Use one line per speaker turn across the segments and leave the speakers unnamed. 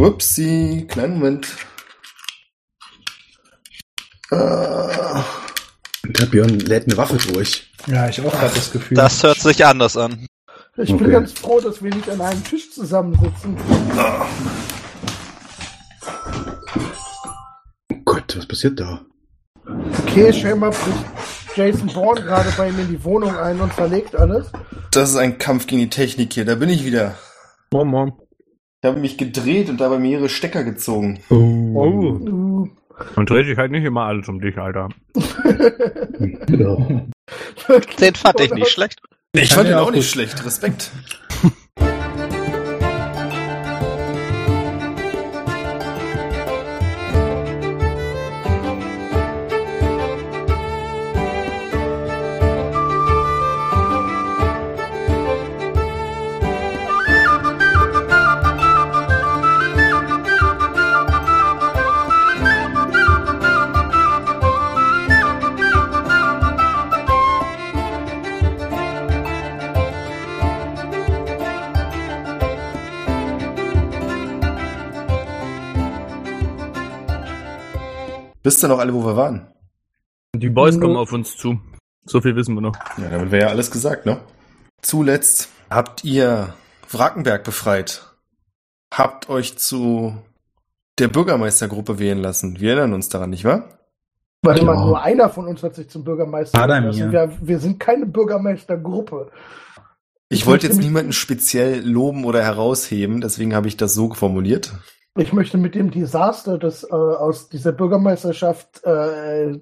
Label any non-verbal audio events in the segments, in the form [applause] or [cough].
Upsi, kleinen Moment. Ah, der Björn lädt eine Waffe durch.
Ja, ich auch gerade das Gefühl.
Das hört sich anders an.
Ich bin
Okay.
ganz froh, dass wir nicht an einem Tisch zusammensitzen.
Oh Gott, was passiert da?
Okay, scheinbar bricht Jason Bourne gerade bei mir in die Wohnung ein und zerlegt alles.
Das ist ein Kampf gegen die Technik hier, da bin ich wieder.
Moin, moin.
Ich habe mich gedreht und dabei mehrere Stecker gezogen.
Oh.
Uh,
Und dreht sich halt nicht immer alles um dich, Alter.
[laughs]
Den fand ich nicht schlecht.
Ich
Kann
fand
ja
ihn
auch
auch nicht
gut.
schlecht, Respekt. Wisst ihr noch alle, wo wir waren?
Die Boys
Mhm.
kommen auf uns zu. So viel wissen wir noch.
Ja, damit wäre ja alles gesagt, ne? Zuletzt habt ihr Wrackenberg befreit. Habt euch zu der Bürgermeistergruppe wählen lassen. Wir erinnern uns daran, nicht wahr?
warte mal,
Ja.
nur einer von uns hat sich zum Bürgermeister
Adam
gewählt.
hier.
wir, wir sind keine Bürgermeistergruppe.
Ich wollte jetzt niemanden speziell loben oder herausheben, deswegen habe ich das so formuliert.
Ich möchte mit dem Desaster, das äh, aus dieser Bürgermeisterschaft äh,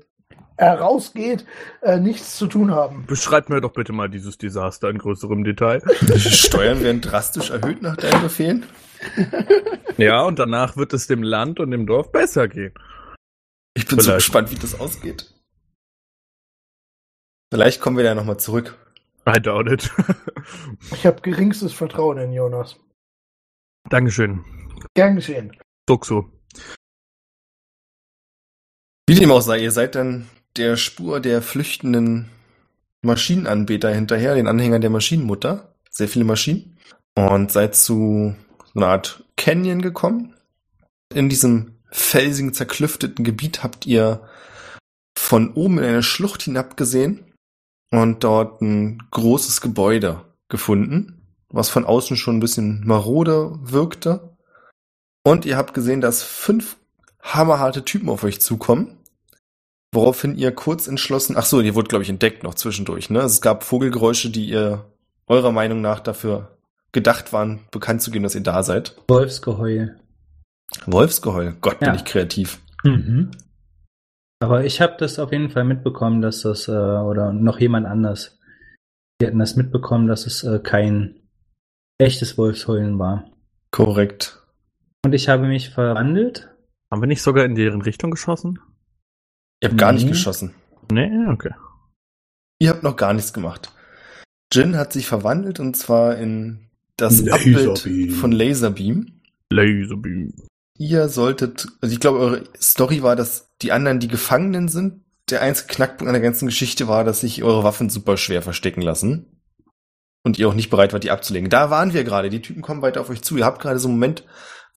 herausgeht, äh, nichts zu tun haben.
Beschreib mir doch bitte mal dieses Desaster in größerem Detail.
Steuern werden drastisch erhöht nach deinen Befehlen.
[laughs] Ja, und danach wird es dem Land und dem Dorf besser gehen.
Ich bin so
Vielleicht.
gespannt, wie das ausgeht. Vielleicht kommen wir da nochmal zurück.
I doubt it. [laughs]
Ich habe geringstes Vertrauen in Jonas.
Dankeschön.
Gern geschehen.
Duxo.
Wie dem auch sei, ihr seid dann der Spur der flüchtenden Maschinenanbeter hinterher, den Anhängern der Maschinenmutter. Sehr viele Maschinen. Und seid zu so einer Art Canyon gekommen. In diesem felsigen, zerklüfteten Gebiet habt ihr von oben in eine Schlucht hinabgesehen und dort ein großes Gebäude gefunden, was von außen schon ein bisschen marode wirkte. Und ihr habt gesehen, dass fünf hammerharte Typen auf euch zukommen. Woraufhin ihr kurz entschlossen, ach so, ihr wurdet, glaube ich, entdeckt noch zwischendurch, ne? Also es gab Vogelgeräusche, die ihr eurer Meinung nach dafür gedacht waren, bekannt zu geben, dass ihr da seid.
Wolfsgeheul.
Wolfsgeheul, Gott, bin
Ja.
ich kreativ.
Mhm. Aber ich habe das auf jeden Fall mitbekommen, dass das, äh, oder noch jemand anders, die hatten das mitbekommen, dass es äh, kein echtes Wolfsheulen war.
Korrekt.
Und ich habe mich verwandelt.
Haben wir nicht sogar in deren Richtung geschossen?
Ihr habt gar nicht
Mhm.
geschossen.
Nee, okay.
Ihr habt noch gar nichts gemacht. Jin hat sich verwandelt und zwar in das Abbild
Laserbeam.
von Laserbeam.
Laserbeam.
ihr solltet, also ich glaube, eure Story war, dass die anderen die Gefangenen sind. Der einzige Knackpunkt an der ganzen Geschichte war, dass sich eure Waffen super schwer verstecken lassen. Und ihr auch nicht bereit wart, die abzulegen. Da waren wir gerade. Die Typen kommen weiter auf euch zu. Ihr habt gerade so einen Moment,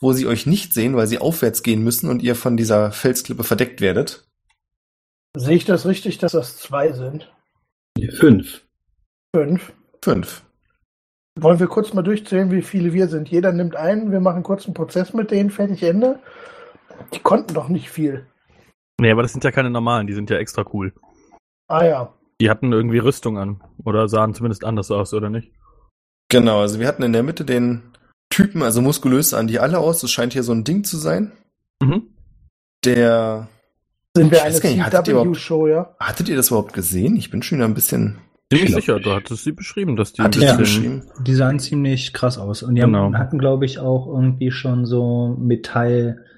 wo sie euch nicht sehen, weil sie aufwärts gehen müssen und ihr von dieser Felsklippe verdeckt werdet.
Sehe ich das richtig, dass das zwei sind?
Fünf.
Fünf.
Fünf.
Wollen wir kurz mal durchzählen, wie viele wir sind? Jeder nimmt einen, wir machen kurz einen Prozess mit denen, fertig Ende. Die konnten doch nicht viel.
Nee, aber das sind ja keine normalen, die sind ja extra cool.
Ah ja.
Die hatten irgendwie Rüstung an. Oder sahen zumindest anders aus, oder nicht?
Genau, also wir hatten in der Mitte den Typen, also muskulös sahen die alle aus. Das scheint hier so ein Ding zu sein.
Mhm.
Der.
Sind wir
Ich
eine
weiß gar nicht, hattet ihr überhaupt-
CW-Show, ja?
Hattet ihr das überhaupt gesehen? Ich bin schon wieder ein bisschen.
Ziemlich
glaub
sicher, du hattest sie beschrieben, dass die
Hatte
ich
ich
bisschen-
geschrieben?
Die sahen ziemlich krass aus. Und die
Genau.
haben, hatten, glaube ich, auch irgendwie schon so Metallfäuste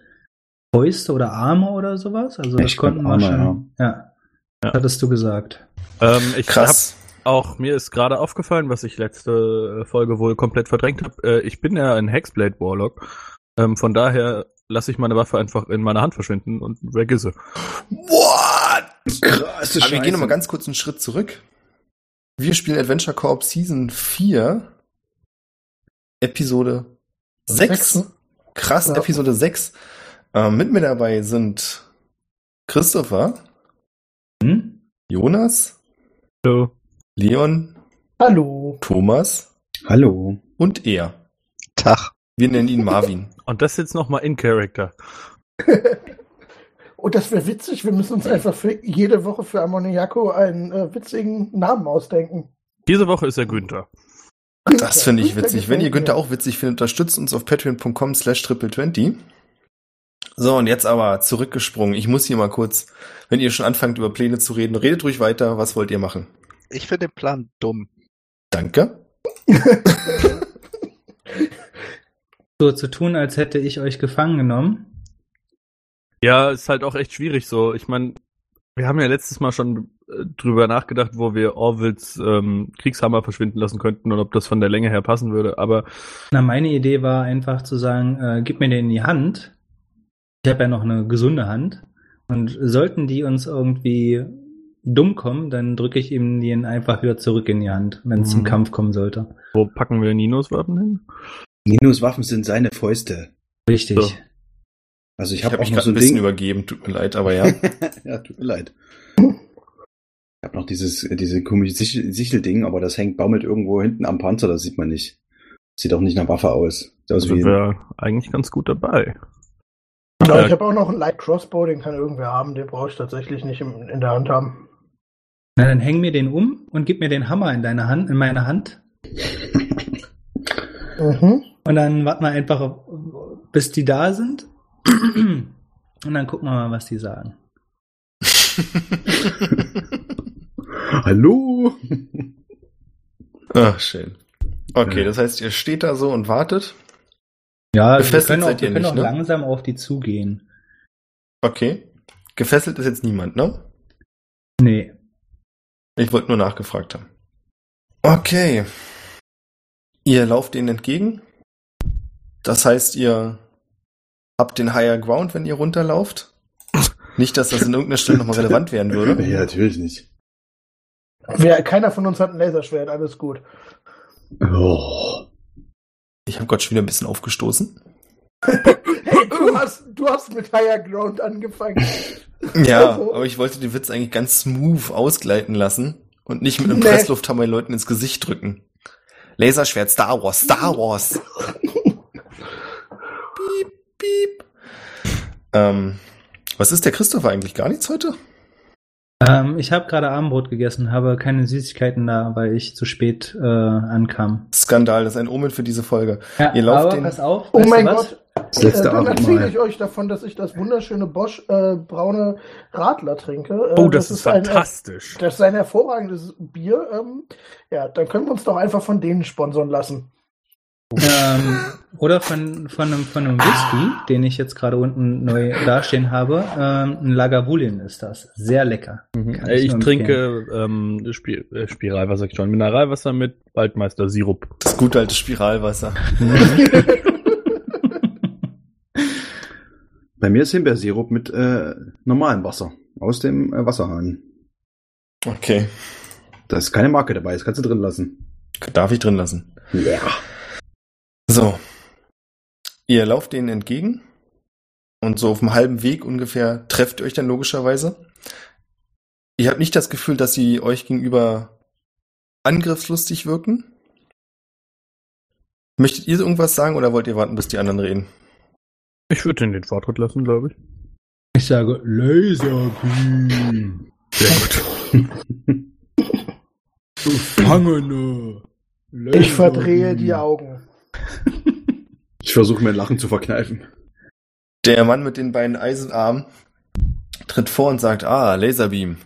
oder Arme oder sowas. Also das
Ich glaub,
konnten wir
Arme,
schon. Ja. Das hattest du gesagt.
Ähm, ich hab
Krass.
Auch mir ist gerade aufgefallen, was ich letzte äh, Folge wohl komplett verdrängt habe. Äh, ich bin ja ein Hexblade Warlock. Ähm, von daher lasse ich meine Waffe einfach in meiner Hand verschwinden und weg ist sie.
What?
Krasse
Aber wir gehen nochmal ganz kurz einen Schritt zurück. Wir spielen Adventure Corp Season 4, Episode 6.
Sechs.
krass,
Ja.
Episode 6. Ähm, mit mir dabei sind Christopher,
Hm?
Jonas,
So.
Leon,
Hallo.
Thomas
Hallo.
und er.
Tag.
Wir nennen ihn Marvin.
Und das jetzt nochmal in Character.
Und das wäre witzig, wir müssen uns einfach für jede Woche für Ammoniako einen äh, witzigen
[laughs]
Namen ausdenken.
Diese Woche ist er Günther.
Das finde ich
Günther
witzig. Wenn ihr
gefällt mir.
Günther auch witzig findet, unterstützt uns auf patreon.com slash triple20. So, und jetzt aber zurückgesprungen. Ich muss hier mal kurz, wenn ihr schon anfangt, über Pläne zu reden, redet ruhig weiter. Was wollt ihr machen?
Ich finde den Plan dumm.
Danke.
So zu tun, als hätte ich euch gefangen genommen.
Ja, ist halt auch echt schwierig so. Ich meine, wir haben ja letztes Mal schon äh, drüber nachgedacht, wo wir Orwells ähm, Kriegshammer verschwinden lassen könnten und ob das von der Länge her passen würde. Aber
Na, meine Idee war einfach zu sagen, äh, gib mir den in die Hand. Ich habe ja noch eine gesunde Hand. Und sollten die uns irgendwie dumm kommen, dann drücke ich ihm den einfach wieder zurück in die Hand, wenn es zum
Mhm.
Kampf kommen sollte.
wo packen wir Ninos Waffen hin?
Ninos Waffen sind seine Fäuste.
Richtig.
So.
Also ich
Ich habe hab
habe auch
mich
noch
gerade
so
ein
ein
bisschen
Ding.
übergeben. Tut mir leid, aber ja.
[laughs] ja, tut mir leid. Ich habe noch dieses, äh, diese komische Sichel- Sichelding, aber das hängt baumelt irgendwo hinten am Panzer, das sieht man nicht. Sieht auch nicht nach Waffe aus. Sieht aus
Also
wie
sind
ein,
wir eigentlich ganz gut dabei.
Genau,
Ja.
ich habe auch noch einen Light Crossbow, den kann irgendwer haben, den brauche ich tatsächlich nicht im, in der Hand haben.
Na, dann häng mir den um und gib mir den Hammer in deine Hand, in meine Hand.
Mhm.
Und dann warten wir einfach, auf- bis die da sind. Und dann gucken wir mal, was die sagen.
Hallo!
Ach, Ah, schön. Okay,
Ja.
das heißt, ihr steht da so und wartet.
Ja, also wir
Befestigt
können
seid
auch, wir
ihr
können
nicht,
auch
ne?
langsam auf die zugehen.
Okay. Gefesselt ist jetzt niemand, ne?
Nee.
Ich wollte nur nachgefragt haben. Okay. Ihr lauft ihnen entgegen. Das heißt, ihr habt den Higher Ground, wenn ihr runterlauft. Nicht, dass das in irgendeiner Stelle nochmal relevant werden würde.
[laughs] Ja, natürlich nicht.
Wer, keiner von uns hat ein Laserschwert, alles gut.
Oh.
Ich habe gerade schon wieder ein bisschen aufgestoßen.
Hey, du hast, du hast mit Higher Ground angefangen.
Ja,
Also-
aber ich wollte den Witz eigentlich ganz smooth ausgleiten lassen und nicht mit einem
Nee.
Presslufthammer den Leuten ins Gesicht drücken. Laserschwert, Star Wars, Star Wars. piep, piep. Ähm, was ist der Christopher eigentlich? Gar nichts heute?
Ähm, ich habe gerade Abendbrot gegessen, habe keine Süßigkeiten da, weil ich zu spät äh, ankam.
Skandal, das ist ein Omen für diese Folge.
Ja,
Ihr lauft
aber
den-
pass auf,
Oh
weißt
mein
du was?
Gott.
Das letzte
Äh, dann erzähle ich
Abendmahl.
euch davon, dass ich das wunderschöne Bosch äh, braune Radler trinke. Äh,
Oh, das, ist
ein-
fantastisch.
Das ist ein hervorragendes Bier. Ähm, ja, dann können wir uns doch einfach von denen sponsern lassen.
Ähm, oder von, von, einem, von einem Whisky, den ich jetzt gerade unten neu dastehen habe. Ähm, ein Lagavulin ist das. Sehr lecker. Kann
Äh, ich
nur empfehlen.
trinke ähm, Spi äh, Spiralwasser, sag ich schon. Mineralwasser mit Waldmeister-Sirup.
Das gute alte Spiralwasser.
Bei mir ist Himbeersirup mit äh, normalem Wasser. Aus dem äh, Wasserhahn.
Okay.
Da ist keine Marke dabei, das kannst du drin lassen.
Darf ich drin lassen.
Ja.
So. Ihr lauft denen entgegen und so auf dem halben Weg ungefähr trefft ihr euch dann logischerweise. Ihr habt nicht das Gefühl, dass sie euch gegenüber angriffslustig wirken. Möchtet ihr irgendwas sagen oder wollt ihr warten, bis die anderen reden?
Ich würde den den Vortritt lassen, glaube ich.
Ich sage Laserbeam. Gefangene.
Ich
Mhm.
verdrehe die Augen.
Ich versuche mir ein Lachen zu verkneifen.
Der Mann mit den beiden Eisenarmen tritt vor und sagt, ah, Laserbeam.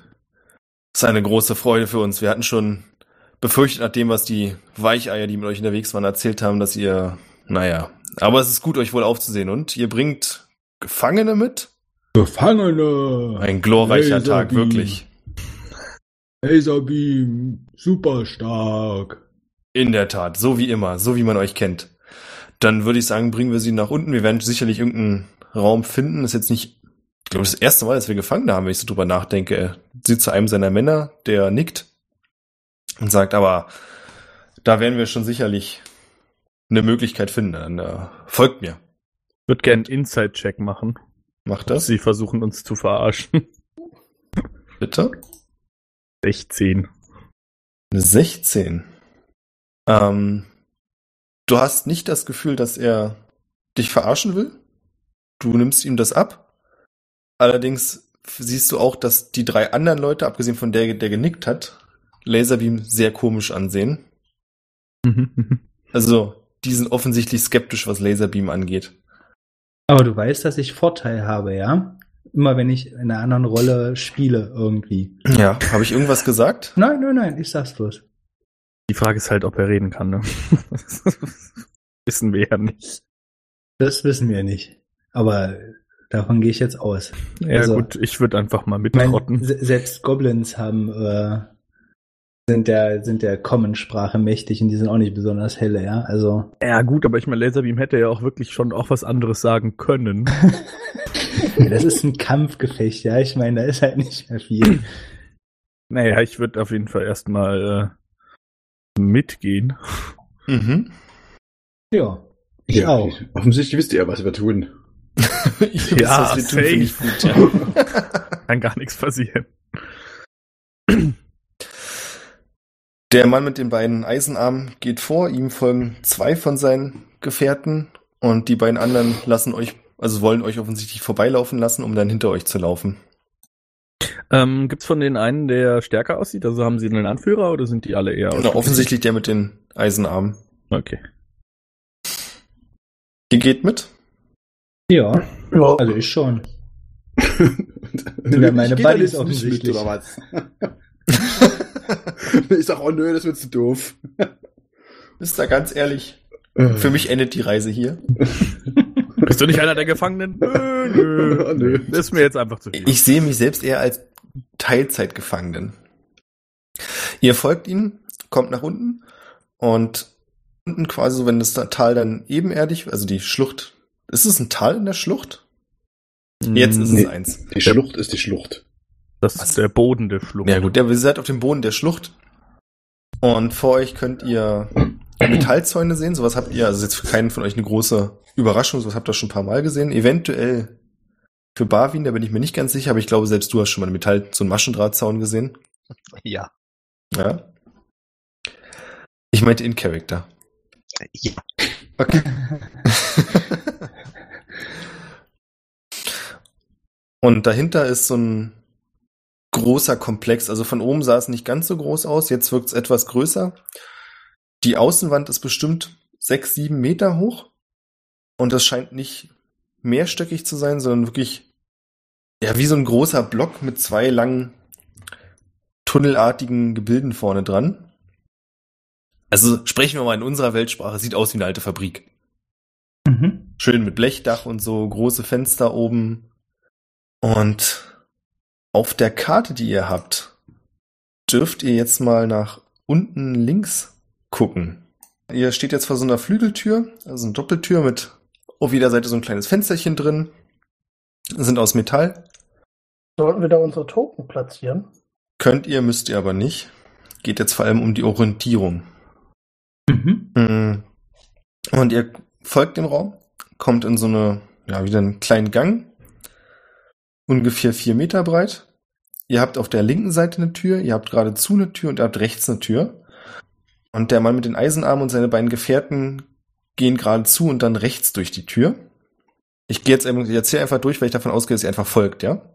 Ist eine große Freude für uns. Wir hatten schon befürchtet, nach dem, was die Weicheier, die mit euch unterwegs waren, erzählt haben, dass ihr, naja. Aber es ist gut, euch wohl aufzusehen. Und ihr bringt Gefangene mit?
Gefangene.
Ein glorreicher Tag,
Laserbeam.
wirklich.
Laserbeam. Super stark.
In der Tat, so wie immer, so wie man euch kennt. Dann würde ich sagen, bringen wir sie nach unten. Wir werden sicherlich irgendeinen Raum finden. Ist jetzt nicht, ich glaube, das erste Mal, dass wir Gefangene haben, wenn ich so drüber nachdenke. Er sieht zu einem seiner Männer, der nickt und sagt, aber da werden wir schon sicherlich eine Möglichkeit finden. Dann äh, folgt mir.
Wird gern einen Inside-Check machen.
Mach
dass
das,
Sie versuchen uns zu verarschen. [laughs]
bitte.
16.
Eine 16. Ähm, du hast nicht das Gefühl, dass er dich verarschen will. Du nimmst ihm das ab. Allerdings f- siehst du auch, dass die drei anderen Leute, abgesehen von der, der genickt hat, Laserbeam sehr komisch ansehen. Also, die sind offensichtlich skeptisch, was Laserbeam angeht.
Aber du weißt, dass ich Vorteil habe, ja? Immer wenn ich in einer anderen Rolle spiele, irgendwie.
Ja. Habe ich irgendwas gesagt?
Nein, nein, nein, ich sag's bloß.
Die Frage ist halt, ob er reden kann, ne? [laughs] Wissen wir ja nicht.
Das wissen wir nicht. Aber davon gehe ich jetzt aus.
Ja
Also-
gut, ich würde einfach mal
Ich also, meine,
mittrotten.
se- selbst Goblins haben, äh, sind der, sind der Common-Sprache mächtig und die sind auch nicht besonders helle, ja? Also,
Ja gut, aber ich meine, Laserbeam hätte ja auch wirklich schon auch was anderes sagen
[laughs]
können.
das ist ein Kampfgefecht, ja? Ich meine, da ist halt nicht mehr viel.
Naja, ich würde auf jeden Fall erstmal äh, mitgehen.
Mhm.
Ja, ich auch.
Offensichtlich wisst ihr ja, was wir tun.
[laughs]
[laughs]
Ich weiß,
Ja,
was wir tun, finde ich gut, ja.
Kann gar nichts passieren.
Der Mann mit den beiden Eisenarmen geht vor, ihm folgen zwei von seinen Gefährten und die beiden anderen lassen euch, also wollen euch offensichtlich vorbeilaufen lassen, um dann hinter euch zu laufen.
Ähm, gibt's von den einen, der stärker aussieht? Also haben sie einen Anführer oder sind die alle eher
Oder Genau, offensichtlich der mit den Eisenarmen.
Okay.
Ihr geht mit?
Ja,
Ja,
also ich schon.
Sogar
meine Buddies offensichtlich.
Mit, oder was? ich sag, oh nö, das wird zu doof.
Ist da ganz ehrlich,
Hm.
für mich endet die Reise hier.
Bist du nicht einer
[laughs]
der Gefangenen? Nö,
Oh,
nö.
nö.
Das ist mir jetzt einfach zu viel.
Ich sehe mich selbst eher als Teilzeitgefangenen. Ihr folgt ihnen, kommt nach unten und unten quasi, so, wenn das Tal dann ebenerdig, also die Schlucht, ist es ein Tal in der Schlucht? Jetzt ist
Nee.
es eins.
Die Schlucht ist die Schlucht.
Hm, Das ist der Boden der Schlucht.
Ja gut, ja, aber ihr seid auf dem Boden der Schlucht. Und vor euch könnt ihr Metallzäune sehen. Sowas habt ihr, also jetzt für keinen von euch eine große Überraschung, sowas habt ihr schon ein paar Mal gesehen. Eventuell für Barwin, da bin ich mir nicht ganz sicher, aber ich glaube, selbst du hast schon mal einen Metall, so einen Maschendrahtzaun gesehen.
Ja.
Ja. Ich meinte in Character.
Ja.
Okay. Und dahinter ist so ein großer Komplex. Also von oben sah es nicht ganz so groß aus, jetzt wirkt es etwas größer. Die Außenwand ist bestimmt sechs, sieben Meter hoch. Und das scheint nicht mehrstöckig zu sein, sondern wirklich, ja, wie so ein großer Block mit zwei langen tunnelartigen Gebilden vorne dran. Also sprechen wir mal in unserer Weltsprache, sieht aus wie eine alte Fabrik.
Mhm.
Schön mit Blechdach und so, große Fenster oben. Und auf der Karte, die ihr habt, dürft ihr jetzt mal nach unten links gucken. Ihr steht jetzt vor so einer Flügeltür, also eine Doppeltür mit oh, auf jeder Seite so ein kleines Fensterchen drin. Sind aus Metall.
sollten wir da unsere Token platzieren?
Könnt ihr, müsst ihr aber nicht. Geht jetzt vor allem um die Orientierung.
Mhm.
Mhm. Und ihr folgt dem Raum, kommt in so eine, ja, wieder einen kleinen Gang, ungefähr vier Meter breit. Ihr habt auf der linken Seite eine Tür, ihr habt geradezu eine Tür und ihr habt rechts eine Tür. Und der Mann mit den Eisenarmen und seine beiden Gefährten gehen geradezu und dann rechts durch die Tür. Ich gehe jetzt, ich erzähle einfach durch, weil ich davon ausgehe, dass ihr einfach folgt, ja?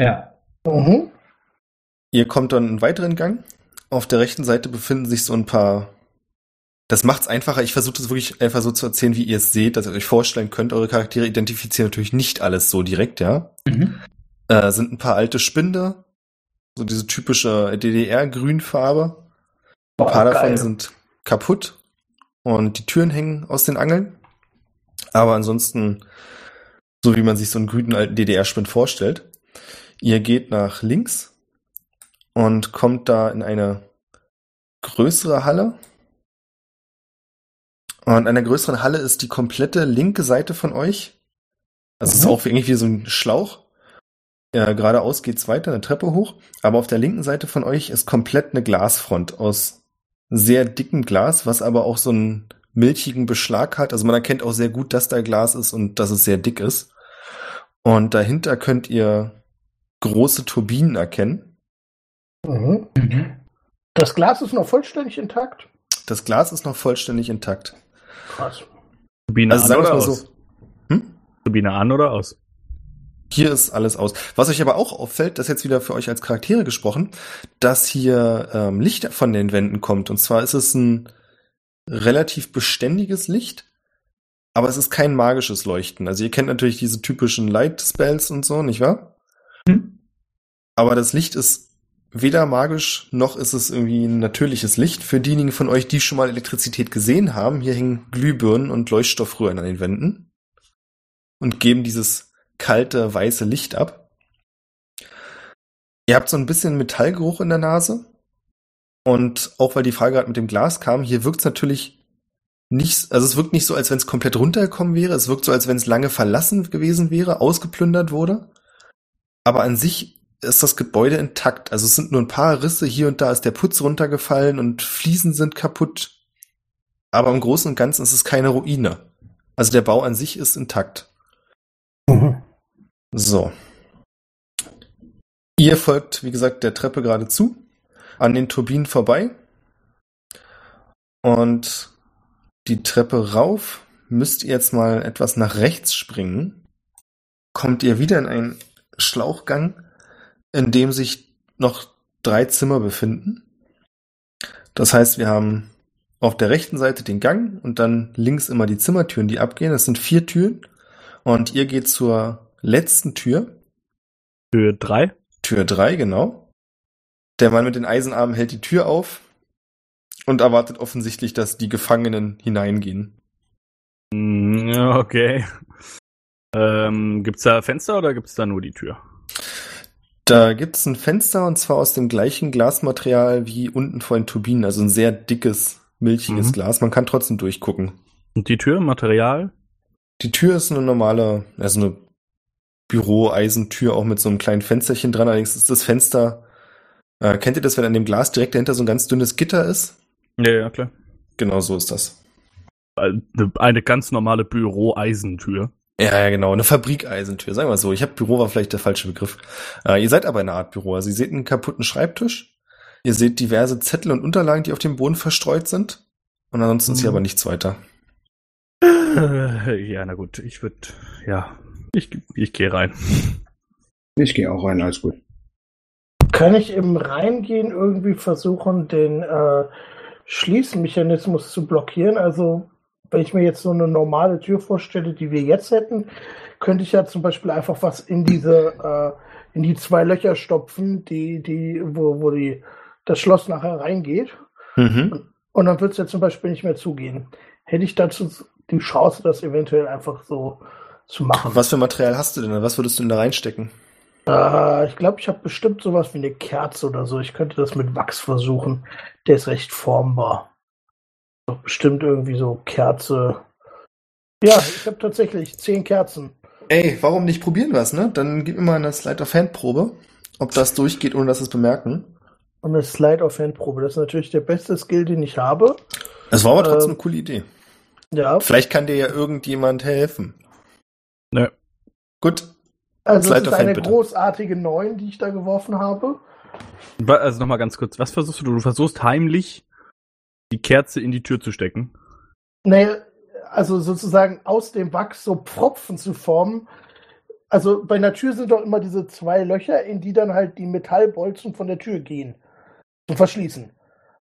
Ja.
Mhm.
Ihr kommt dann in einen weiteren Gang. Auf der rechten Seite befinden sich so ein paar. Das macht's einfacher. Ich versuche das wirklich einfach so zu erzählen, wie ihr es seht, dass ihr euch vorstellen könnt. Eure Charaktere identifizieren natürlich nicht alles so direkt, ja.
Mhm.
Äh, sind ein paar alte Spinde. So diese typische DDR-Grünfarbe. Ein
Oh,
paar davon sind kaputt und die Türen hängen aus den Angeln. Aber ansonsten, so wie man sich so einen grünen alten DDR-Spind vorstellt, ihr geht nach links und kommt da in eine größere Halle. Und in einer größeren Halle ist die komplette linke Seite von euch. Das ist auch irgendwie so ein Schlauch. Ja, geradeaus geht's weiter, eine Treppe hoch. Aber auf der linken Seite von euch ist komplett eine Glasfront aus sehr dicken Glas, was aber auch so ein milchigen Beschlag hat. Also man erkennt auch sehr gut, dass da Glas ist und dass es sehr dick ist. Und dahinter könnt ihr große Turbinen erkennen.
Mhm. Das Glas ist noch vollständig intakt.
Das Glas ist noch vollständig intakt.
Krass.
Turbine
Also
an
sagen
oder
wir es mal
aus?
so. Hm?
Turbine an oder aus?
Hier ist alles aus. Was euch aber auch auffällt, das jetzt wieder für euch als Charaktere gesprochen, dass hier ähm, Licht von den Wänden kommt. Und zwar ist es ein relativ beständiges Licht, aber es ist kein magisches Leuchten. Also ihr kennt natürlich diese typischen Light Spells und so, nicht wahr?
Hm.
Aber das Licht ist weder magisch noch ist es irgendwie ein natürliches Licht. Für diejenigen von euch, die schon mal Elektrizität gesehen haben, hier hängen Glühbirnen und Leuchtstoffröhren an den Wänden und geben dieses kalte weiße Licht ab. Ihr habt so ein bisschen Metallgeruch in der Nase. Und auch weil die Frage gerade mit dem Glas kam, hier wirkt es natürlich nicht, also es wirkt nicht so, als wenn es komplett runtergekommen wäre. Es wirkt so, als wenn es lange verlassen gewesen wäre, ausgeplündert wurde. Aber an sich ist das Gebäude intakt. Also es sind nur ein paar Risse. Hier und da ist der Putz runtergefallen und Fliesen sind kaputt. Aber im Großen und Ganzen ist es keine Ruine. Also der Bau an sich ist intakt.
Mhm.
So. Ihr folgt, wie gesagt, der Treppe geradezu, an den Turbinen vorbei. Und die Treppe rauf müsst ihr jetzt mal etwas nach rechts springen. Kommt ihr wieder in einen Schlauchgang, in dem sich noch drei Zimmer befinden. Das heißt, wir haben auf der rechten Seite den Gang und dann links immer die Zimmertüren, die abgehen. Das sind vier Türen. Und ihr geht zur letzten Tür,
Für drei?
Tür drei genau. Der Mann mit den Eisenarmen hält die Tür auf und erwartet offensichtlich, dass die Gefangenen hineingehen.
Hm, ja, Okay. Ähm, gibt's da Fenster oder gibt's da nur die Tür?
Da gibt's ein Fenster und zwar aus dem gleichen Glasmaterial wie unten vor den Turbinen, also ein sehr dickes, milchiges
Mhm.
Glas. Man kann trotzdem durchgucken.
Und die Tür, Material?
Die Tür ist eine normale, also eine Büro-Eisentür, auch mit so einem kleinen Fensterchen dran. Allerdings ist das Fenster, äh, kennt ihr das, wenn an dem Glas direkt dahinter so ein ganz dünnes Gitter ist?
Ja, ja, klar.
Genau so ist das.
Eine, eine ganz normale Büro-Eisentür. [laughs]
Ja, ja, genau. Eine Fabrikeisentür, sagen wir so. Ich habe Büro war vielleicht der falsche Begriff. Äh, ihr seid aber eine Art Büro. Also ihr seht einen kaputten Schreibtisch. Ihr seht diverse Zettel und Unterlagen, die auf dem Boden verstreut sind. Und ansonsten ist hier
Mhm.
aber nichts weiter.
Äh, Ja, na gut, ich würde, ja, ich, ich gehe rein.
Ich gehe auch rein, alles gut.
Kann ich im Reingehen irgendwie versuchen, den äh, Schließmechanismus zu blockieren? Also, wenn ich mir jetzt so eine normale Tür vorstelle, die wir jetzt hätten, könnte ich ja zum Beispiel einfach was in diese, äh, in die zwei Löcher stopfen, die, die, wo, wo die, das Schloss nachher reingeht.
Mhm.
Und dann wird es ja zum Beispiel nicht mehr zugehen. Hätte ich dazu die Chance, das eventuell einfach so zu machen?
Was für Material hast du denn? Was würdest du denn da reinstecken?
Äh, ich glaube, ich habe bestimmt sowas wie eine Kerze oder so. Ich könnte das mit Wachs versuchen. Der ist recht formbar. Doch bestimmt irgendwie so Kerze. Ja, ich habe tatsächlich zehn Kerzen.
Ey, warum nicht probieren was, ne? Dann gib mir mal eine Slide of Hand Probe, ob das durchgeht, ohne dass es bemerken.
Und eine Slide-of-Hand-Probe. Das ist natürlich der beste Skill, den ich habe.
Es war aber trotzdem
Ähm.
eine coole Idee.
Ja,
Vielleicht kann dir ja irgendjemand helfen.
Nö.
Gut.
also
Slide
es ist
of Hand,
eine
bitte.
großartige Neun, die ich da geworfen habe.
Wa- Also nochmal ganz kurz, was versuchst du? Du versuchst heimlich die Kerze in die Tür zu stecken.
Naja, also sozusagen aus dem Wachs so Pfropfen zu formen. Also bei einer Tür sind doch immer diese zwei Löcher, in die dann halt die Metallbolzen von der Tür gehen und verschließen.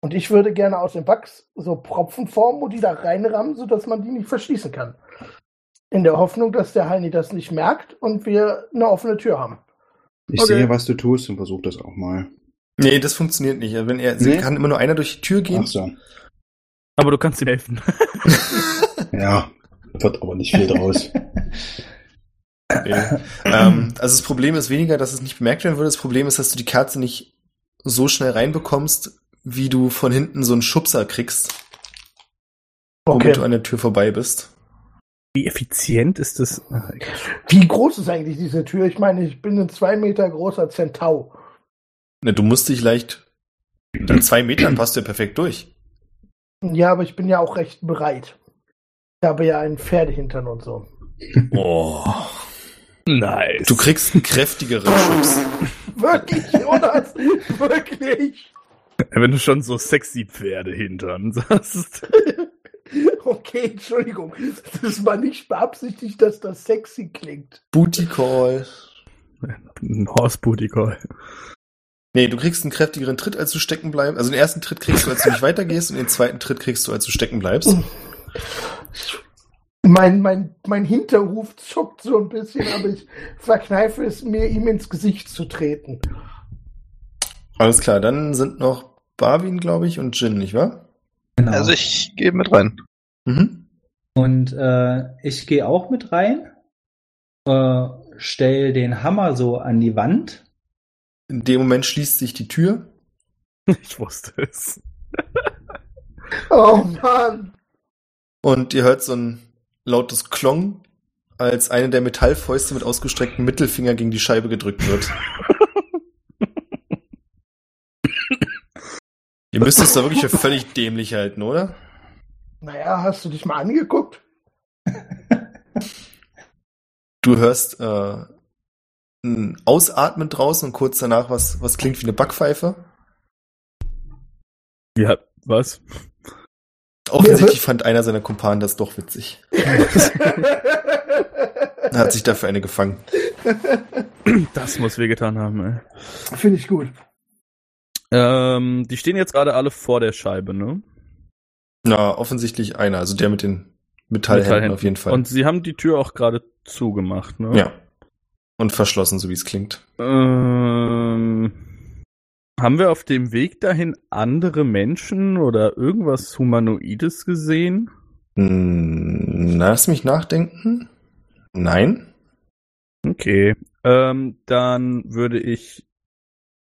Und ich würde gerne aus dem Wachs so Pfropfen formen und die da reinrammen, sodass man die nicht verschließen kann. In der Hoffnung, dass der Heini das nicht merkt und wir eine offene Tür haben.
Ich
Okay.
sehe, was du tust und versuche das auch mal.
Nee, das funktioniert nicht. Also Wenn er
Nee?
kann immer nur einer durch die Tür gehen.
Ach so.
Aber du kannst ihm helfen. [laughs]
Ja, wird aber nicht viel draus.
Okay. ähm, also das Problem ist weniger, dass es nicht bemerkt werden würde. Das Problem ist, dass du die Kerze nicht so schnell reinbekommst, wie du von hinten so einen Schubser kriegst,
Okay.
womit du an der Tür vorbei bist.
Wie effizient ist das?
Wie groß ist eigentlich diese Tür? Ich meine, ich bin ein zwei Meter großer Zentau.
Ne, du musst dich leicht. Mit zwei Metern passt du ja perfekt durch.
Ja, aber ich bin ja auch recht bereit. Ich habe ja einen Pferdehintern und so.
Oh.
Nice.
Du kriegst einen kräftigeren Schubs.
Wirklich, [laughs] Jonas, wirklich.
Wenn du schon so sexy Pferde hintern sagst.
Okay, Entschuldigung. Das war nicht beabsichtigt, dass das sexy klingt.
Booty Call.
Ein Horse Booty Call.
Nee, du kriegst einen kräftigeren Tritt, als du stecken bleibst. Also den ersten Tritt kriegst du, als du nicht weitergehst, und den zweiten Tritt kriegst du, als du stecken bleibst.
Mein, mein, mein Hinterruf zuckt so ein bisschen, aber ich verkneife es mir, ihm ins Gesicht zu treten.
Alles klar, dann sind noch Barwin, glaube ich, und Jin, nicht wahr?
Genau.
Also ich gehe mit rein.
Mhm.
Und äh, ich gehe auch mit rein, äh, stell den Hammer so an die Wand.
In dem Moment schließt sich die Tür.
Ich wusste es.
[laughs] Oh Mann.
Und ihr hört so ein lautes Klong, als eine der Metallfäuste mit ausgestrecktem Mittelfinger gegen die Scheibe gedrückt
[laughs]
wird. ihr müsst es da wirklich für völlig dämlich halten, oder?
Naja, hast du dich mal angeguckt?
Du hörst äh, ein Ausatmen draußen und kurz danach was, was klingt wie eine Backpfeife.
Ja, was?
Offensichtlich fand einer seiner Kumpanen das doch witzig. Er hat sich dafür eine gefangen.
Das muss wehgetan haben, ey.
[laughs] Finde ich gut.
Ähm, die stehen jetzt gerade alle vor der Scheibe, ne?
Na, offensichtlich einer, also der mit den Metallhänden,
Metallhänden.
auf jeden Fall.
Und sie haben die Tür auch gerade zugemacht, ne?
ja. Und verschlossen, so wie es klingt.
Ähm, haben wir auf dem Weg dahin andere Menschen oder irgendwas Humanoides gesehen?
Hm, lass mich nachdenken. Nein.
Okay. Ähm, dann würde ich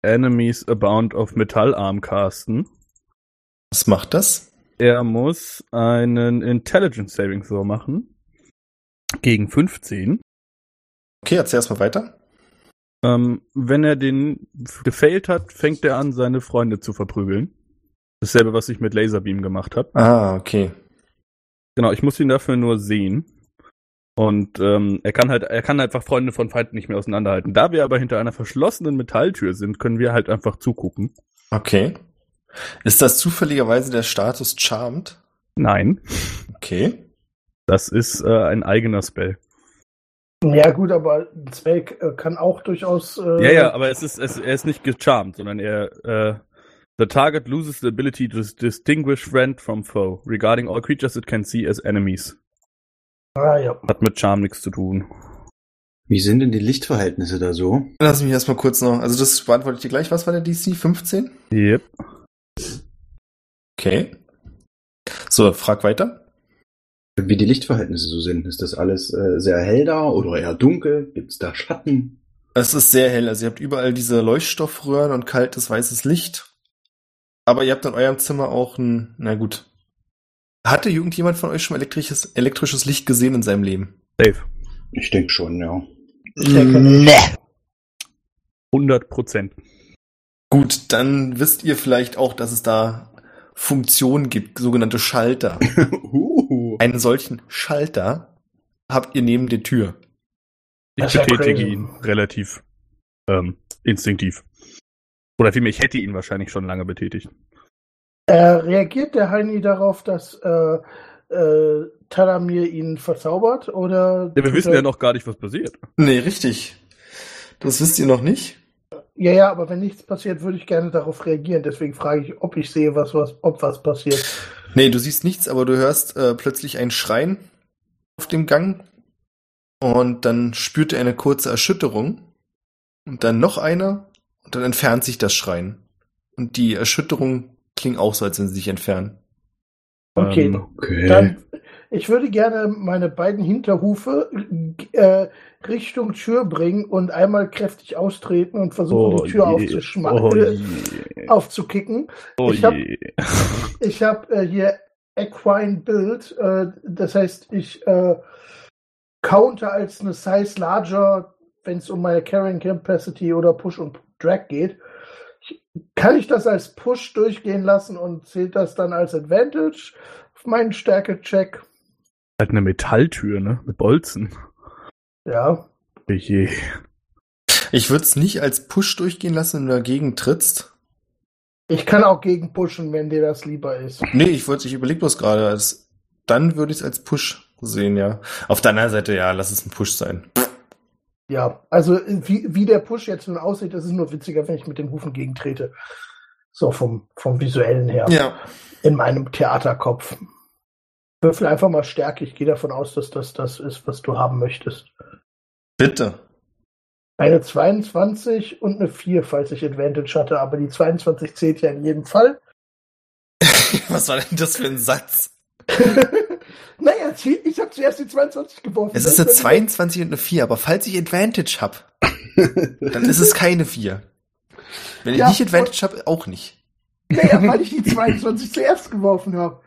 Enemies Abound auf Metallarm casten.
Was macht das?
Er muss einen Intelligence Saving Throw machen. Gegen 15.
Okay, erzähl erstmal weiter.
Ähm, wenn er den gefailt hat, fängt er an, seine Freunde zu verprügeln. Dasselbe, was ich mit Laserbeam gemacht habe.
Ah, okay.
Genau, ich muss ihn dafür nur sehen. Und ähm, er kann halt, er kann einfach Freunde von Feinden nicht mehr auseinanderhalten. Da wir aber hinter einer verschlossenen Metalltür sind, können wir halt einfach zugucken.
Okay. Ist das zufälligerweise der Status Charmed?
Nein,
Okay.
das ist äh, ein eigener Spell.
Ja gut, aber ein Zweck äh, kann auch durchaus... Äh,
Ja, ja, aber es ist, es, er ist nicht gecharmed, sondern er, äh, the target loses the ability to distinguish friend from foe, regarding all creatures it can see as enemies.
Ah, ja.
Hat mit Charm nichts zu tun.
[laughs] Wie sind denn die Lichtverhältnisse da so?
Lass mich erstmal kurz noch. Also das beantworte ich dir gleich. Was war der DC? 15?
Yep.
Okay. So, frag weiter.
Wie die Lichtverhältnisse so sind? Ist das alles äh, sehr hell da oder eher dunkel? Gibt es da Schatten?
Es ist sehr hell. Also ihr habt überall diese Leuchtstoffröhren und kaltes weißes Licht. Aber ihr habt in eurem Zimmer auch ein. Na gut. Hatte irgendjemand von euch schon elektrisches, elektrisches Licht gesehen in seinem Leben?
Safe.
Ich denke schon, ja.
Ne.
100 Prozent.
Gut, dann wisst ihr vielleicht auch, dass es da Funktionen gibt, sogenannte Schalter.
uh,
Einen solchen Schalter habt ihr neben der Tür.
Ich
Das ist ja
betätige
crazy.
ihn relativ ähm, instinktiv. Oder vielmehr, ich hätte ihn wahrscheinlich schon lange betätigt.
Äh, reagiert der Heini darauf, dass äh, äh, Taramir ihn verzaubert? Oder
Ja, wir wissen ja noch gar nicht, was passiert.
Nee, richtig. Das wisst ihr noch nicht.
Ja, ja, aber wenn nichts passiert, würde ich gerne darauf reagieren. Deswegen frage ich, ob ich sehe, was, was, ob was passiert.
Nee, du siehst nichts, aber du hörst äh, plötzlich ein Schreien auf dem Gang. Und dann spürt er eine kurze Erschütterung. Und dann noch eine. Und dann entfernt sich das Schreien. Und die Erschütterung klingt auch so, als wenn sie sich entfernen.
Okay,
Ähm,
okay.
dann ich würde gerne meine beiden Hinterhufe äh, Richtung Tür bringen und einmal kräftig austreten und versuchen, die Tür aufzuschmacken, [laughs]
Oh
äh,
je.
aufzukicken.
Oh
Ich hab-
je.
Ich habe äh, hier Equine Build, äh, das heißt, ich äh, counter als eine Size larger, wenn es um meine Carrying Capacity oder Push und Drag geht. Kann ich das als Push durchgehen lassen und zählt das dann als Advantage auf meinen Stärke-Check?
Halt eine Metalltür, ne? Mit Bolzen. Oh
Ja.
Je.
Ich würde es nicht als Push durchgehen lassen, wenn du dagegen trittst.
Ich kann auch gegen pushen, wenn dir das lieber ist.
Nee, ich wollte, ich überlege bloß gerade, als, dann würde ich es als Push sehen, ja. Auf der anderen Seite, ja, lass es ein Push sein.
Ja, also äh, wie, wie der Push jetzt nun aussieht, das ist nur witziger, wenn ich mit den Hufen gegentrete. So vom, vom visuellen her.
Ja.
In meinem Theaterkopf. Würfel einfach mal Stärke. Ich gehe davon aus, dass das das ist, was du haben möchtest.
Bitte.
Eine 22 und eine 4, falls ich Advantage hatte. Aber die 22 zählt ja in jedem Fall.
[laughs] Was war denn das für ein Satz?
naja, sie- ich habe zuerst die 22 geworfen.
Es ist eine 22 und eine 4, aber falls ich Advantage habe, [laughs] dann ist es keine 4. Wenn ich
Ja,
nicht Advantage habe, auch nicht.
Naja, weil ich die 22 zuerst geworfen habe.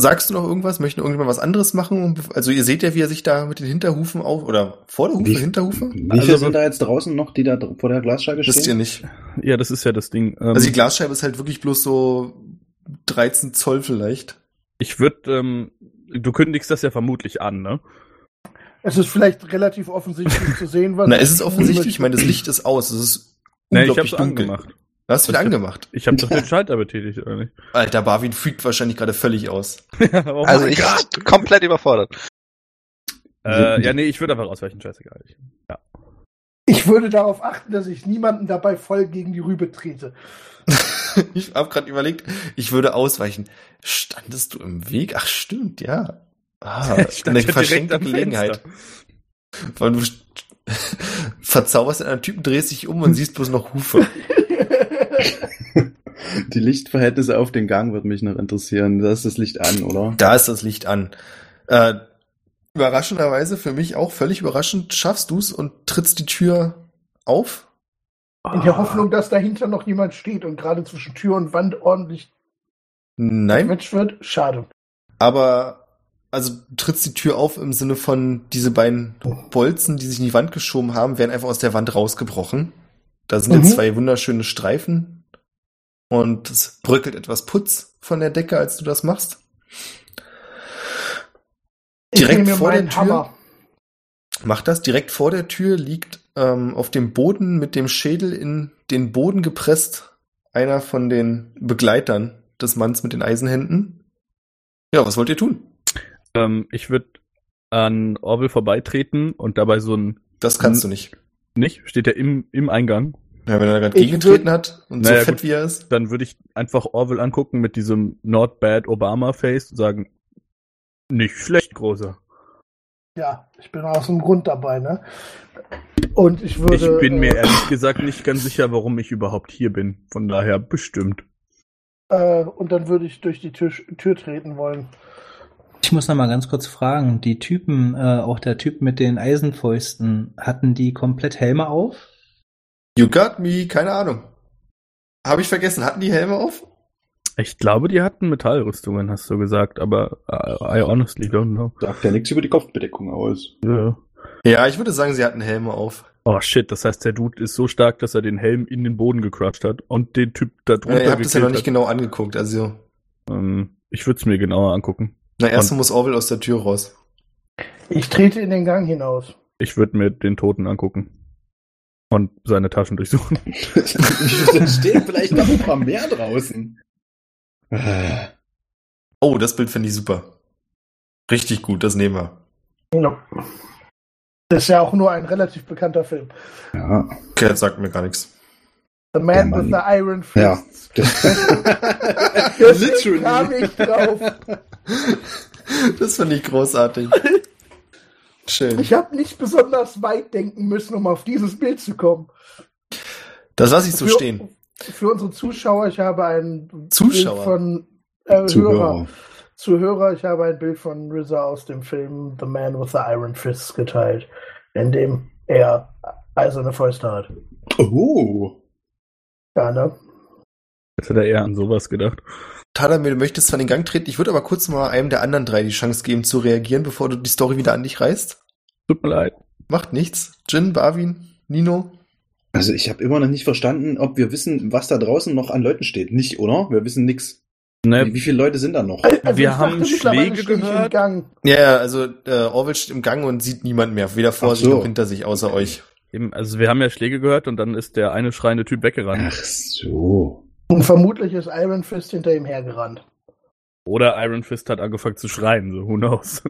Sagst du noch irgendwas? Möchte irgendjemand was anderes machen? Also ihr seht ja, wie er sich da mit den Hinterhufen auf oder Vorderhufe,
Wie-
Hinterhufe?
Wie
Also
viele
so-
sind da jetzt draußen noch, die da dr- vor der Glasscheibe
Wisst ihr
stehen?
nicht.
Ja, das ist ja das Ding. Ähm,
Also die Glasscheibe ist halt wirklich bloß so 13 Zoll vielleicht.
ich würde, ähm, du kündigst das ja vermutlich an, ne?
Es ist vielleicht relativ offensichtlich zu sehen, was.
Na, es ist offensichtlich, ich meine, das Licht ist aus, es ist
Nee, ich
unglaublich
hab's
dunkel.
angemacht.
Hast du wieder
Ich hab-
angemacht?
Ich habe
[laughs]
doch den Schalter betätigt, oder [laughs] nicht?
Alter, Barwin freakt wahrscheinlich gerade völlig aus. [laughs]
oh
Also
mein
ich
Gott.
komplett überfordert.
Äh, ja, nee, ich würde einfach ausweichen, scheißegal. Ich-
Ich würde darauf achten, dass ich niemanden dabei voll gegen die Rübe trete.
ich habe gerade überlegt, ich würde ausweichen. Standest du im Weg? Ach stimmt, ja. Ah,
[laughs] Ich stand
eine
ja direkt
verschenkte
am
Gelegenheit.
Fenster.
Weil du [laughs] st- verzauberst einen Typen, drehst dich um und siehst bloß noch Hufe.
Die Lichtverhältnisse auf den Gang würde mich noch interessieren. Da ist das Licht an, oder?
Da ist das Licht an. Äh, überraschenderweise für mich auch völlig überraschend schaffst du's und trittst die Tür auf.
In
Ah.
der Hoffnung, dass dahinter noch jemand steht und gerade zwischen Tür und Wand ordentlich
Nein,
Mensch wird. Schade.
aber also du trittst die Tür auf im Sinne von diese beiden Bolzen, die sich in die Wand geschoben haben, werden einfach aus der Wand rausgebrochen. Da sind jetzt
Mhm.
zwei wunderschöne Streifen und es bröckelt etwas Putz von der Decke, als du das machst.
Ich
Direkt
nehme mir
vor der
meinen
Tür? Mach das direkt vor der Tür liegt ähm, auf dem Boden mit dem Schädel in den Boden gepresst einer von den Begleitern des Manns mit den Eisenhänden. Ja, was wollt ihr tun?
Ähm, ich würde an Orwell vorbeitreten und dabei so ein
Das kannst du nicht.
nicht, steht ja im, im Eingang.
Ja, wenn er gerade
Ich
gegengetreten hat und
Naja,
so fett
gut.
wie er ist.
Dann würde ich einfach Orwell angucken mit diesem Not Bad Obama Face und sagen, nicht schlecht, großer.
Ja, ich bin aus dem Grund dabei, ne? Und ich würde.
Ich bin mir
äh,
ehrlich gesagt nicht ganz sicher, warum ich überhaupt hier bin. Von daher bestimmt.
äh, Und dann würde ich durch die Tür, Tür treten wollen.
Ich muss noch mal ganz kurz fragen, die Typen, äh, auch der Typ mit den Eisenfäusten, hatten die komplett Helme auf?
You got me, keine Ahnung. Habe ich vergessen, hatten die Helme auf?
Ich glaube, die hatten Metallrüstungen, hast du gesagt, aber äh, I, I honestly don't know.
Sagt ja nichts über die Kopfbedeckung [laughs] aus.
Ja, ich würde sagen, sie hatten Helme auf.
Oh shit, das heißt, der Dude ist so stark, dass er den Helm in den Boden gecrushed hat und den Typ da drunter
Äh, ihr habt es ja noch nicht
hat.
genau angeguckt, also.
Ähm, ich würde es mir genauer angucken.
Na, erst muss Orwell aus der Tür raus.
Ich trete in den Gang hinaus.
Ich würde mir den Toten angucken. Und seine Taschen durchsuchen. [laughs]
da stehen vielleicht noch ein paar mehr draußen.
Oh, das Bild finde ich super. Richtig gut, das nehmen wir.
Ja. Das ist ja auch nur ein relativ bekannter Film.
Ja.
Okay, das sagt mir gar nichts.
The Man
Der
with the
Mann.
Iron
Ja.
Fist. [laughs]
[laughs]
Deswegen kam ich drauf.
Das finde ich großartig. Schön.
Ich habe nicht besonders weit denken müssen, um auf dieses Bild zu kommen.
Das lasse ich so
Für-
stehen.
Für unsere Zuschauer, ich habe ein
Zuschauer?
Bild von äh, Hörer.
Zuhörer.
Zuhörer, ich habe ein Bild von RZA aus dem Film The Man with the Iron Fist geteilt, in dem er eiserne Fäuste hat.
Oh.
Ja, ne?
Jetzt hat er eher an sowas gedacht.
Tadamir, du möchtest zwar in den Gang treten, ich würde aber kurz mal einem der anderen drei die Chance geben zu reagieren, bevor du die Story wieder an dich reißt.
Tut mir leid.
Macht nichts. Jin, Barwin, Nino.
Also ich habe immer noch nicht verstanden, ob wir wissen, was da draußen noch an Leuten steht. Nicht, oder? Wir wissen nix. Wie,
Ne,
wie viele Leute sind da noch?
Wir
Also, ich
haben
dachte mittlerweile
Schläge
stehe ich im
gehört.
Gang.
Ja, ja, also äh, Orwell steht im Gang und sieht niemand mehr, weder vor
Ach
sich
so.
noch hinter sich, außer euch.
eben, also wir haben ja Schläge gehört und dann ist der eine schreiende Typ weggerannt.
Ach so.
Und vermutlich ist Iron Fist hinter ihm hergerannt. [laughs]
Oder Iron Fist hat angefangen zu schreien, so who knows.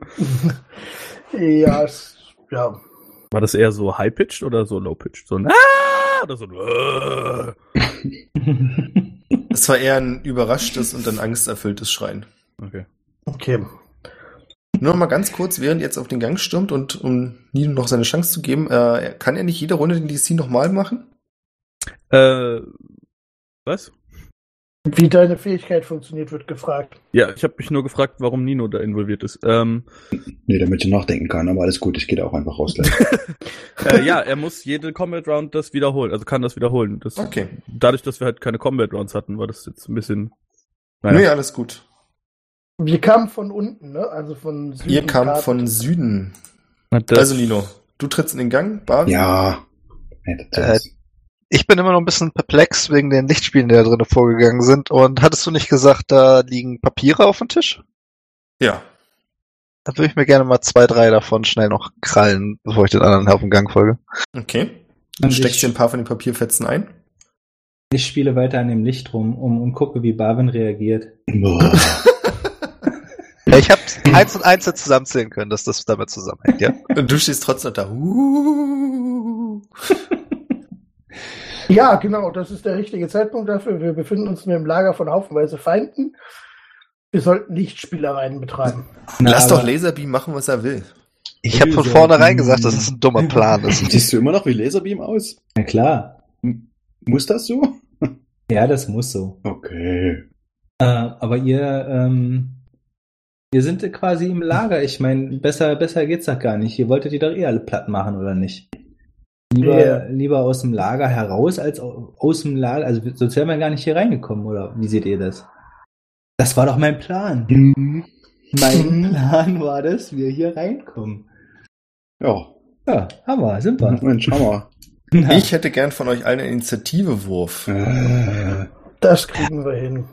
[laughs]
ja, es, ja.
War das eher so high-pitched oder so low-pitched? So ein Ah! Oder so ein "Äh".
Es war eher ein überraschtes und ein angsterfülltes Schreien.
Okay.
Okay.
Nur noch mal ganz kurz, während ihr jetzt auf den Gang stürmt und um Nino noch seine Chance zu geben, äh, kann er nicht jede Runde den DC nochmal machen?
Äh, was?
Wie deine Fähigkeit funktioniert, wird gefragt.
Ja, ich habe mich nur gefragt, warum Nino da involviert ist. Ähm,
Nee, damit ich nachdenken kann, aber alles gut, ich gehe da auch einfach raus [laughs] gleich.
äh, ja, er muss jede Combat Round das wiederholen, also kann das wiederholen. Das,
Okay.
Dadurch, dass wir halt keine Combat Rounds hatten, war das jetzt ein bisschen.
Ja.
Naja.
Nee, alles gut.
Wir kamen von unten, ne? Also von Süden.
Ihr kamt
Karten.
von Süden.
Das-
also Nino, du trittst in den Gang, Bari?
ja. Ja, das ist-
Ich bin immer noch ein bisschen perplex wegen den Lichtspielen, die da drin vorgegangen sind. Und hattest du nicht gesagt, da liegen Papiere auf dem Tisch?
Ja.
Da würde ich mir gerne mal zwei, drei davon schnell noch krallen, bevor ich den anderen auf den Gang folge.
Okay. Dann
Und
steckst
ich,
du ein paar von den Papierfetzen ein.
ich spiele weiter an dem Licht rum um, und gucke, wie Barwin reagiert.
Boah.
Ja, ich habe [laughs] eins und eins jetzt zusammenzählen können, dass das damit zusammenhängt, [laughs] ja.
Und du stehst trotzdem da. Huuuuh.
Ja, genau, das ist der richtige Zeitpunkt dafür. Wir befinden uns nur im Lager von haufenweise Feinden. Wir sollten Lichtspielereien betreiben.
Na,
Lass
aber-
doch Laserbeam machen, was er will.
Ich habe von
Böse.
vornherein gesagt, dass das ein dummer Plan ist.
Siehst du immer noch wie Laserbeam aus?
Na klar.
Muss das so?
Ja, das muss so.
Okay.
Äh, aber ihr, ähm, ihr sind quasi im Lager. Ich meine, besser, besser geht's doch gar nicht. Ihr wolltet die doch eh alle platt machen, oder nicht? Lieber,
Ja.
lieber aus dem Lager heraus als au- aus dem Lager. Also sonst wären wir gar nicht hier reingekommen, oder wie seht ihr das? Das war doch mein Plan. Mein Plan war das, wir hier reinkommen.
Ja. Mhm.
Ja, Hammer, sind wir.
Mensch, Hammer.
Na,
Ich hätte gern von euch allen einen Initiativewurf.
Äh,
Das kriegen wir hin.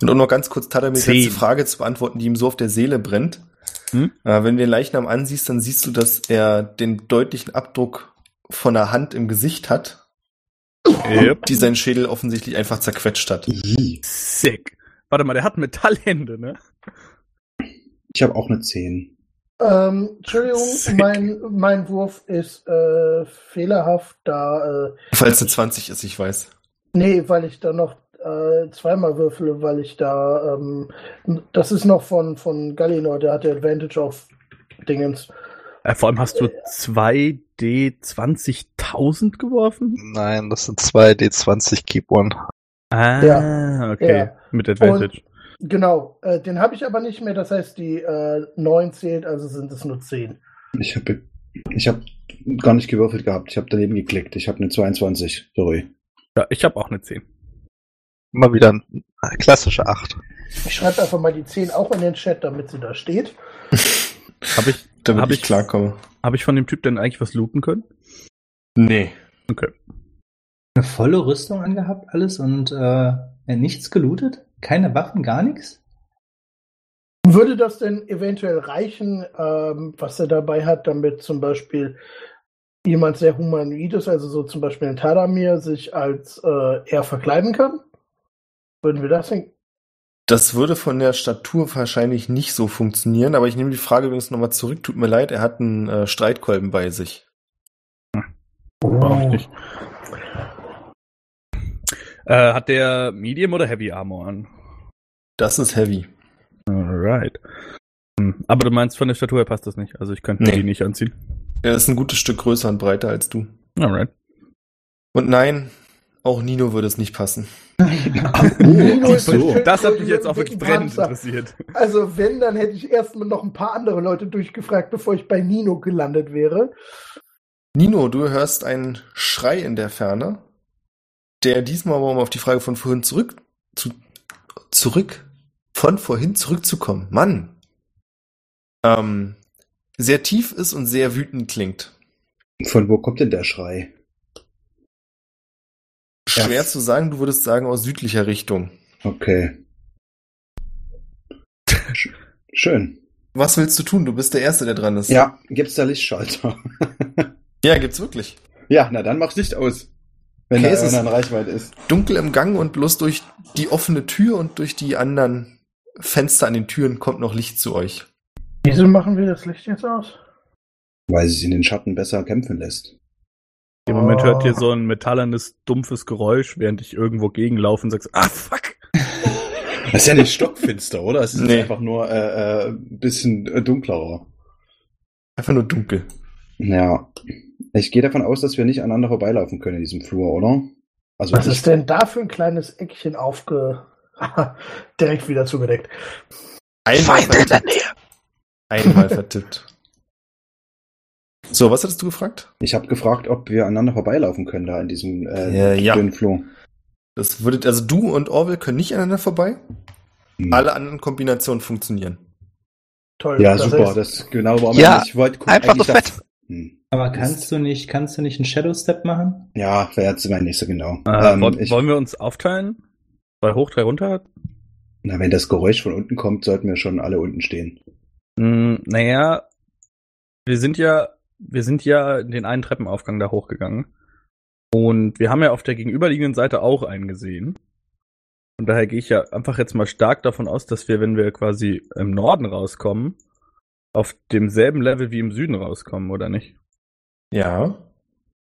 Und um noch ganz kurz Tadamis
Zehn.
letzte Frage zu beantworten, die ihm so auf der Seele brennt.
Hm?
Äh, wenn du den Leichnam ansiehst, dann siehst du, dass er den deutlichen Abdruck von der Hand im Gesicht hat,
Yep.
die seinen Schädel offensichtlich einfach zerquetscht hat.
ih.
Sick. Warte mal, der hat Metallhände, ne?
ich habe auch eine 10.
Ähm, Entschuldigung,
Sick.
mein, mein Wurf ist äh, fehlerhaft, da. Äh,
Falls eine 20 ist, ich weiß.
nee, weil ich da noch äh, zweimal würfle, weil ich da. Ähm, das ist noch von, von Gallinor, der hat der Advantage auf Dingens.
Äh, vor allem hast du 2D 20.000 geworfen?
Nein, das sind zwei D20 Keep One.
Ah,
Ja.
okay.
Ja.
Mit Advantage.
Genau, äh, den habe ich aber nicht mehr, das heißt, die äh, 9 zählt, also sind es nur 10.
Ich habe ich hab gar nicht gewürfelt gehabt. Ich habe daneben geklickt. Ich habe eine 22. Sorry.
Ja, ich habe auch eine 10.
Immer wieder ein ein klassischer Acht.
Ich schreibe einfach mal die 10 auch in den Chat, damit sie da steht.
Habe ich,
Damit
Hab
ich
ich-
klarkomme.
hab ich von dem Typ denn eigentlich was looten können?
Nee.
eine volle Rüstung angehabt, alles und äh, nichts gelootet? Keine Waffen, gar nichts?
Würde das denn eventuell reichen, ähm, was er dabei hat, damit zum Beispiel jemand sehr humanoid ist, also so zum Beispiel ein Tadamir, sich als äh, er verkleiden kann? Würden wir das hin?
Das würde von der Statur wahrscheinlich nicht so funktionieren, aber ich nehme die Frage übrigens nochmal zurück. Tut mir leid, er hat einen äh, Streitkolben bei sich.
Brauch ich nicht. Äh, hat der Medium oder Heavy Armor an?
Das ist heavy.
Alright. Hm, Aber du meinst, von der Statur her passt das nicht. Also ich könnte
Nee.
die nicht anziehen.
Er ist ein gutes Stück größer und breiter als du.
Alright.
Und nein, auch Nino würde es nicht passen.
Nino ist
so.
bestimmt
Das hat
mit
mich jetzt
einem
auch wirklich
dicken
brennend
Panzer.
interessiert.
Also wenn, dann hätte ich erstmal noch ein paar andere Leute durchgefragt, bevor ich bei Nino gelandet wäre.
Nino, du hörst einen Schrei in der Ferne, der diesmal, aber um auf die Frage von vorhin zurück zu zurück von vorhin zurückzukommen, Mann, ähm, sehr tief ist und sehr wütend klingt.
Von wo kommt denn der Schrei?
schwer zu sagen. Du würdest sagen aus südlicher Richtung.
Okay. Sch- Schön.
Was willst du tun? Du bist der Erste, der dran ist.
Ja, gibt's da Lichtschalter? [laughs]
Ja, gibt's wirklich.
ja, na dann mach's Licht aus. Wenn
Okay,
der
es ist-
einer in Reichweite ist.
Dunkel im Gang und bloß durch die offene Tür und durch die anderen Fenster an den Türen kommt noch Licht zu euch.
Wieso machen wir das Licht jetzt aus?
Weil sich in den Schatten besser kämpfen lässt.
Im Moment hört
Oh.
ihr so ein metallernes, dumpfes Geräusch, während ich irgendwo gegenlaufe und sagst, ah fuck!
Das ist ja nicht stockfinster, oder? Es ist
Nee.
einfach nur äh, äh, ein bisschen äh, dunklerer.
Einfach nur dunkel.
Ja. Ich gehe davon aus, dass wir nicht aneinander vorbeilaufen können in diesem Flur, oder? Also
Was
ich-
ist denn da für ein kleines Eckchen aufge... [laughs] Direkt wieder zugedeckt.
Einmal
Feind in der
vertippt.
Nähe.
Einmal vertippt. So, was hattest du gefragt?
Ich habe gefragt, ob wir aneinander vorbeilaufen können da in diesem äh,
Äh, ja.
dünnen Flur.
Das würdet, also du und Orwell können nicht aneinander vorbei.
Hm.
Alle anderen Kombinationen funktionieren.
Toll.
Ja,
Äh, das
super,
heißt,
das genau war
Ja,
Ich wollte gucken,
einfach
eigentlich
nur
das- Hm.
Aber kannst du nicht, kannst du nicht einen Shadow Step machen?
Ja, wäre jetzt mein nächster genau.
Äh,
ähm,
wollen,
ich,
wollen wir uns aufteilen? Zwei hoch, drei runter?
na, wenn das Geräusch von unten kommt, sollten wir schon alle unten stehen.
Hm, naja, wir sind ja, wir sind ja den einen Treppenaufgang da hochgegangen. Und wir haben ja auf der gegenüberliegenden Seite auch einen gesehen. Und daher gehe ich ja einfach jetzt mal stark davon aus, dass wir, wenn wir quasi im Norden rauskommen, auf demselben Level wie im Süden rauskommen, oder nicht?
Ja.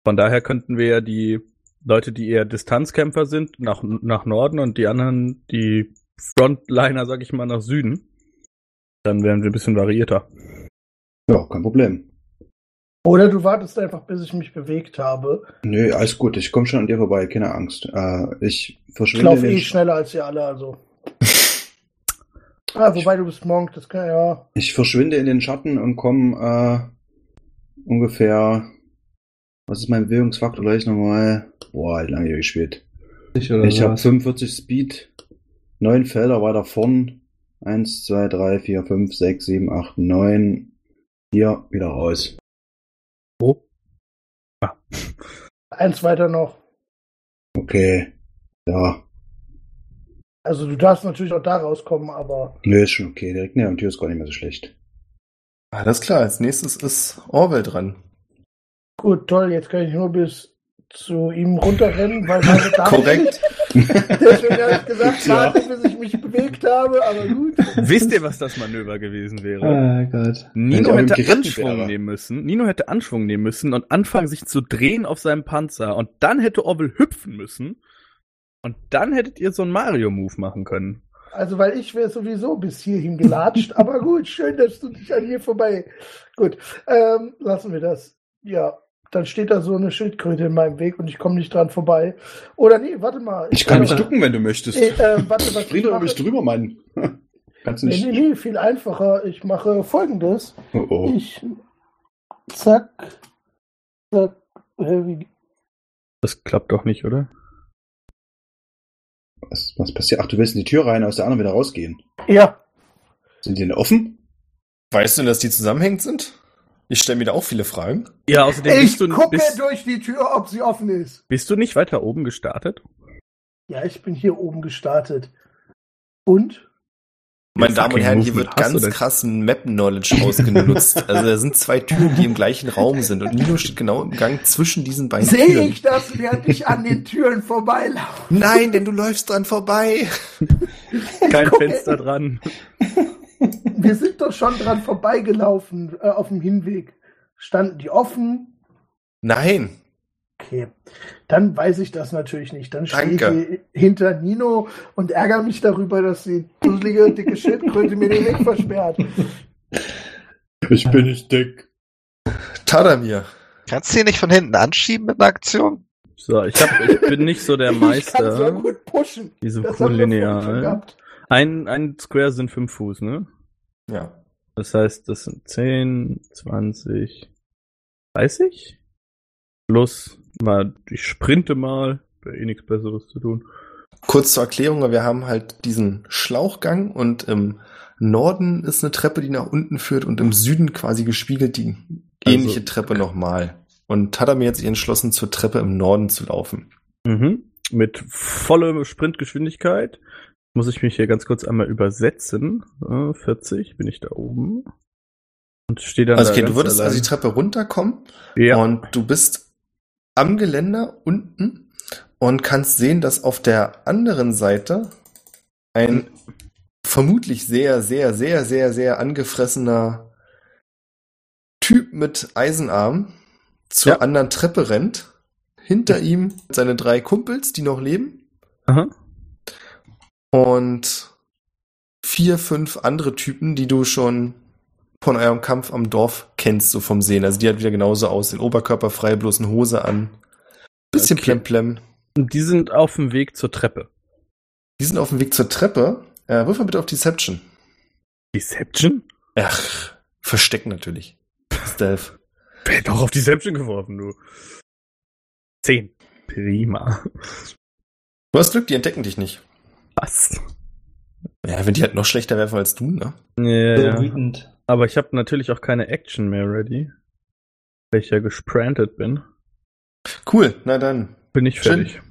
Von daher könnten wir ja die Leute, die eher Distanzkämpfer sind, nach, nach Norden und die anderen, die Frontliner, sag ich mal, nach Süden. Dann wären wir ein bisschen [laughs] variierter.
Ja, kein Problem.
Oder du wartest einfach, bis ich mich bewegt habe.
Nö, alles gut. Ich komme schon an dir vorbei, keine Angst. Äh, ich
Ich
verschwinde.
laufe
den
eh
Sch-
schneller als ihr
[laughs]
alle, also. ah, wobei du bist Monk, das kann ja.
Ich verschwinde in den Schatten und komme äh, ungefähr. Was ist mein Bewegungsfaktor gleich nochmal? Boah, wie lange ich gespielt.
oder
Ich habe
sowas?
45 Speed, neun Felder weiter vorn. Eins, zwei, drei, vier, fünf, sechs, sieben, acht, neun. Hier wieder raus.
Eins weiter noch.
Okay. Ja.
Also du darfst natürlich auch da rauskommen, aber
Nö, ist schon okay. Direkt neben der Tür ist gar nicht mehr so schlecht.
Alles Ah, klar, als nächstes ist Orwell dran.
gut, toll, jetzt kann ich nur bis zu ihm runterrennen, weil
[laughs]
meine Dame
Korrekt.
Deswegen habe ich gesagt,
Ja.
warte, bis ich mich bewegt habe, aber gut.
Wisst ihr, was das Manöver gewesen wäre?
Ah, Gott.
Wenn
Nino
er
hätte
geritten
Anschwung
wäre.
nehmen müssen. Nino hätte Anschwung nehmen müssen und anfangen, sich zu drehen auf seinem Panzer. Und dann hätte Orwell hüpfen müssen. Und dann hättet ihr so einen Mario-Move machen können.
Also, weil ich wäre sowieso bis hierhin
[laughs]
gelatscht, aber gut, schön, dass du dich an hier vorbei. Gut, ähm, lassen wir das. Ja, dann steht da so eine Schildkröte in meinem Weg und ich komme nicht dran vorbei. Oder nee, warte mal.
Ich kann mich
aber-
ducken, wenn du möchtest.
Äh, äh, warte, was
Spring
ich
doch über
mache,
mich drüber, Mann. [laughs] Kannst du
nee,
nicht.
nee, nee, viel einfacher. Ich mache folgendes.
Oh, oh.
Ich zack, zack, äh, wie,
Das klappt doch nicht, oder?
Was, was passiert? Ach, du willst in die Tür rein, aus der anderen wieder rausgehen.
ja,
Sind die denn offen?
Weißt du, dass die zusammenhängend sind? Ich stelle mir da auch viele Fragen.
Ja, außerdem
ich
bist du,
gucke
bist,
durch die Tür, ob sie offen ist.
bist du nicht weiter oben gestartet?
Ja, ich bin hier oben gestartet. Und?
Meine Damen und
fucking
Herren, hier wird
Movement, hast du
ganz
das?
krassen Map-Knowledge
[laughs]
ausgenutzt. also da sind zwei Türen, die im gleichen Raum sind. Und Nino steht genau im Gang zwischen diesen beiden
Sehe
Türen.
ich das, während ich an den Türen vorbeilaufe?
Nein, denn du läufst dran vorbei.
Kein Fenster dran.
Wir sind doch schon dran vorbeigelaufen äh, auf dem Hinweg. Standen die offen?
Nein.
Okay. Dann weiß ich das natürlich nicht. Dann stehe ich
Danke.
hier hinter Nino und ärgere mich darüber, dass die dusselige, dicke Schildkröte mir den Weg versperrt.
Ich bin nicht dick.
Tadamir.
Kannst du ihn nicht von hinten anschieben mit einer Aktion?
So, ich, hab, ich bin nicht so der
[laughs] Ich kann so
Meister. ne?
gut pushen.
Diese
Das haben wir vorhin schon
Lineal.
gehabt.
Ein, ein Square sind fünf Fuß, ne?
Ja.
Das heißt, das sind 10, 20, 30? Plus, mal, ich sprinte mal. Wäre eh nichts Besseres zu tun.
Kurz zur Erklärung, wir haben halt diesen Schlauchgang und im Norden ist eine Treppe, die nach unten führt und im Süden quasi gespiegelt die ähnliche
Also-
Treppe nochmal. Und Tadamir hat sich entschlossen, zur Treppe im Norden zu laufen.
Mhm. mit voller Sprintgeschwindigkeit. Muss ich mich hier ganz kurz einmal übersetzen. Äh, 40 bin ich da oben. Und stehe dann
Also,
da
okay,
ganz
du würdest
allein.
also die Treppe runterkommen
ja.
und du bist am Geländer unten und kannst sehen, dass auf der anderen Seite ein vermutlich sehr, sehr, sehr, sehr, sehr angefressener Typ mit Eisenarm zur
Ja.
anderen Treppe rennt. Hinter ihm seine drei Kumpels, die noch leben.
Aha.
Und vier, fünf andere Typen, die du schon von eurem Kampf am Dorf kennst, so vom Sehen. Also die hat wieder genauso aus, den Oberkörper frei, bloß eine Hose an. Bisschen
Okay.
plemplem.
Und die sind auf dem Weg zur Treppe.
Die sind auf dem Weg zur Treppe. Äh, wirf mal bitte auf Deception.
Deception?
Ach, verstecken natürlich. Stealth.
Wer hat doch auf Deception geworfen, du. Zehn. Prima.
Du hast Glück, die entdecken dich nicht.
Was?
Ja, wenn die halt noch schlechter werfen als du, ne?
Ja,
So
ja.
wütend.
Aber ich habe natürlich auch keine Action mehr ready. Weil ich ja gesprantet bin.
Cool, na dann.
Bin ich
Schön.
fertig.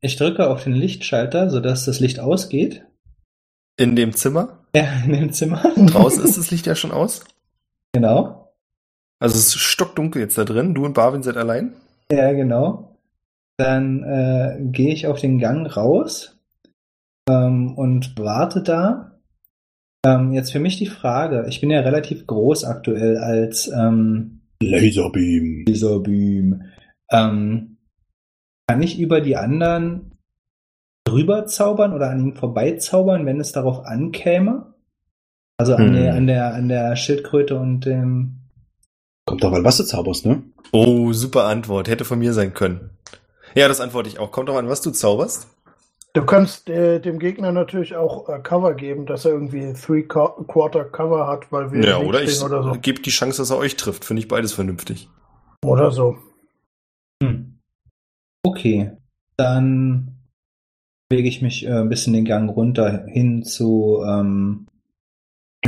Ich drücke auf den Lichtschalter, sodass das Licht ausgeht. [laughs]
In dem Zimmer.
Ja, in dem Zimmer.
Draußen ist das Licht ja schon aus.
Genau.
Also es ist stockdunkel jetzt da drin. Du und Barwin seid allein.
Ja, genau. Dann äh, gehe ich auf den Gang raus ähm, und warte da. Ähm, jetzt für mich die Frage. Ich bin ja relativ groß aktuell als ähm,
Laserbeam.
Laserbeam. Ähm, kann ich über die anderen drüber zaubern oder an ihnen vorbeizaubern, wenn es darauf ankäme? Also an,
Hm.
der, an, der, an der Schildkröte und dem.
Kommt doch, weil was du zauberst, ne?
Oh, super Antwort. Hätte von mir sein können. Ja, das antworte ich auch. Kommt drauf an, was du zauberst.
Du kannst äh, dem Gegner natürlich auch äh, Cover geben, dass er irgendwie Three-Quarter-Cover hat, weil wir
Ja,
im Weg
oder ich
stehen oder so.
gebe die Chance, dass er euch trifft. Finde ich beides vernünftig.
Oder so.
Hm. Okay, dann bewege ich mich äh, ein bisschen den Gang runter hin zu. Ähm,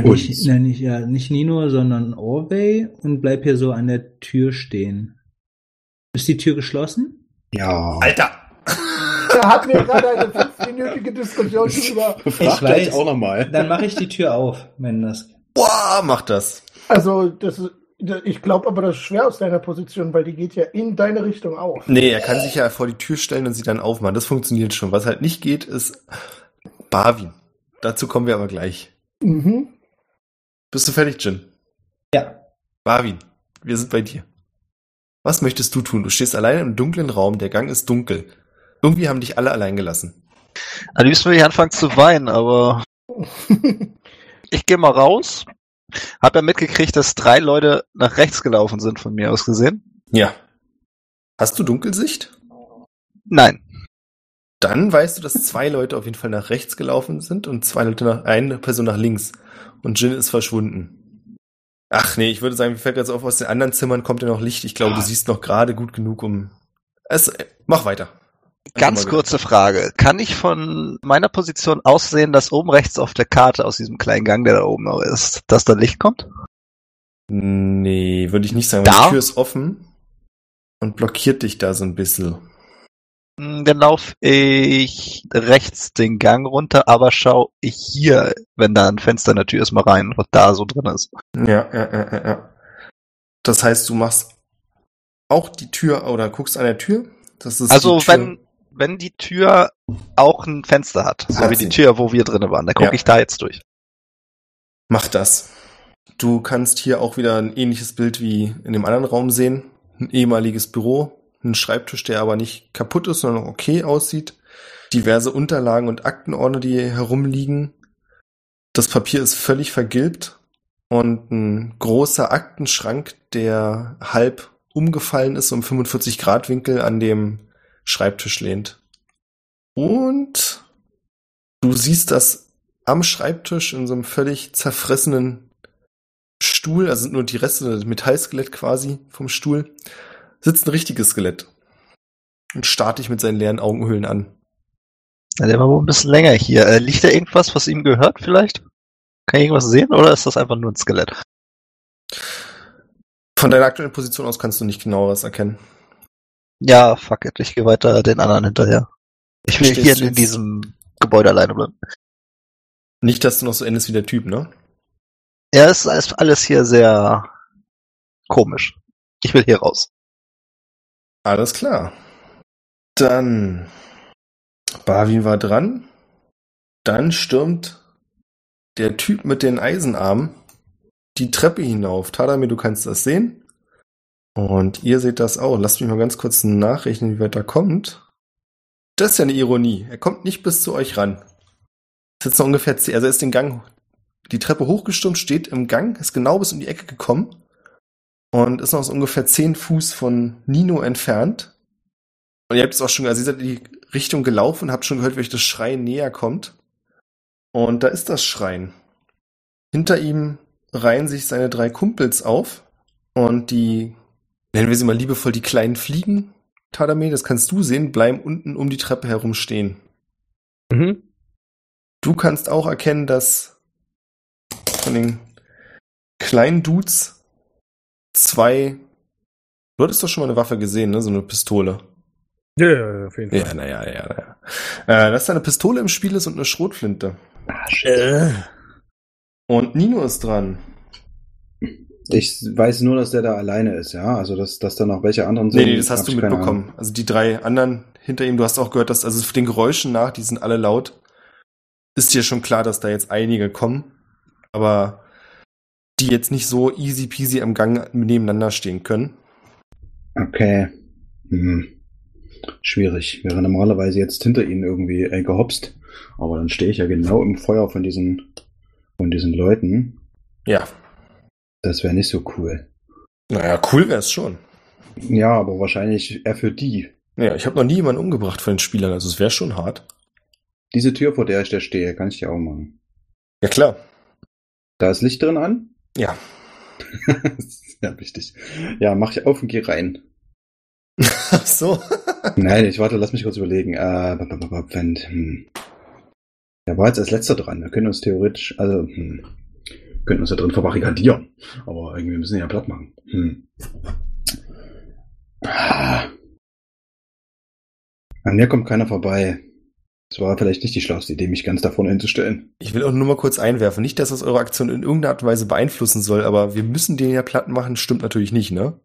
Uns.
nicht, nein, nicht, ja, nicht Nino, sondern Orway und bleib hier so an der Tür stehen. Ist die Tür geschlossen?
Ja.
Alter!
Da hatten wir gerade eine fünfminütige [laughs] Diskussion über.
Frag
Ich
gleich
weiß.
auch nochmal.
Dann mache ich die Tür auf, wenn das.
Boah, macht das.
Also, das ist, ich glaube aber, das ist schwer aus deiner Position, weil die geht ja in deine Richtung auf.
Nee, er kann sich ja vor die Tür stellen und sie dann aufmachen. Das funktioniert schon. Was halt nicht geht, ist Barwin. Dazu kommen wir aber gleich.
[laughs] Mhm.
Bist du fertig, Jin?
Ja.
Barwin, wir sind bei dir. Was möchtest du tun? Du stehst alleine im dunklen Raum, der Gang ist dunkel. Irgendwie haben dich alle allein gelassen.
Am liebsten würde ich anfangen zu weinen, aber ich gehe mal raus. Hab ja mitgekriegt, dass drei Leute nach rechts gelaufen sind von mir aus gesehen.
Ja. Hast du Dunkelsicht?
Nein.
Dann weißt du, dass zwei Leute auf jeden Fall nach rechts gelaufen sind und zwei Leute nach, eine Person nach links. Und Jin ist verschwunden. Ach nee, ich würde sagen, mir fällt jetzt auf, aus den anderen Zimmern kommt ja noch Licht. Ich glaube, du siehst noch gerade gut genug, um. Es, mach weiter.
Ganz kurze Frage. Kann ich von meiner Position aus sehen, dass oben rechts auf der Karte aus diesem kleinen Gang, der da oben noch ist, dass da Licht kommt?
Nee, würde ich nicht sagen.
Da?
Die Tür ist offen und blockiert dich da so ein bisschen.
Hm, Dann lauf ich rechts den Gang runter, aber schau ich hier, wenn da ein Fenster in der Tür ist, mal rein, was da so drin ist.
Ja, ja, ja, ja, ja. Das heißt, du machst auch die Tür oder guckst an der Tür. Das ist
Also
die Tür.
wenn, wenn die Tür auch ein Fenster hat, so
Hat
wie
sie.
die Tür, wo wir drinne waren, dann gucke
Ja.
ich da jetzt durch.
Mach das. Du kannst hier auch wieder ein ähnliches Bild wie in dem anderen Raum sehen. Ein ehemaliges Büro, ein Schreibtisch, der aber nicht kaputt ist, sondern okay aussieht. Diverse Unterlagen und Aktenordner, die hier herumliegen. Das Papier ist völlig vergilbt und ein großer Aktenschrank, der halb umgefallen ist, um 45 Grad Winkel an dem Schreibtisch lehnt. Und du siehst, dass am Schreibtisch in so einem völlig zerfressenen Stuhl, also sind nur die Reste, das Metallskelett quasi vom Stuhl, sitzt ein richtiges Skelett und starrt dich mit seinen leeren Augenhöhlen an.
Ja, der war wohl ein bisschen länger hier. Äh, liegt da irgendwas, was ihm gehört vielleicht? Kann ich irgendwas sehen oder ist das einfach nur ein Skelett?
Von deiner aktuellen Position aus kannst du nicht genau was erkennen.
Ja, fuck it. Ich gehe weiter den anderen hinterher. Ich will
Stehst
hier
du
in
jetzt-
diesem Gebäude alleine bleiben.
Nicht, dass du noch so endest wie der Typ, ne?
Ja, es ist alles hier sehr komisch. Ich will hier raus.
Alles klar. Dann Barwin war dran. Dann stürmt der Typ mit den Eisenarmen die Treppe hinauf. Tadamir, du kannst das sehen. Und ihr seht das auch. Lasst mich mal ganz kurz nachrechnen, wie weit er kommt. Das ist ja eine Ironie. Er kommt nicht bis zu euch ran. Ist jetzt noch ungefähr zehn, also er ist den Gang, die Treppe hochgestürmt, steht im Gang, ist genau bis um die Ecke gekommen und ist noch so ungefähr 10 Fuß von Nino entfernt. Und ihr habt es auch schon, also ihr seid in die Richtung gelaufen, habt schon gehört, welches das Schreien näher kommt. Und da ist das Schreien. Hinter ihm reihen sich seine drei Kumpels auf und die, nennen wir sie mal liebevoll die kleinen Fliegen, Tadame, das kannst du sehen, bleiben unten um die Treppe herum stehen.
Mhm.
Du kannst auch erkennen, dass von den kleinen Dudes zwei. Du hattest doch schon mal eine Waffe gesehen, ne? So eine Pistole.
Ja, ja, ja, auf jeden Fall.
Ja, naja, ja, naja. Äh, dass da eine Pistole im Spiel ist und eine Schrotflinte.
Ah,
Und Nino ist dran.
Ich weiß nur, dass der da alleine ist, ja. Also, dass, dass da noch welche anderen
Nee,
sind.
nee, das hast
hab
du
ich keine
mitbekommen.
Ahnung.
Also die drei anderen hinter ihm, du hast auch gehört, dass, also den Geräuschen nach, die sind alle laut, ist dir schon klar, dass da jetzt einige kommen, aber die jetzt nicht so easy peasy am Gang nebeneinander stehen können.
Okay. Hm. Schwierig. Wäre normalerweise jetzt hinter ihnen irgendwie äh, gehopst. Aber dann stehe ich ja genau im Feuer von diesen, von diesen Leuten.
Ja,
Das wäre nicht so cool.
naja, cool wär's schon.
Ja, aber wahrscheinlich eher für die.
Ja, ich habe noch nie jemanden umgebracht von den Spielern, also es wäre schon hart.
Diese Tür, vor der ich da stehe, kann ich ja auch machen.
Ja, klar.
[laughs] Da ist Licht drin an? [laughs]
Ja.
Sehr wichtig. Ja, mach ich auf und geh rein.
Ach so.
Nein, ich warte, lass mich kurz überlegen. Äh, b- b- b- b- wenn, hm. Der war jetzt als letzter dran. Wir können uns theoretisch, also, hm, könnten uns da drin verbarrikadieren. Aber irgendwie müssen wir ja platt machen. Hm. Ah. An mir kommt keiner vorbei. Es war vielleicht nicht die schlauste Idee, mich ganz da vorne hinzustellen.
Ich will auch nur mal kurz einwerfen. Nicht, dass das eure Aktion in irgendeiner Art und Weise beeinflussen soll, aber wir müssen den ja platt machen, stimmt natürlich nicht, ne?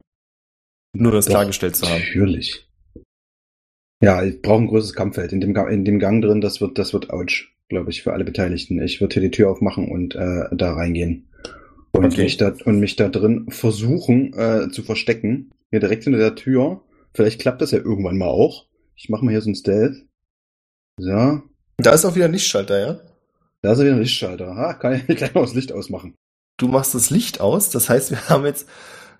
Nur das
Doch.
klargestellt zu haben.
Natürlich. Ja, ich brauche ein großes Kampffeld. In dem, Ga- in dem Gang drin, das wird, das wird ouch, glaube ich, für alle Beteiligten. Ich würde hier die Tür aufmachen und äh, da reingehen. Und,
Okay.
mich da, und mich da drin versuchen äh, zu verstecken. Hier direkt hinter der Tür. Vielleicht klappt das ja irgendwann mal auch. Ich mache mal hier so ein Stealth. So,
Da ist auch wieder ein Lichtschalter, ja?
da ist ja wieder ein Lichtschalter. Ha, kann ich [laughs] gleich mal das Licht ausmachen.
Du machst das Licht aus, das heißt, wir [laughs] haben jetzt,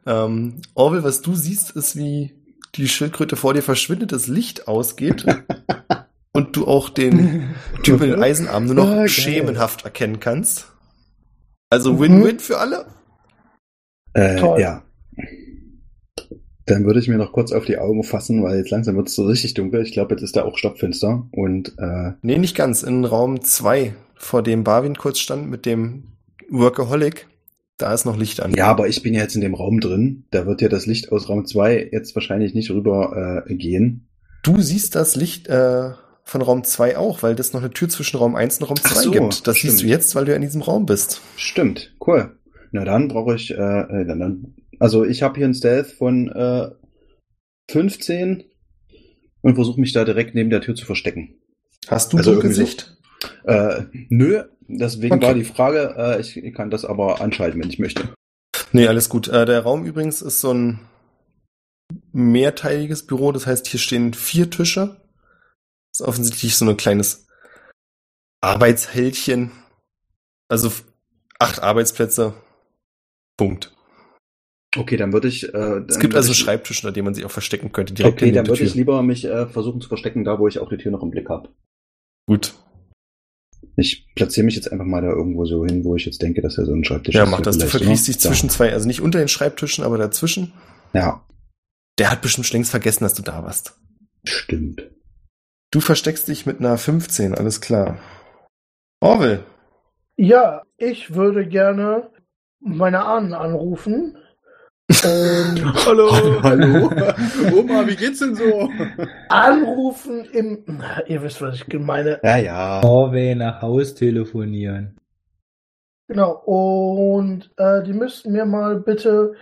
ähm, Orwell, was du siehst, ist wie die Schildkröte vor dir verschwindet, das Licht
[laughs]
ausgeht und du auch den Typ mit den Eisenarmen nur noch
Ah, geil. Mhm.
schemenhaft erkennen kannst. Also Win-Win für alle.
Äh,
Toll.
ja. Dann würde ich mir noch kurz auf die Augen fassen, weil jetzt langsam wird es so richtig dunkel. Ich glaube, jetzt ist da auch Stoppfenster. Und äh,
Nee, nicht ganz. In Raum 2, vor dem Barwin kurz stand mit dem Workaholic, da ist noch Licht an.
ja, aber ich bin ja jetzt in dem Raum drin. Da wird ja das Licht aus Raum 2 jetzt wahrscheinlich nicht rüber äh, gehen.
Du siehst das Licht äh, von Raum 2 auch, weil das noch eine Tür zwischen Raum 1 und Raum
Ach
2
so,
gibt. Das siehst du
stimmt.
jetzt, weil du ja in diesem Raum bist.
Stimmt, cool. Na dann brauche ich, äh, äh, dann, dann, also ich habe hier einen Stealth von äh, 15 und versuche mich da direkt neben der Tür zu verstecken.
Hast du
Also
also
irgendwie
Gesicht?
Äh, nö, deswegen
Okay.
war die Frage, äh, ich kann das aber anschalten, wenn ich möchte.
Nee, alles gut. Äh, der Raum übrigens ist so ein mehrteiliges Büro. Das heißt, hier stehen vier Tische. ist offensichtlich so ein kleines Arbeitshältchen. Also f- acht Arbeitsplätze. Punkt.
Okay, dann würde ich. Äh, dann
Es gibt
würd
also einen
ich,
Schreibtisch, unter dem man sich auch verstecken könnte, direkt
Okay,
neben
dann
der
würde ich
Tür.
lieber mich äh, versuchen zu verstecken, da wo ich auch die Tür noch im Blick habe.
Gut.
Ich platziere mich jetzt einfach mal da irgendwo so hin, wo ich jetzt denke, dass er so ein Schreibtisch
Ja,
ist.
mach das. Du
Vielleicht, ne?
verkriechst
oder?
dich zwischen zwei, also nicht unter den Schreibtischen, aber dazwischen.
Da. Ja,
Der hat bestimmt schon längst vergessen, dass du da warst.
stimmt.
Du versteckst dich mit einer 15, alles klar. Orwell,
Ja, ich würde gerne meine Ahnen anrufen [laughs] ähm,
Hallo. Hallo. [laughs] Oma, wie geht's denn so?
anrufen im. Na, ihr wisst, was ich meine.
Ja, ja.
Orwell nach Haus telefonieren.
Genau. Und äh, die müssten mir mal bitte,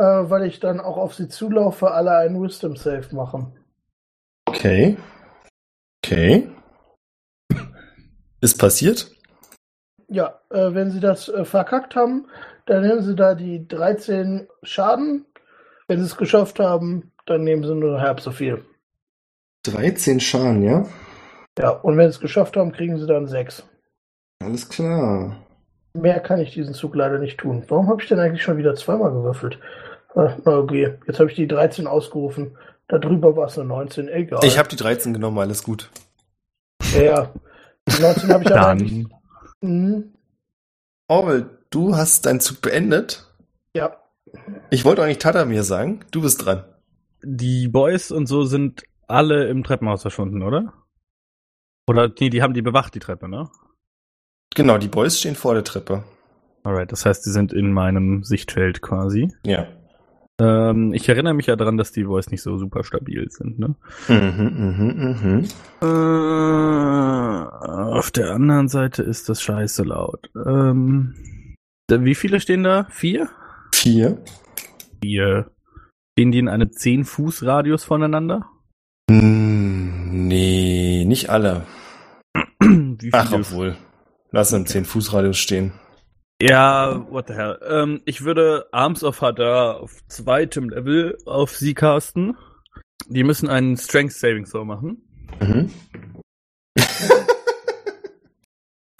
äh, weil ich dann auch auf sie zulaufe, alle einen Wisdom Save machen.
Okay. Okay. Ist passiert?
Ja, äh, wenn sie das äh, verkackt haben, dann nehmen sie da die 13 Schaden. Wenn sie es geschafft haben, dann nehmen sie nur halb so viel.
13 Schaden, ja?
Ja, und wenn sie es geschafft haben, kriegen sie dann 6.
Alles klar.
Mehr kann ich diesen Zug leider nicht tun. Warum habe ich denn eigentlich schon wieder zweimal gewürfelt? Ah, Na okay, jetzt habe ich die 13 ausgerufen. Da drüber war es eine 19, egal.
Ich habe die 13 genommen, alles gut.
ja, ja. Die 19 habe ich aber eigentlich.
Dann.
Mhm.
Orwell, du hast deinen Zug beendet.
Ja,
Ich wollte eigentlich Tadamir sagen. Du bist dran.
Die Boys und so sind alle im Treppenhaus verschwunden, oder? Oder nee, die haben die bewacht, die Treppe, ne?
Genau, die Boys stehen vor der Treppe.
Alright, das heißt, die sind in meinem Sichtfeld quasi.
Ja.
Ähm, ich erinnere mich ja daran, dass die Boys nicht so super stabil sind, ne?
Mhm, mhm, mhm.
Äh, auf der anderen Seite ist das scheiße laut. Ähm, da- wie viele stehen da? Vier?
Vier.
Vier. Stehen die in einem 10-Fuß-Radius voneinander? [clears throat]
Hm, Nee, nicht alle.
Wie
Ach,
viele-
obwohl. Lass im 10-Fuß-Radius stehen.
Ja, what the hell. Ähm, ich würde Arms of Hadar auf zweitem Level auf sie casten. Die müssen einen Strength Saving Throw machen.
Mhm.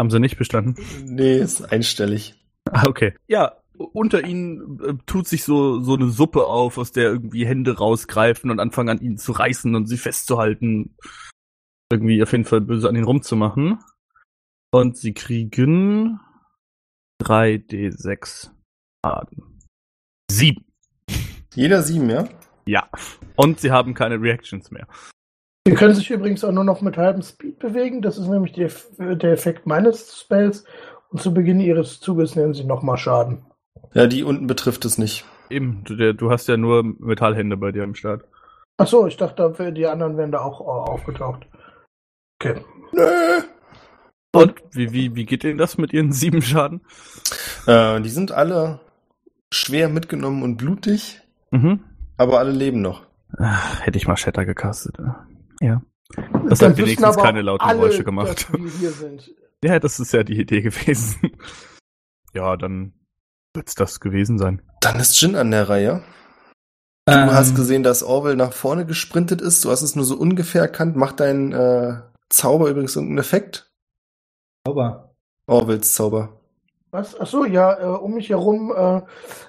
Haben sie nicht bestanden.
[laughs] Nee, ist einstellig.
Ah, okay. Ja, unter ihnen äh, tut sich so, so eine Suppe auf, aus der irgendwie Hände rausgreifen und anfangen an ihnen zu reißen und sie festzuhalten. Irgendwie auf jeden Fall böse an ihnen rumzumachen. Und sie kriegen 3d6 Schaden. Sieben.
Jeder sieben, ja?
Ja. Und sie haben keine Reactions mehr.
Sie können sich übrigens auch nur noch mit halbem Speed bewegen. Das ist nämlich der, der Effekt meines Spells. Und zu Beginn ihres Zuges nehmen sie nochmal Schaden.
Ja, die unten betrifft es nicht.
Eben, du, der, du hast ja nur Metallhände bei dir am Start.
Achso, ich dachte, da wär- die anderen wären da auch äh, aufgetaucht. Okay.
Und wie, wie, wie geht denn das mit ihren sieben Schaden?
Äh, die sind alle schwer mitgenommen und blutig,
Mhm.
aber alle leben noch.
Ach, hätte ich mal Shatter gecastet. Ja.
Das
Das hat wenigstens keine lauten Geräusche gemacht.
Dass wir hier sind.
Ja, das ist ja die Idee gewesen. [laughs] ja, dann wird's das gewesen sein.
Dann ist Jin an der Reihe.
Du
Du hast gesehen, dass Orwell nach vorne gesprintet ist. Du hast es nur so ungefähr erkannt. Macht dein äh, Zauber übrigens irgendeinen Effekt?
Sauber.
Orwells Zauber.
Was? Achso, ja, äh, um mich herum äh,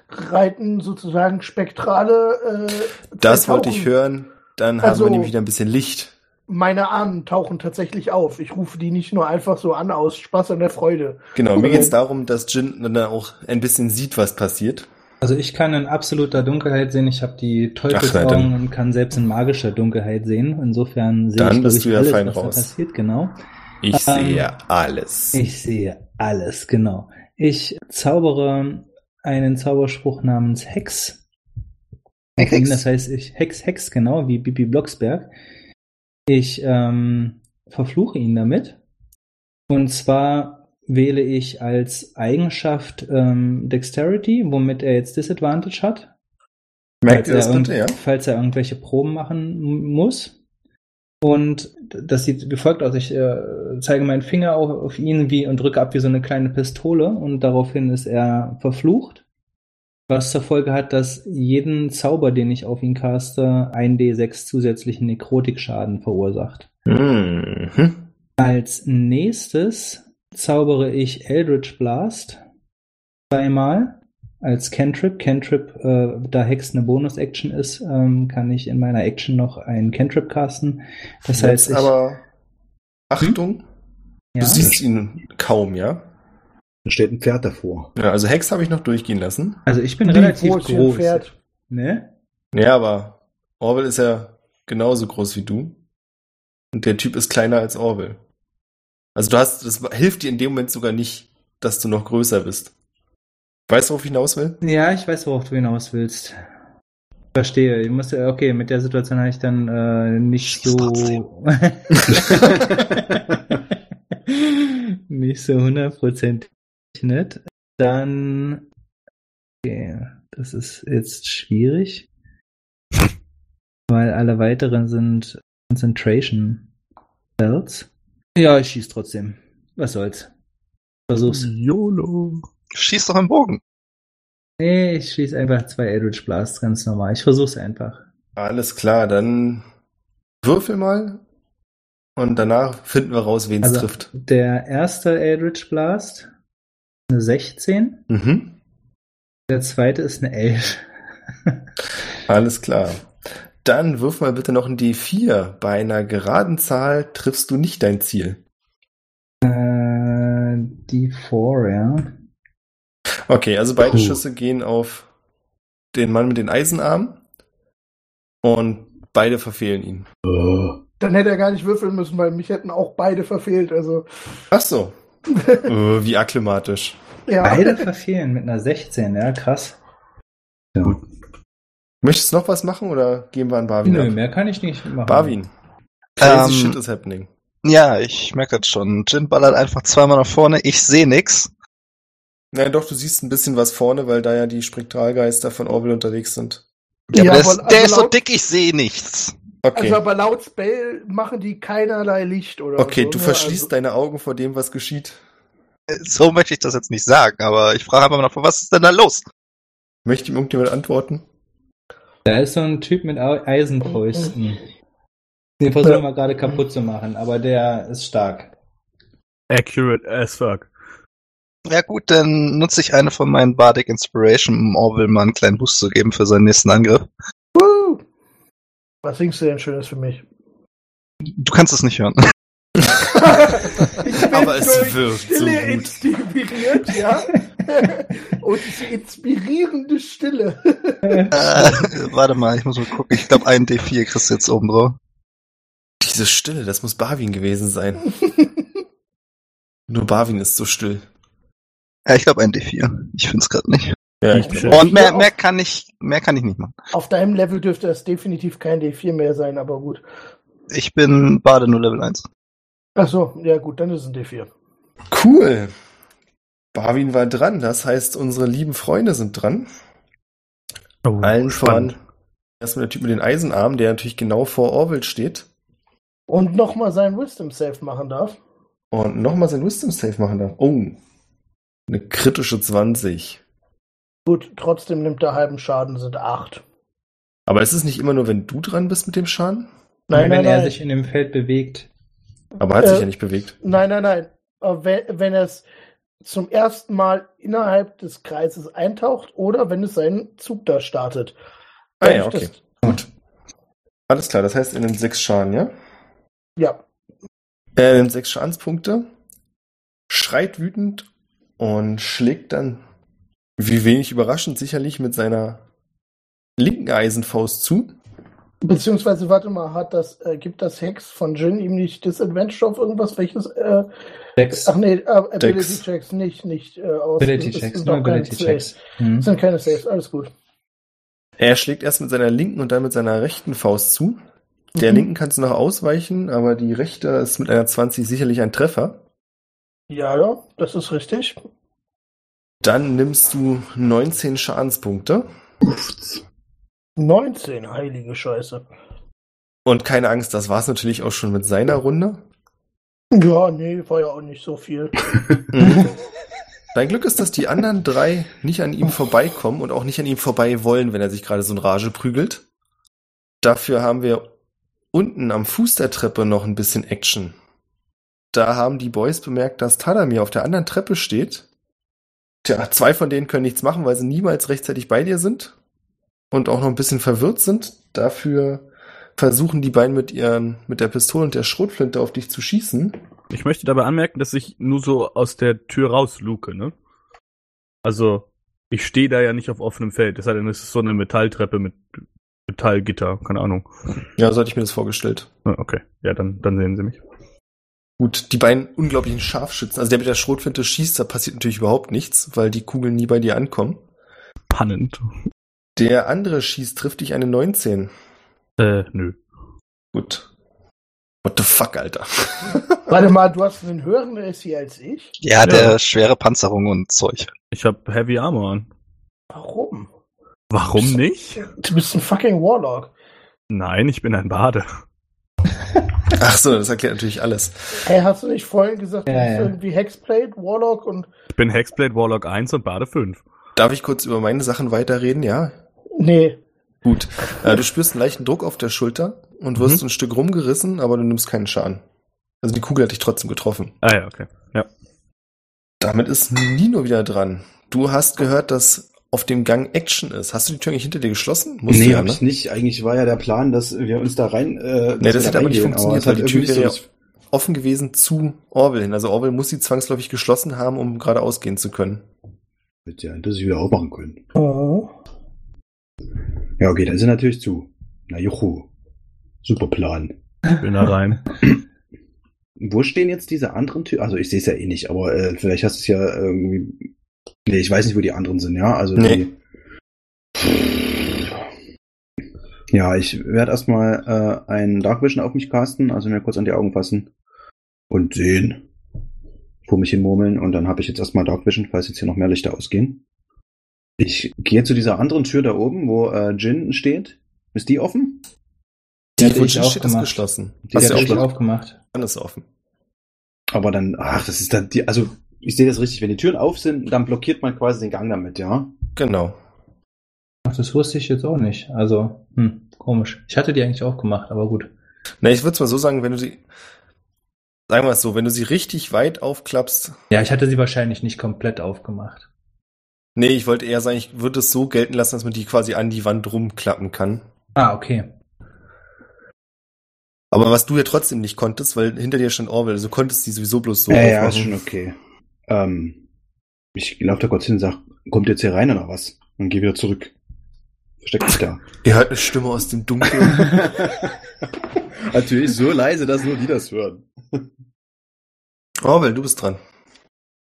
reiten sozusagen spektrale. Äh,
Das
zwei
wollte ich
Tauchen.
hören. Dann haben
Also-
wir nämlich wieder ein bisschen Licht.
Meine Ahnen tauchen tatsächlich auf. Ich rufe die nicht nur einfach so an aus Spaß und der Freude.
Genau, mir
Okay.
geht es darum, dass Jin dann auch ein bisschen sieht, was passiert.
Also ich kann in absoluter Dunkelheit sehen, ich habe die
Ach, nein,
Teufelsaugen und kann selbst in magischer Dunkelheit sehen. Insofern sehe
Dann
ich, glaub
bist
ich
du ja
alles,
fein
was
raus.
da passiert, genau.
Ich
Ähm,
sehe alles.
Ich sehe alles, genau. Ich zaubere einen Zauberspruch namens Hex. Das heißt, ich Hex, Hex, genau, wie Bibi Blocksberg. Ich ähm, verfluche ihn damit. Und zwar wähle ich als Eigenschaft ähm, Dexterity, womit er jetzt Disadvantage hat.
Merkt
Falls
ihr das
er irgend-
bitte, ja?
Falls er irgendwelche Proben machen m- muss. Und d- das sieht wie folgt aus. Ich äh, zeige meinen Finger auf, auf ihn wie, und drücke ab wie so eine kleine Pistole und daraufhin ist er verflucht. Was zur Folge hat, dass jeden Zauber, den ich auf ihn caste, 1d6 zusätzlichen Nekrotikschaden verursacht.
Mhm.
Als nächstes zaubere ich Eldritch Blast zweimal als Cantrip. Cantrip, äh, da Hex eine Bonus-Action ist, ähm, kann ich in meiner Action noch einen Cantrip casten. Das heißt,
Jetzt
ich, Hm?
aber Achtung,
ja,
du siehst ihn kaum, ja?
Da steht ein Pferd davor.
Ja, also Hex habe ich noch durchgehen lassen.
also ich bin
Wie
relativ
groß hier ein
groß.
Pferd.
Ne?
Ja, aber Orwell ist ja genauso groß wie du. Und der Typ ist kleiner als Orwell. Also du hast, das hilft dir in dem Moment sogar nicht, dass du noch größer bist. Weißt du, worauf ich hinaus will?
Ja, ich weiß, worauf du hinaus willst. Verstehe. Ich musste, okay, mit der Situation habe ich dann äh, nicht
Schieß
so.
trotzdem.
[laughs] nicht so hundertprozentig nett. Dann. Okay, das ist jetzt schwierig. Weil alle weiteren sind Concentration Belts. Ja, ich schieß trotzdem. Was soll's. Versuch's.
YOLO.
Schieß doch im Bogen.
Nee, ich schieß einfach zwei Eldritch Blasts, ganz normal. Ich versuch's einfach.
Alles klar, dann würfel mal und danach finden wir raus, wen es
Also-
trifft.
Der erste Eldritch Blast, eine 16.
Mhm.
Der zweite ist eine 11.
Alles klar. Dann wirf mal bitte noch ein D4. Bei einer geraden Zahl triffst du nicht dein Ziel.
äh, die 4, ja.
Okay, also beide
Puh.
Schüsse gehen auf den Mann mit den Eisenarmen und beide verfehlen ihn.
Oh.
Dann hätte er gar nicht würfeln müssen, weil mich hätten auch beide verfehlt. Also,
Ach so. äh, wie akklimatisch.
ja.
Beide verfehlen mit einer 16, ja, krass.
Möchtest du noch was machen oder gehen wir an Barwin
Nö,
ab?
mehr kann ich nicht machen.
Barwin. Crazy
Ähm,
shit is happening.
Ja, ich merke das schon. Jin ballert einfach zweimal nach vorne. Ich sehe nix.
Naja, doch, du siehst ein bisschen was vorne, weil da ja die Spektralgeister von Orville unterwegs sind.
Ja,
Ja,
aber der ist,
aber-
der
also
ist so
laut-
dick, ich sehe nichts.
Okay.
Also, aber laut Spell machen die keinerlei Licht oder
okay,
so,
du
ne?
verschließt
also,
deine Augen vor dem, was geschieht.
Äh, So möchte ich das jetzt nicht sagen, aber ich frage einfach mal nach, was ist denn da los?
Möchte ihm irgendjemand antworten?
Da ist so ein Typ mit Au- Eisenfäusten. Den versuchen wir gerade kaputt zu machen, aber der ist stark.
Accurate as fuck.
Ja gut, dann nutze ich eine von meinen Bardic Inspiration, um Orville mal einen kleinen Boost zu geben für seinen nächsten Angriff.
Woo! Was singst du denn Schönes für mich?
Du kannst es nicht hören.
[laughs] ich bin
Aber es
durch
wirkt so
Stille
gut.
inspiriert, ja. [laughs] Und die inspirierende Stille.
[laughs] Äh, warte mal, ich muss mal gucken. Ich glaube, ein D4 kriegst du jetzt oben drauf.
Diese Stille, das muss Barwin gewesen [laughs] sein. Nur Barwin ist so still.
Ja, ich glaube, ein D4. Ich finde es gerade nicht.
Ja,
ich glaub-
Und mehr, mehr, kann ich, mehr kann ich nicht machen.
Auf deinem Level dürfte es definitiv kein D4 mehr sein, aber gut.
Ich bin Bade nur Level 1.
Ach so, ja gut, dann ist es ein D4.
Cool. Barwin war dran, das heißt, unsere lieben Freunde sind dran.
Oh,
Allen
spannend.
voran erstmal der Typ mit den Eisenarmen, der natürlich genau vor Orville steht
Und nochmal seinen Wisdom Save machen darf.
und nochmal sein Wisdom Save machen darf. Oh. Eine kritische 20.
Gut, trotzdem nimmt er halben Schaden, sind 8.
Aber ist es nicht immer nur, wenn du dran bist mit dem Schaden?
Nein,
wenn
nein,
er
nein.
sich in dem Feld bewegt.
Aber hat sich
Äh.
ja nicht bewegt.
Nein, nein, nein. Aber wenn, wenn er es zum ersten Mal innerhalb des Kreises eintaucht oder wenn es seinen Zug da startet.
Ah ja,
Darf ich
okay. Gut. Alles klar, das heißt, er nimmt sechs Schaden, ja?
Das, ja.
Er nimmt sechs Schadenspunkte, schreit wütend und schlägt dann, wie wenig überraschend, sicherlich mit seiner linken Eisenfaust zu.
Beziehungsweise, warte mal, hat das, äh, gibt das Hex von Jin ihm nicht Disadvantage auf irgendwas? Welches? Äh,
Checks.
ach nee, äh, Ability
Dex.
Checks, nicht, nicht. Äh, aus,
Ability
es
Checks,
sind
nur
auch keine
Ability
Saves.
Checks. Hm.
Es sind keine Saves, alles gut.
Er schlägt erst mit seiner linken und dann mit seiner rechten Faust zu. Der
Mhm.
linken kannst du noch ausweichen, aber die rechte ist mit einer 20 sicherlich ein Treffer.
Ja, ja, das ist richtig.
Dann nimmst du 19 Schadenspunkte.
19, heilige Scheiße.
Und keine Angst, das war's natürlich auch schon mit seiner Runde.
Ja, nee, war ja auch nicht so viel.
[laughs] Dein Glück ist, dass die anderen drei nicht an ihm vorbeikommen und auch nicht an ihm vorbei wollen, wenn er sich gerade so in Rage prügelt. Dafür haben wir unten am Fuß der Treppe noch ein bisschen Action. Da haben die Boys bemerkt, dass Tadamir auf der anderen Treppe steht. Tja, zwei von denen können nichts machen, weil sie niemals rechtzeitig bei dir sind und auch noch ein bisschen verwirrt sind. Dafür versuchen die beiden mit ihren, mit der Pistole und der Schrotflinte auf dich zu schießen.
Ich möchte dabei anmerken, dass ich nur so aus der Tür rausluke, ne? Also, ich stehe da ja nicht auf offenem Feld. Deshalb ist es so eine Metalltreppe mit Metallgitter, keine Ahnung.
Ja, so hatte ich mir das vorgestellt.
Ah, Okay, ja, dann, dann sehen sie mich.
Gut, die beiden unglaublichen Scharfschützen. Also der mit der Schrotflinte schießt, da passiert natürlich überhaupt nichts, weil die Kugeln nie bei dir ankommen.
Pannend.
Der andere schießt, trifft dich eine 19.
Äh, nö.
Gut. What the fuck, Alter? [laughs]
Warte mal, du hast einen höheren AC als ich?
Ja, der schwere Panzerung und Zeug.
Ich hab Heavy Armor an.
Warum?
[laughs]
Warum nicht?
Du bist ein fucking Warlock.
Nein, ich bin ein Bade.
Ach so, das erklärt natürlich alles.
Hey, hast du nicht vorhin gesagt, du
Ja,
bist
ja.
irgendwie Hexblade, Warlock und.
Ich bin Hexblade Warlock 1 und Bade 5.
Darf ich kurz über meine Sachen weiterreden? Ja.
Nee.
Gut. Äh, du spürst einen leichten Druck auf der Schulter und
Mhm.
wirst ein Stück rumgerissen, aber du nimmst keinen Schaden. Also die Kugel hat dich trotzdem getroffen.
Ah ja, okay.
Damit ist Nino wieder dran. Du hast gehört, dass auf dem Gang Action ist. Hast du die Tür eigentlich hinter dir geschlossen? Musst
nee,
du ja,
hab
ne?
ich nicht. Eigentlich war ja der Plan, dass wir uns da rein. Äh,
Nee, das
dass wir
hat
da
aber nicht
reingehen,
funktioniert,
es hat
weil die Tür
irgendwie
wäre
so-
Offen gewesen zu Orwell hin. Also Orwell muss sie zwangsläufig geschlossen haben, um gerade ausgehen zu können.
Hätte ja hätte sie wieder aufmachen können.
Oh.
Mhm.
Ja, okay, dann ist er natürlich zu. Na juchu. Super Plan.
Ich bin da rein.
Wo stehen jetzt diese anderen Türen? Also ich sehe es ja eh nicht, aber äh, vielleicht hast du es ja irgendwie. Nee, ich weiß nicht, wo die anderen sind, ja? Also
Nee.
die. Ja, ich werde erstmal äh, einen Dark Vision auf mich casten, also mir kurz an die Augen fassen und sehen. Vor mich hin murmeln und dann habe ich jetzt erstmal Dark Vision, falls jetzt hier noch mehr Lichter ausgehen. Ich gehe zu dieser anderen Tür da oben, wo äh, Jin steht. Ist die offen?
Die
Die
hätte ich
Wunsch
auch
steht das
gemacht.
geschlossen.
Die
Hast
hätte
ja auch
ich
schon
auch-
aufgemacht.
alles offen.
Aber dann, ach, das ist dann die, also ich sehe das richtig, wenn die Türen auf sind, dann blockiert man quasi den Gang damit, ja?
Genau.
Ach, das wusste ich jetzt auch nicht. Also, hm, komisch. Ich hatte die eigentlich auch gemacht, aber gut.
Na, ich würde es mal so sagen, wenn du sie. Sagen wir es so, wenn du sie richtig weit aufklappst.
Ja, ich hatte sie wahrscheinlich nicht komplett aufgemacht.
Nee, ich wollte eher sagen, ich würde es so gelten lassen, dass man die quasi an die Wand rumklappen kann.
Ah, okay.
Aber was du ja trotzdem nicht konntest, weil hinter dir stand Orwell, also konntest die sowieso bloß so aufmachen.
okay. Ähm, ich laufe da kurz hin und sag, kommt jetzt hier rein oder was? Und geh wieder zurück. Versteckt mich da.
Ihr hört eine Stimme aus dem
[laughs]
Dunkeln.
[laughs] Natürlich so leise, dass nur die das hören.
Orwell, du bist dran.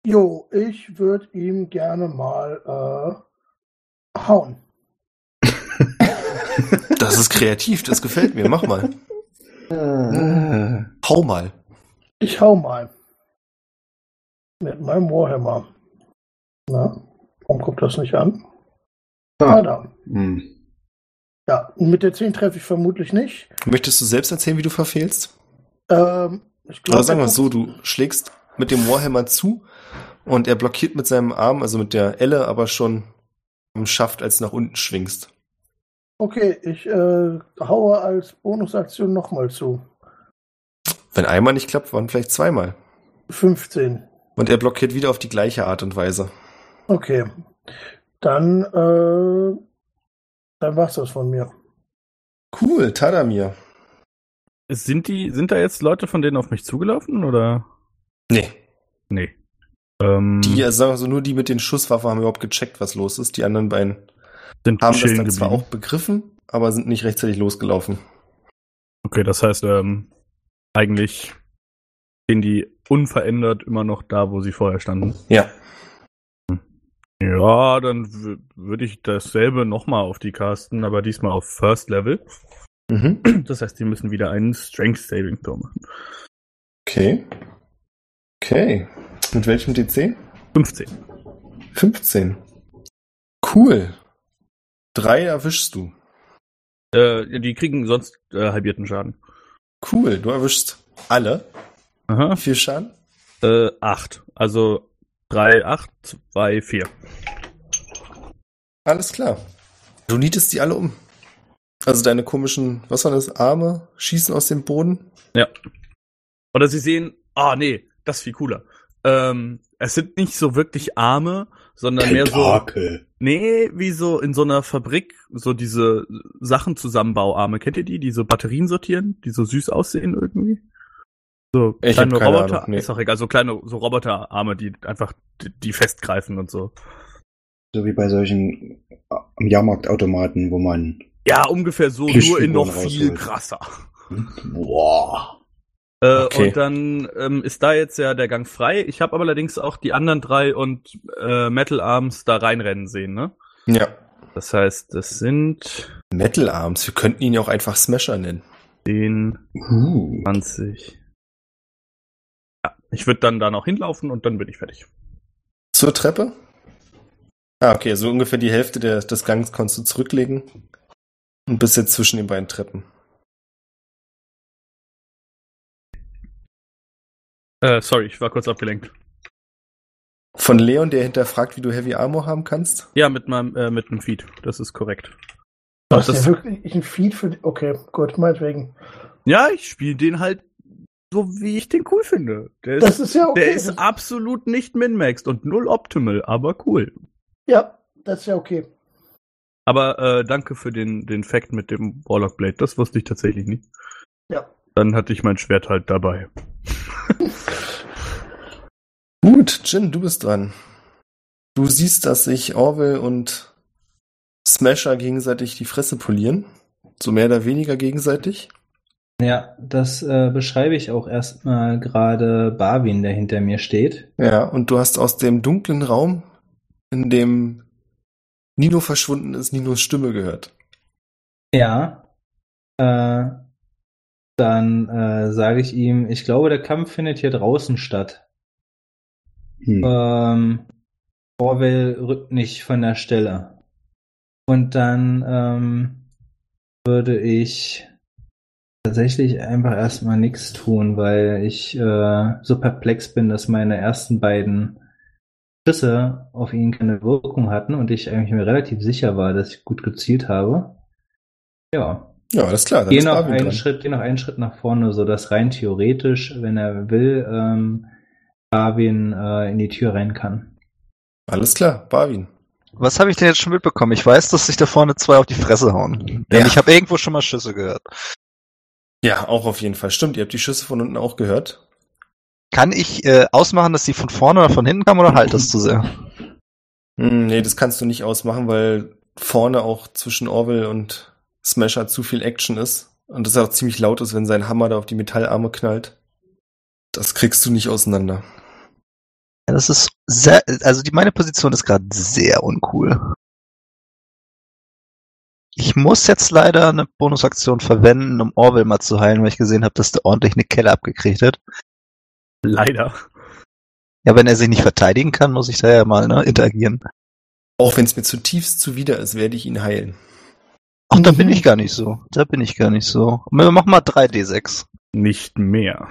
Jo, ich würde ihm gerne mal äh, hauen.
Das ist kreativ, das gefällt mir. Mach
[laughs]
mal.
Ah.
Äh,
Hau mal.
Ich hau mal. Mit meinem Warhammer. Na, warum kommt das nicht an? Ah, da.
hm.
Ja, mit der 10 treffe ich vermutlich nicht.
Möchtest du selbst erzählen, wie du verfehlst?
Ähm, ich glaub,
Oder sagen wir
er
es so, du schlägst mit dem Warhammer zu und er blockiert mit seinem Arm, also mit der Elle, aber schon am Schaft, als du nach unten schwingst.
Okay, ich äh, haue als Bonusaktion nochmal zu.
Wenn einmal nicht klappt, waren vielleicht zweimal.
15.
Und er blockiert wieder auf die gleiche Art und Weise.
Okay. Dann, äh, dann war's das von mir.
Cool, Tadamir.
Sind die, sind da jetzt Leute von denen auf mich zugelaufen oder?
Nee.
Nee. Ähm,
Die, also sagen wir so, nur die mit den Schusswaffen haben überhaupt gecheckt, was los ist. Die anderen beiden
sind
haben das
chillen
dann zwar auch
geblieben.
begriffen, aber sind nicht rechtzeitig losgelaufen.
Okay, das heißt, ähm, eigentlich stehen die unverändert immer noch da, wo sie vorher standen.
Ja.
Ja, dann w- würde ich dasselbe nochmal auf die casten, aber diesmal auf First Level.
Mhm.
Das heißt, die müssen wieder einen Strength Saving Throw machen.
Okay. Okay. Mit welchem DC?
15.
15. Cool. Drei erwischst du.
Äh, die kriegen sonst äh, halbierten Schaden.
Cool, du erwischst alle.
Aha.
Vier Schaden.
Äh, 8. Also 3, 8, 2, 4.
Alles klar. Du nietest die alle um. Also deine komischen, was waren das, Arme schießen aus dem Boden.
Oder sie sehen, ah nee, das ist viel cooler. Ähm, es sind nicht so wirklich Arme, sondern mehr so.
Tentakel.
Nee, wie so in so einer Fabrik, so diese Sachen zusammenbauarme. Kennt ihr die, die so Batterien sortieren, die so süß aussehen irgendwie? So
Ich hab
kleine
keine
Roboter,
Ahnung, nee.
ist auch egal, so kleine so Roboterarme, die einfach die, die festgreifen und so.
So wie bei solchen äh, Jahrmarktautomaten, wo man.
Ja, ungefähr so, nur in
Plüschfiguren
noch viel
rausholt.
krasser.
Boah.
Äh,
Okay.
Und dann ähm, ist da jetzt ja der Gang frei. Ich habe allerdings auch die anderen drei und äh, Metal Arms da reinrennen sehen, ne?
Ja.
Das heißt, das sind
Metal Arms, wir könnten ihn ja auch einfach Smasher nennen.
10,
Uh.
20. Ja, ich würde dann da noch hinlaufen und dann bin ich fertig.
Zur Treppe? Ah, okay, so ungefähr die Hälfte der, des Gangs kannst du zurücklegen. Und bist jetzt zwischen den beiden Treppen.
Äh, sorry, ich war kurz abgelenkt.
Von Leon, der hinterfragt, wie du Heavy Armor haben kannst.
Ja, mit meinem, äh, mit dem Feed. Das ist korrekt.
Das
das-
ist ja wirklich ein Feed für die. Okay, gut, meinetwegen.
Ja, ich spiele den halt so, wie ich den cool finde. Der ist,
Das ist ja okay.
der ist absolut nicht min-maxed und null optimal, aber cool.
ja, das ist ja okay.
Aber äh, danke für den, den Fact mit dem Warlock Blade. Das wusste ich tatsächlich nicht.
Ja.
Dann hatte ich mein Schwert halt dabei.
Gut, Jin, du bist dran. Du siehst, dass sich Orwell und Smasher gegenseitig die Fresse polieren. So mehr oder weniger gegenseitig.
Ja, das äh, beschreibe ich auch erstmal gerade Barwin, der hinter mir steht.
Ja, und du hast aus dem dunklen Raum, in dem Nino verschwunden ist, Ninos Stimme gehört.
Ja. Äh, dann äh, sage ich ihm, ich glaube, der Kampf findet hier draußen statt.
Hm.
Ähm, Orwell rückt nicht von der Stelle. Und dann ähm, würde ich tatsächlich einfach erstmal nichts tun, weil ich äh, so perplex bin, dass meine ersten beiden Schüsse auf ihn keine Wirkung hatten und ich eigentlich mir relativ sicher war, dass ich gut gezielt habe. Ja.
Ja, alles klar. Dann
Geh
ist
noch
Armin
einen
dran.
Schritt, geh noch einen Schritt nach vorne, so dass rein theoretisch, wenn er will, ähm, Barwin äh, in die Tür rein kann.
Alles klar, Barwin.
Was habe ich denn jetzt schon mitbekommen? Ich weiß, dass sich da vorne zwei auf die Fresse hauen. Denn
Ja.
ich habe irgendwo schon mal Schüsse gehört.
Ja, auch auf jeden Fall. Stimmt, ihr habt die Schüsse von unten auch gehört.
Kann ich äh, ausmachen, dass die von vorne oder von hinten kamen oder halt das zu sehr?
Hm, nee, das kannst du nicht ausmachen, weil vorne auch zwischen Orwell und Smasher zu viel Action ist. Und das auch ziemlich laut ist, wenn sein Hammer da auf die Metallarme knallt. Das kriegst du nicht auseinander.
Ja, das ist sehr, also die meine Position ist gerade sehr uncool. Ich muss jetzt leider eine Bonusaktion verwenden, um Orwell mal zu heilen, weil ich gesehen habe, dass der ordentlich eine Kelle abgekriegt hat.
Leider.
Ja, wenn er sich nicht verteidigen kann, muss ich da ja mal ne, interagieren.
Auch wenn es mir zutiefst zuwider ist, werde ich ihn heilen.
Ach, da bin ich gar nicht so. Da bin ich gar nicht so. Wir machen mal 3D6.
Nicht mehr.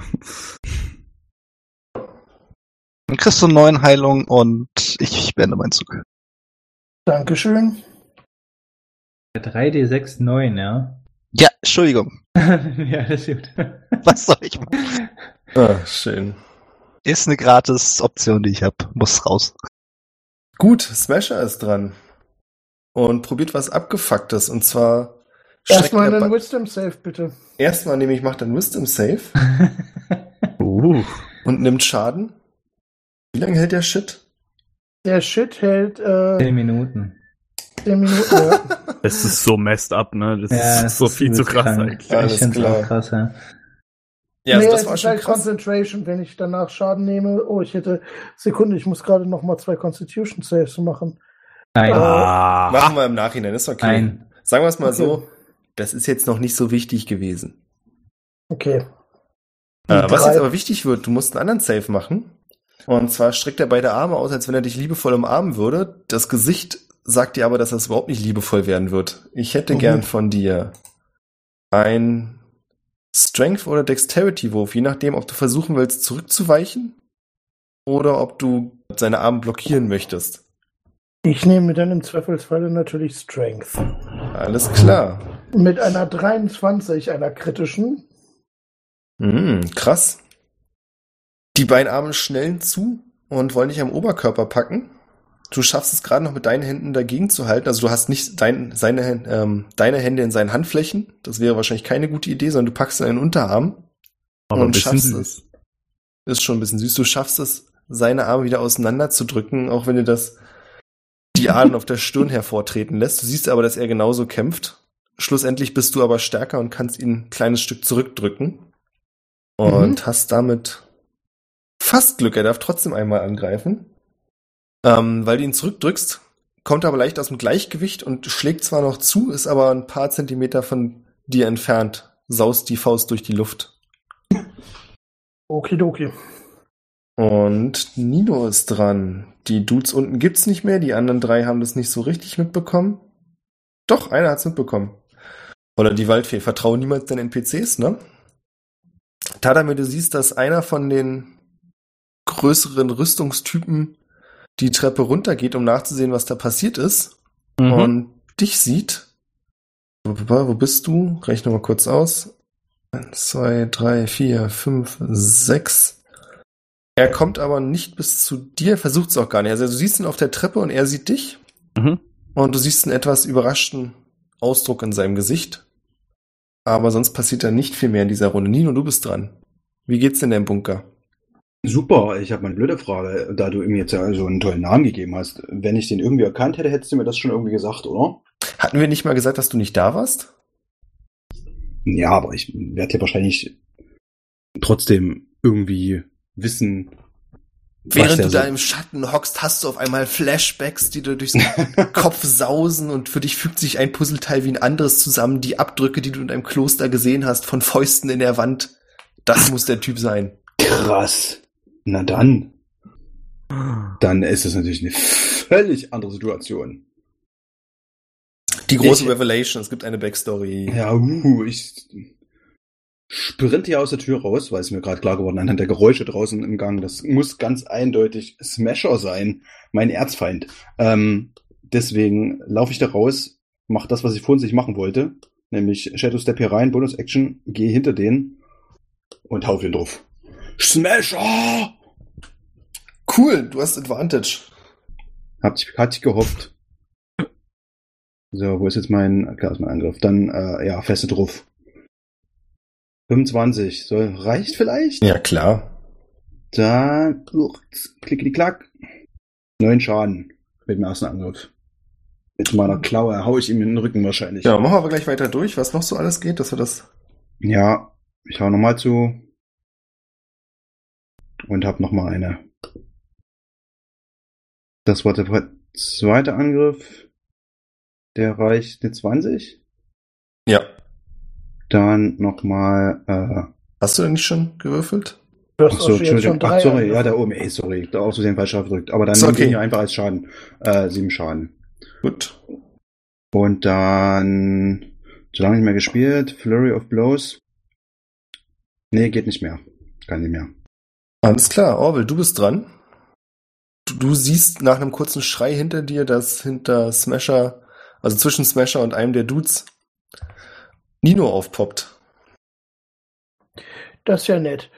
Dann kriegst du neun Heilung und ich, ich beende meinen Zug.
Dankeschön.
3D6, 9, ja. [laughs]
Ja, Entschuldigung. [laughs]
ja, das ist gut.
Was soll ich machen?
Ah, schön.
Ist eine gratis Option, die ich habe. Muss raus.
Gut, Smasher ist dran. Und probiert was Abgefucktes. Und zwar streckt
Erstmal
er
einen
be-
Wisdom Save, bitte.
erstmal nämlich macht er einen Wisdom Save
Uh.
und nimmt Schaden. Wie lange hält der Shit?
Der Shit hält äh,
10 Minuten.
[laughs]
10 Minuten. ja.
Es ist so messed up, ne? Das
Ja,
ist so viel zu
übelst
krass
krank.
eigentlich.
Alles
Ich finde es
klar.
auch krass, ja.
Ja, also
Nee,
das
es
war
ist
schon
halt
krass.
Concentration, wenn ich danach Schaden nehme. Oh, ich hätte. Sekunde, ich muss gerade noch mal zwei Constitution Saves machen.
Nein,
Ah.
Machen wir im Nachhinein, ist okay.
nein.
Sagen wir es mal
Okay.
so, das ist jetzt noch nicht so wichtig gewesen.
Okay.
Äh, was
Drei.
jetzt aber wichtig wird, du musst einen anderen Save machen. Und zwar streckt er beide Arme aus, als wenn er dich liebevoll umarmen würde. Das Gesicht sagt dir aber, dass das überhaupt nicht liebevoll werden wird. Ich hätte
Oh.
gern von dir ein Strength- oder Dexterity-Wurf, je nachdem, ob du versuchen willst, zurückzuweichen oder ob du seine Arme blockieren möchtest.
Ich nehme dann im Zweifelsfalle natürlich Strength.
Alles klar.
Mit einer 23, einer kritischen.
Mm, krass. Die beiden Arme schnellen zu und wollen dich am Oberkörper packen. Du schaffst es gerade noch mit deinen Händen dagegen zu halten. Also du hast nicht dein, seine, Hän- ähm, deine Hände in seinen Handflächen. Das wäre wahrscheinlich keine gute Idee, sondern du packst seinen Unterarm.
Aber ein bisschen
schaffst
süß.
Es. Ist schon ein bisschen süß. Du schaffst es, seine Arme wieder auseinanderzudrücken, auch wenn dir das die Adern auf der Stirn hervortreten lässt. Du siehst aber, dass er genauso kämpft. Schlussendlich bist du aber stärker und kannst ihn ein kleines Stück zurückdrücken. Und
Mhm.
hast damit fast Glück. Er darf trotzdem einmal angreifen. Ähm, weil du ihn zurückdrückst, kommt aber leicht aus dem Gleichgewicht und schlägt zwar noch zu, ist aber ein paar Zentimeter von dir entfernt. Saust die Faust durch die Luft.
Okidoki.
Und Nino ist dran. Die Dudes unten gibt's nicht mehr. Die anderen drei haben das nicht so richtig mitbekommen. Doch, einer hat's mitbekommen. Oder die Waldfee. Vertraue niemals den NPCs, ne? Tadamir, du siehst, dass einer von den größeren Rüstungstypen die Treppe runtergeht, um nachzusehen, was da passiert ist. Und dich sieht. Wo bist du? Rechne mal kurz aus. Eins, zwei, drei, vier, fünf, sechs. Er kommt aber nicht bis zu dir, versucht es auch gar nicht. Also du siehst ihn auf der Treppe und er sieht dich.
Mhm.
Und du siehst einen etwas überraschten Ausdruck in seinem Gesicht. Aber sonst passiert da nicht viel mehr in dieser Runde. Nino, du bist dran. Wie geht's denn deinem Bunker?
Super, ich habe mal eine blöde Frage, da du ihm jetzt ja so einen tollen Namen gegeben hast. Wenn ich den irgendwie erkannt hätte, hättest du mir das schon irgendwie gesagt, oder?
Hatten wir nicht mal gesagt, dass du nicht da warst?
Ja, aber ich werde ja wahrscheinlich trotzdem irgendwie wissen. was
Während
der
du
so-
da im Schatten hockst, hast du auf einmal Flashbacks, die dir durchs Kopf sausen und für dich fügt sich ein Puzzleteil wie ein anderes zusammen. Die Abdrücke, die du in einem Kloster gesehen hast, von Fäusten in der Wand. Das muss der Typ sein.
Krass. Na dann. Dann ist das natürlich eine völlig andere Situation.
Die große
Ich-
Revelation, es gibt eine Backstory.
Ja, uh, ich sprinte ja aus der Tür raus, weil es mir gerade klar geworden anhand der Geräusche draußen im Gang. Das muss ganz eindeutig Smasher sein, mein Erzfeind. Ähm, deswegen laufe ich da raus, mache das, was ich vorhin nicht machen wollte, nämlich Shadow Step hier rein, Bonus Action, gehe hinter den und hau den drauf. Smasher!
Cool, du hast Advantage.
Hab ich, hatte ich gehofft. So, wo ist jetzt mein, klar ist mein Angriff. Dann, äh, ja, feste drauf. 25. Soll, reicht vielleicht?
Ja, klar.
Da, klick, klack. Neun Schaden. Mit dem ersten Angriff. Mit meiner Klaue hau ich ihm in den Rücken wahrscheinlich.
Ja, machen wir aber gleich weiter durch, was noch so alles geht, dass wir das.
Ja, ich hau nochmal zu. Und hab nochmal eine. Das war der zweite Angriff. Der reicht eine 20.
Ja.
Dann nochmal, äh,
Hast du denn nicht schon gewürfelt?
Du hast
ach so,
auch schon jetzt schon
Entschuldigung,
drei
ach, sorry,
Angriffe.
ja, da oben, ey, sorry, da auch so den falsch gedrückt. Aber dann
Ist
nehmen
okay.
wir ihn ja einfach als Schaden, äh, sieben Schaden.
Gut.
Und dann, so lange nicht mehr gespielt, Flurry of Blows. Nee, geht nicht mehr. Kann nicht mehr.
Alles klar, Orwell, du bist dran. Du, du siehst nach einem kurzen Schrei hinter dir, dass hinter Smasher, also zwischen Smasher und einem der Dudes, Nino aufpoppt.
Das ist ja nett.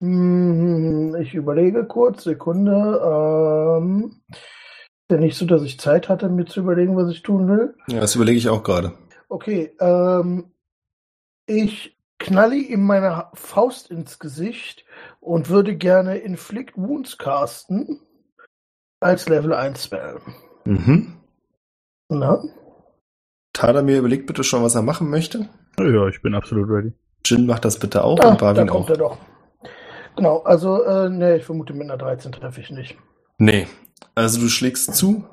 Hm, Ich überlege kurz, Sekunde. Ähm, ist ja nicht so, dass ich Zeit hatte, mir zu überlegen, was ich tun will.
Ja, das überlege ich auch gerade.
Okay, ähm, ich knalle ihm meine Ha- Faust ins Gesicht und würde gerne Inflict Wounds casten als Level 1 Spell.
Mhm.
Na?
Tadamir überlegt bitte schon, was er machen möchte.
Ja, ich bin absolut ready.
Jin macht das bitte auch
Ah,
und
da
Barwin
kommt
auch.
er doch. Genau, also, äh, ne, ich vermute, mit einer 13 treffe ich nicht.
Nee. Also du schlägst zu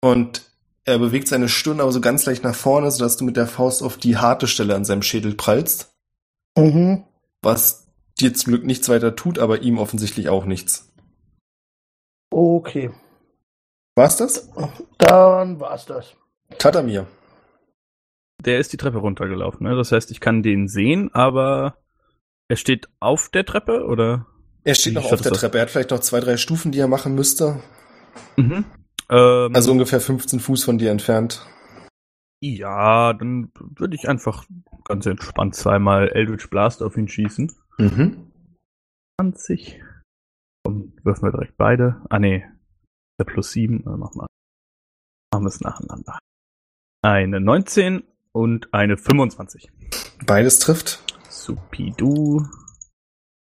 und er bewegt seine Stirn aber so ganz leicht nach vorne, sodass du mit der Faust auf die harte Stelle an seinem Schädel prallst,
Mhm.
was dir zum Glück nichts weiter tut, aber ihm offensichtlich auch nichts.
Okay,
War's das?
dann war's das.
Tatamir.
Der ist die Treppe runtergelaufen, ne? Das heißt, ich kann den sehen, aber er steht auf der Treppe, oder?
Er steht
Ich
noch auf
schaff
der
das.
Treppe. Er hat vielleicht noch zwei, drei Stufen, die er machen müsste.
Mhm. Ähm,
Also ungefähr 15 Fuß von dir entfernt.
ja, dann würde ich einfach ganz entspannt zweimal Eldritch Blast auf ihn schießen.
Mhm.
20. Und wirfen wir direkt beide. Ah, nee. Der plus 7. Dann machen wir. Machen wir es nacheinander. Eine 19 und eine 25.
Beides trifft.
Supidu.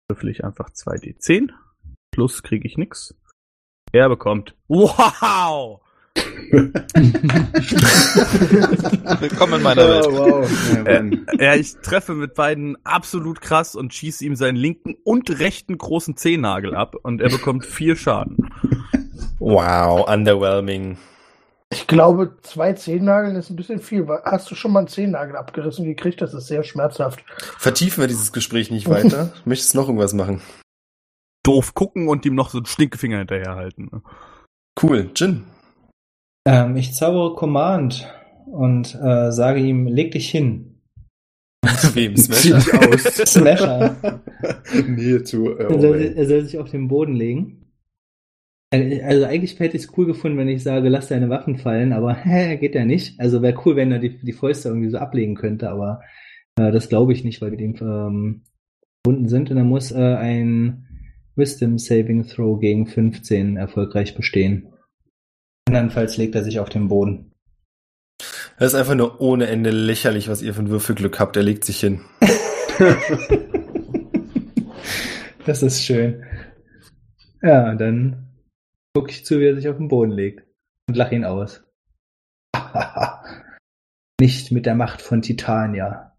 Würfel ich einfach 2d10. Plus kriege ich nix. Er bekommt. Wow!
Willkommen in meiner Welt.
wow. Ja, Mann.
Ja, ich treffe mit beiden absolut krass und schieße ihm seinen linken und rechten großen Zehennagel ab und er bekommt vier Schaden.
Wow, underwhelming.
Ich glaube, zwei Zehennageln ist ein bisschen viel. weil- Hast du schon mal einen Zehennagel abgerissen gekriegt? Das ist sehr schmerzhaft.
Vertiefen wir dieses Gespräch nicht [laughs] weiter. Möchtest du noch irgendwas machen?
Doof gucken und ihm noch so einen Stinkefinger hinterherhalten.
Cool, [laughs] Jin.
Ähm, ich zaubere Command und äh, sage ihm, leg dich hin.
Wem
Zieh
Smasher?
dich aus.
Smasher.
[laughs] nee, zu. Äh,
Er soll,
Orwell.
er soll sich auf den Boden legen. Äh, Also eigentlich hätte ich es cool gefunden, wenn ich sage, lass deine Waffen fallen, aber [laughs] geht ja nicht. Also wäre cool, wenn er die, die Fäuste irgendwie so ablegen könnte, aber äh, das glaube ich nicht, weil die dem ähm, verbunden sind. Und er muss äh, ein Wisdom Saving Throw gegen 15 erfolgreich bestehen. Andernfalls legt er sich auf den Boden.
Das ist einfach nur ohne Ende lächerlich, was ihr für ein Würfelglück habt. Er legt sich hin.
[laughs] das ist schön. Ja, dann gucke ich zu, wie er sich auf den Boden legt und lache ihn aus. [laughs] Nicht mit der Macht von Titania.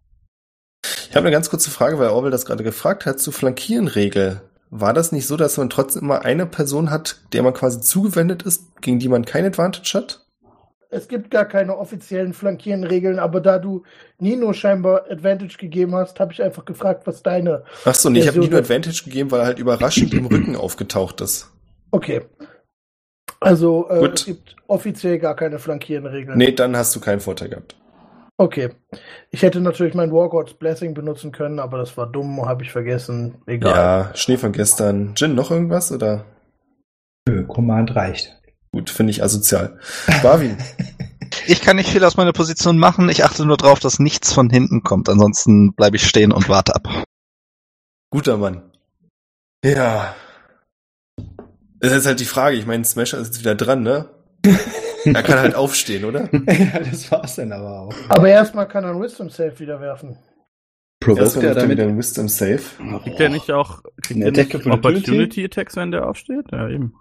Ich habe eine ganz kurze Frage, weil Orwell das gerade gefragt hat, zu Flankieren-Regel. War das nicht so, dass man trotzdem immer eine Person hat, der man quasi zugewendet ist, gegen die man kein Advantage hat?
Es gibt gar keine offiziellen Flankieren-Regeln, aber da du Nino scheinbar Advantage gegeben hast, habe ich einfach gefragt, was deine.
Ach so, nee, ich
Ja,
habe
so-
nie nur Advantage gegeben, weil er halt überraschend im Rücken aufgetaucht ist.
Okay. Also äh,
Gut.
es gibt offiziell gar keine Flankieren-Regeln.
Nee, dann hast du keinen Vorteil gehabt.
Okay. Ich hätte natürlich mein War God's Blessing benutzen können, aber das war dumm, habe ich vergessen. Egal.
Ja, Schnee von gestern. Jin, noch irgendwas? Oder?
Nö, Command reicht.
Gut, finde ich asozial. Barwin,
[laughs] Ich kann nicht viel aus meiner Position machen. Ich achte nur drauf, dass nichts von hinten kommt. Ansonsten bleibe ich stehen und warte ab.
guter Mann. Ja. Das ist jetzt halt die Frage. Ich meine, Smasher ist jetzt wieder dran, ne? Er kann halt aufstehen, oder?
ja, das war's dann aber auch.
Aber erstmal kann er ein Wisdom Save wieder werfen.
Provoke er damit.
einen Wisdom Save.
Kriegt er nicht auch kriegt
Eine
er nicht
Attack of Opportunity?
Opportunity Attacks, wenn der aufsteht? Ja, eben.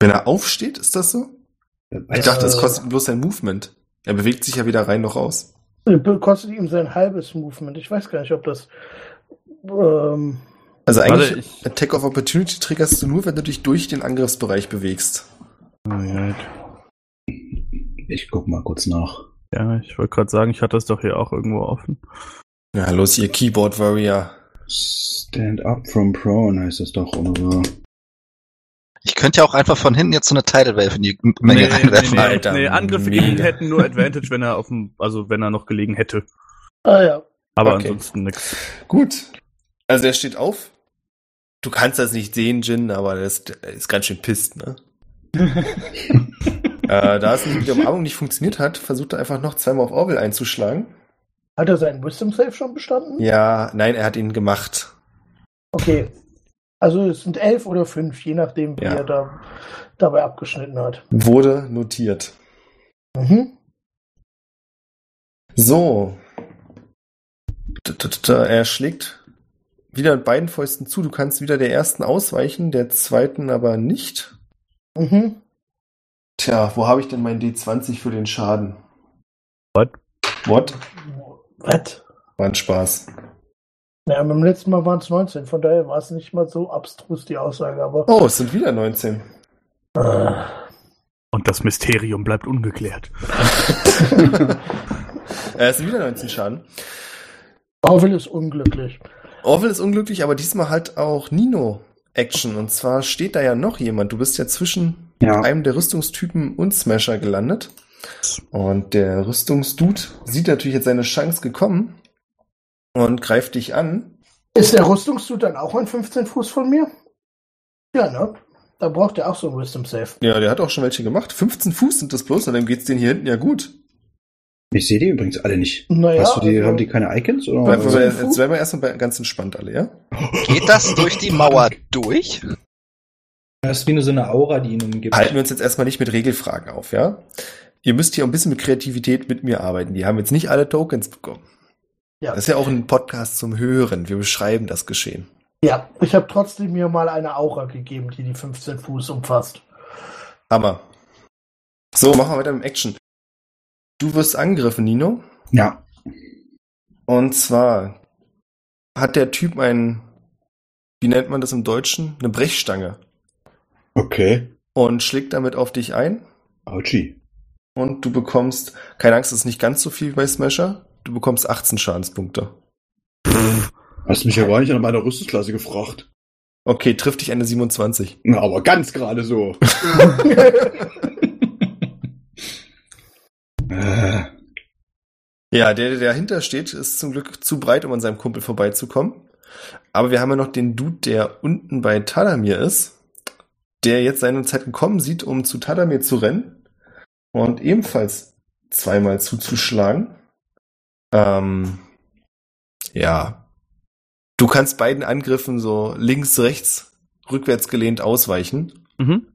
Wenn er aufsteht, ist das so? Ich dachte, das kostet bloß sein Movement. Er bewegt sich ja weder rein noch raus.
Kostet ihm sein halbes Movement. Ich weiß gar nicht, ob das. Ähm,
Also eigentlich,
Warte, ich-
Attack of Opportunity triggerst du nur, wenn du dich durch den Angriffsbereich bewegst.
Ich guck mal kurz nach.
Ja, ich wollte gerade sagen, ich hatte das doch hier auch irgendwo offen.
Na los, ihr Keyboard Warrior.
Stand up from prone heißt das doch, oder?
Ich könnte ja auch einfach von hinten jetzt so eine Tidal Wave in die Menge [laughs] reinwerfen.
nee,
Alter,
nee, Angriffe gegen ihn
mega.
hätten nur Advantage, wenn er auf dem, also wenn er noch gelegen hätte.
ah ja.
Aber
Okay.
ansonsten nix.
Gut. Also er steht auf. Du kannst das nicht sehen, Jin, aber der ist, der ist ganz schön pisst, ne? äh, da es mit der Umarmung nicht funktioniert hat, versucht er einfach noch zweimal auf Orwell einzuschlagen.
Hat er seinen Wisdom Save schon bestanden?
Ja, nein, er hat ihn gemacht.
Okay. Also es sind elf oder fünf, je nachdem, wie
Ja.
er da, dabei abgeschnitten hat.
Wurde notiert.
Mhm.
So. Da, da, da, da, Er schlägt wieder mit beiden Fäusten zu. Du kannst wieder der ersten ausweichen, der zweiten aber nicht.
Mhm.
Tja, wo habe ich denn mein D20 für den Schaden?
What?
What?
Was?
War ein Spaß.
Naja, beim letzten Mal waren es 19, von daher war es nicht mal so abstrus, die Aussage, aber.
Oh, es sind wieder [laughs] 19.
Und das Mysterium bleibt ungeklärt.
Äh, es sind wieder 19 Schaden.
Orwell ist unglücklich.
Orwell ist unglücklich, aber diesmal halt auch Nino Action. Und zwar steht da ja noch jemand. Du bist ja zwischen
Ja.
einem der Rüstungstypen und Smasher gelandet. Und der Rüstungsdude sieht natürlich jetzt seine Chance gekommen und greift dich an.
Ist der Rüstungsdude dann auch ein 15 Fuß von mir? Ja, ne? Da braucht er auch so ein Wisdom Save.
Ja, der hat auch schon welche gemacht. 15 Fuß sind das bloß, und dann geht's denen hier hinten ja gut.
Ich sehe die übrigens alle nicht.
Naja,
Hast du die,
also-
haben die keine Icons? Oder?
Bleiben wir,
Also-
jetzt werden wir erstmal bei- ganz entspannt alle, ja?
Geht das durch die Mauer durch?
Das ist wie nur so eine Aura, die ihn
Halt
umgibt.
Halten wir uns jetzt erstmal nicht mit Regelfragen auf, ja? Ihr müsst hier ein bisschen mit Kreativität mit mir arbeiten. Die haben jetzt nicht alle Tokens bekommen.
Ja.
Das ist ja auch ein Podcast zum Hören. Wir beschreiben das Geschehen.
Ja, ich habe trotzdem mir mal eine Aura gegeben, die die 15 Fuß umfasst.
Hammer. So, machen wir weiter mit dem Action. Du wirst angegriffen, Nino.
Ja.
Und zwar hat der Typ ein, wie nennt man das im Deutschen? Eine Brechstange.
Okay.
Und schlägt damit auf dich ein.
Autschi.
Und du bekommst, keine Angst, es ist nicht ganz so viel wie bei Smasher. Du bekommst 18 Schadenspunkte.
Hast mich ja gar nicht an meiner Rüstungsklasse gefragt.
Okay, trifft dich eine 27.
Na, aber ganz gerade so. [laughs] äh,
Ja, der, der dahinter steht, ist zum Glück zu breit, um an seinem Kumpel vorbeizukommen. Aber wir haben ja noch den Dude, der unten bei Tadamir ist, der jetzt seine Zeit gekommen sieht, um zu Tadamir zu rennen und ebenfalls zweimal zuzuschlagen. Ähm, ja. Du kannst beiden Angriffen so links, rechts, rückwärts gelehnt ausweichen.
Mhm.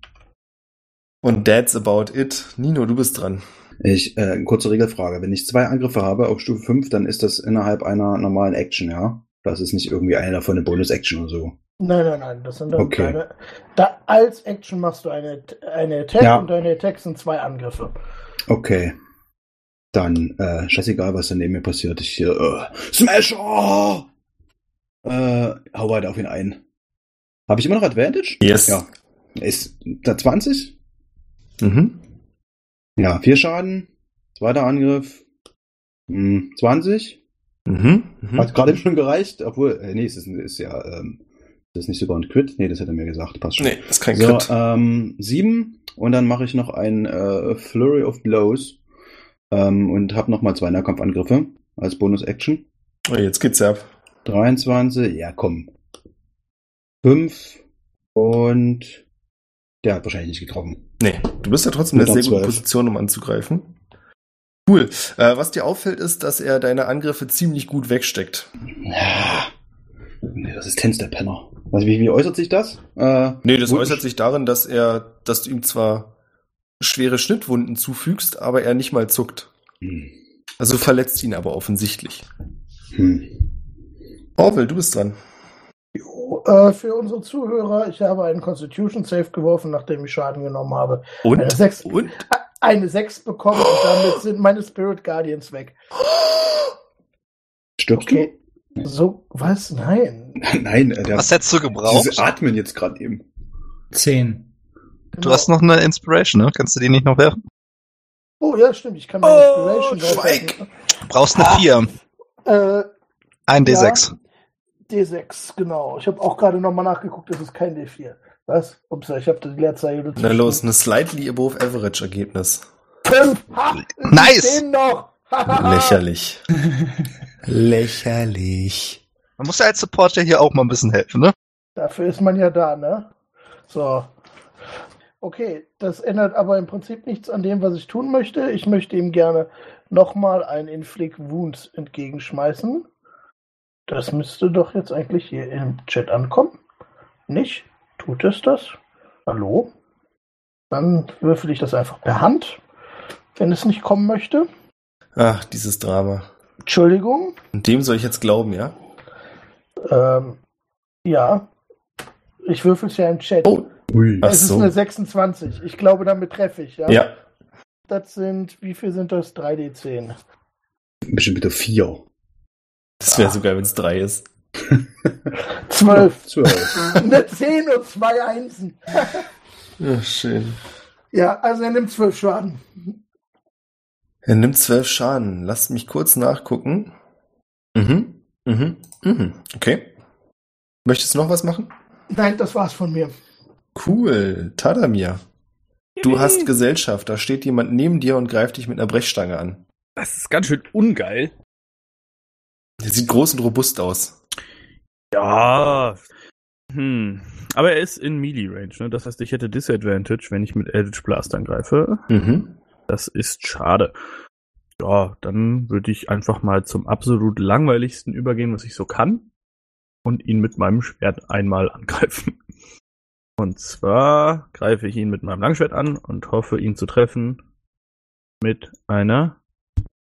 Und that's about it. Nino, du bist dran.
ich, äh, kurze Regelfrage. Wenn ich zwei Angriffe habe auf Stufe 5, dann ist das innerhalb einer normalen Action, ja? Das ist nicht irgendwie eine davon eine Bonus-Action oder so.
Nein, nein, nein, das sind dann
Okay.
keine. Da als Action machst du eine, eine Attack
Ja.
und deine Attacks sind zwei Angriffe.
Okay. Dann, äh, scheißegal, was da neben mir passiert. Ich hier, äh, Smasher! Äh, hau weiter auf ihn ein. Habe ich immer noch Advantage?
Yes.
Ja. Ist da 20?
Mhm.
Ja, vier Schaden. Zweiter Angriff. Hm, 20.
Mhm. mhm.
Hat gerade [laughs] schon gereicht. Obwohl, äh, nee, es ist, ist ja, ähm, das ist nicht sogar ein Crit. Nee, das hat er mir gesagt. Passt schon.
Nee, ist kein
So,
Crit.
ähm, sieben und dann mache ich noch ein äh, Flurry of Blows ähm, und habe nochmal zwei Nahkampfangriffe als Bonus-Action.
Oh, jetzt geht's ab.
23, ja komm. Fünf und der hat wahrscheinlich nicht getroffen.
Nee, du bist ja trotzdem in einer
Mit
sehr
einer
guten
12.
Position, um anzugreifen. Cool. Äh, was dir auffällt, ist, dass er deine Angriffe ziemlich gut wegsteckt.
Ja. Die Resistenz der Penner. Also wie, wie äußert sich das? Äh,
Nee, das
Wunden-
äußert sich darin, dass er, dass du ihm zwar schwere Schnittwunden zufügst, aber er nicht mal zuckt.
Hm.
Also du verletzt ihn aber offensichtlich.
Hm.
Orwell, du bist dran.
Jo, äh, für unsere Zuhörer, ich habe einen Constitution Save geworfen, nachdem ich Schaden genommen habe. Eine
Und?
6,
Und?
eine 6 bekommen und damit sind meine Spirit Guardians weg.
Stirbst
So, was? Nein.
du? [laughs] Nein, äh, der
Was hättest du gebraucht?
diese atmen jetzt gerade eben.
Zehn.
Du hast noch eine Inspiration, ne? Kannst du die nicht noch werfen?
Oh ja, stimmt, ich kann meine
Oh,
Inspiration draufwerfen.
Brauchst eine 4.
Äh,
Ein D6.
D6, genau. Ich habe auch gerade nochmal nachgeguckt, das ist kein D4. Was? Ups, ich habe die Leerzeile.
Na los, eine slightly above average Ergebnis.
Fünf. Ha,
Nice.
Den noch. [laughs]
Lächerlich. [laughs] Lächerlich.
Man muss ja als Supporter hier auch mal ein bisschen helfen, ne?
Dafür ist man ja da, ne? So. Okay, das ändert aber im Prinzip nichts an dem, was ich tun möchte. Ich möchte ihm gerne nochmal ein Inflict Wounds entgegenschmeißen. Das müsste doch jetzt eigentlich hier im Chat ankommen. Nicht? Tut es das? Hallo? Dann würfel ich das einfach per Hand, wenn es nicht kommen möchte.
Ach, dieses Drama.
Entschuldigung.
Und dem soll ich jetzt glauben, ja?
Ähm, ja. Ich würfel's ja im Chat.
Oh,
Ui.
ach
es ist eine
so.
26. Ich glaube, damit treffe ich, ja?
Ja.
Das sind, wie viel sind das? 3D10.
Bestimmt wieder vier.
Das wäre so geil, wenn es drei ist.
[laughs]
12.
Zwölf.
eine 10 und zwei Einsen.
Ja, schön.
Ja, also er nimmt 12 Schaden.
Er nimmt zwölf Schaden. Lasst mich kurz nachgucken. Mhm. Mhm. Mhm. Okay. Möchtest du noch was machen?
Nein, das war's von mir.
Cool. Tadamir. Du hast Gesellschaft. Da steht jemand neben dir und greift dich mit einer Brechstange an.
Das ist ganz schön ungeil.
Der sieht groß und robust aus.
Ja. Hm. Aber er ist in Melee-Range, ne? Das heißt, ich hätte Disadvantage, wenn ich mit Eldritch Blast angreife.
Mhm.
Das ist schade. Ja, dann würde ich einfach mal zum absolut langweiligsten übergehen, was ich so kann. Und ihn mit meinem Schwert einmal [laughs] angreifen. Und zwar greife ich ihn mit meinem Langschwert an und hoffe, ihn zu treffen mit einer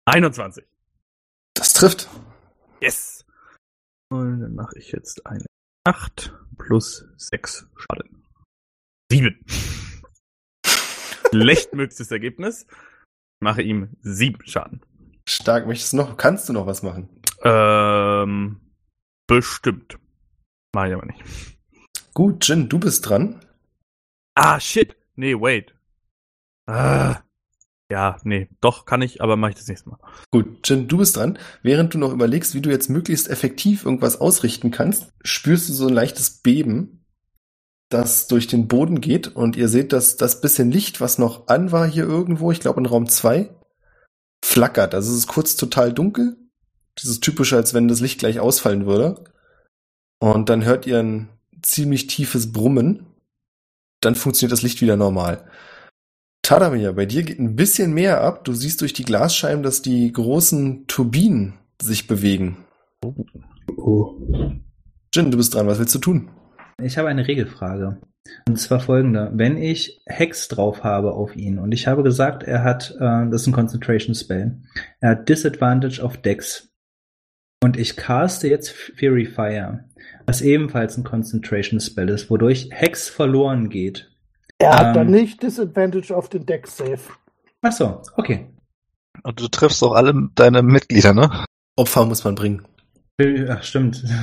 21.
Das trifft.
Yes! Und dann mache ich jetzt eine [laughs] 8 plus 6 Schaden. 7. schlechtmöglichstes Ergebnis. Mache ihm sieben Schaden.
Stark, möchtest du noch, kannst du noch was machen?
Ähm, bestimmt. Mach ich aber nicht.
Gut, Jin, du bist dran.
Ah, shit. Nee, wait. Ah. Ja, nee, doch kann ich, aber mache ich das nächste Mal.
Gut, Jin, du bist dran. Während du noch überlegst, wie du jetzt möglichst effektiv irgendwas ausrichten kannst, spürst du so ein leichtes Beben, das durch den Boden geht und ihr seht, dass das bisschen Licht, was noch an war hier irgendwo, ich glaube in Raum 2, flackert. Also es ist kurz total dunkel. Das ist typisch, als wenn das Licht gleich ausfallen würde. Und dann hört ihr ein ziemlich tiefes Brummen. Dann funktioniert das Licht wieder normal. Tadamir, bei dir geht ein bisschen mehr ab. Du siehst durch die Glasscheiben, dass die großen Turbinen sich bewegen. Jin, du bist dran. Was willst du tun?
Ich habe eine Regelfrage. Und zwar folgende. Wenn ich Hex drauf habe auf ihn und ich habe gesagt, er hat, äh, das ist ein Concentration Spell, er hat Disadvantage auf Dex. Und ich caste jetzt Fury Fire, was ebenfalls ein Concentration Spell ist, wodurch Hex verloren geht.
Er hat dann
Ähm.
nicht Disadvantage auf den Deck Save.
Ach so, okay.
Und du triffst auch alle deine Mitglieder, ne?
Opfer muss man bringen.
Fury- Ach, stimmt. [laughs]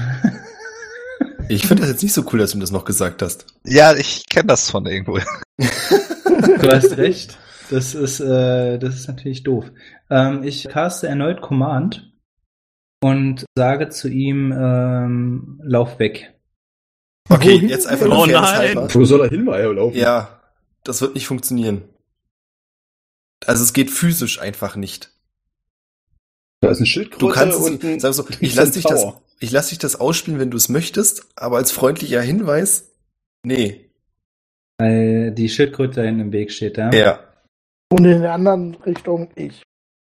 Ich finde das jetzt nicht so cool, dass du mir das noch gesagt hast.
Ja, ich kenne das von irgendwo. [laughs]
Du [laughs] hast recht. Das ist, äh, das ist natürlich doof. Ähm, ich caste erneut Command und sage zu ihm, ähm, lauf weg.
Okay,
Wohin?
jetzt einfach
Oh
nur Fairness
nein!
halber.
Wo soll er hin, Mario, laufen?
Ja, das wird nicht funktionieren. Also es geht physisch einfach nicht.
Da ist ein
Du
Schildkröte
kannst es,
und ein,
sag so, ich
ein
lasse dich, das-
Tower.
ich lass dich das ausspielen, wenn du es möchtest, aber als freundlicher Hinweis, nee.
Weil die Schildkröte da hinten im Weg steht, da.
Ja.
Und in der anderen Richtung ich.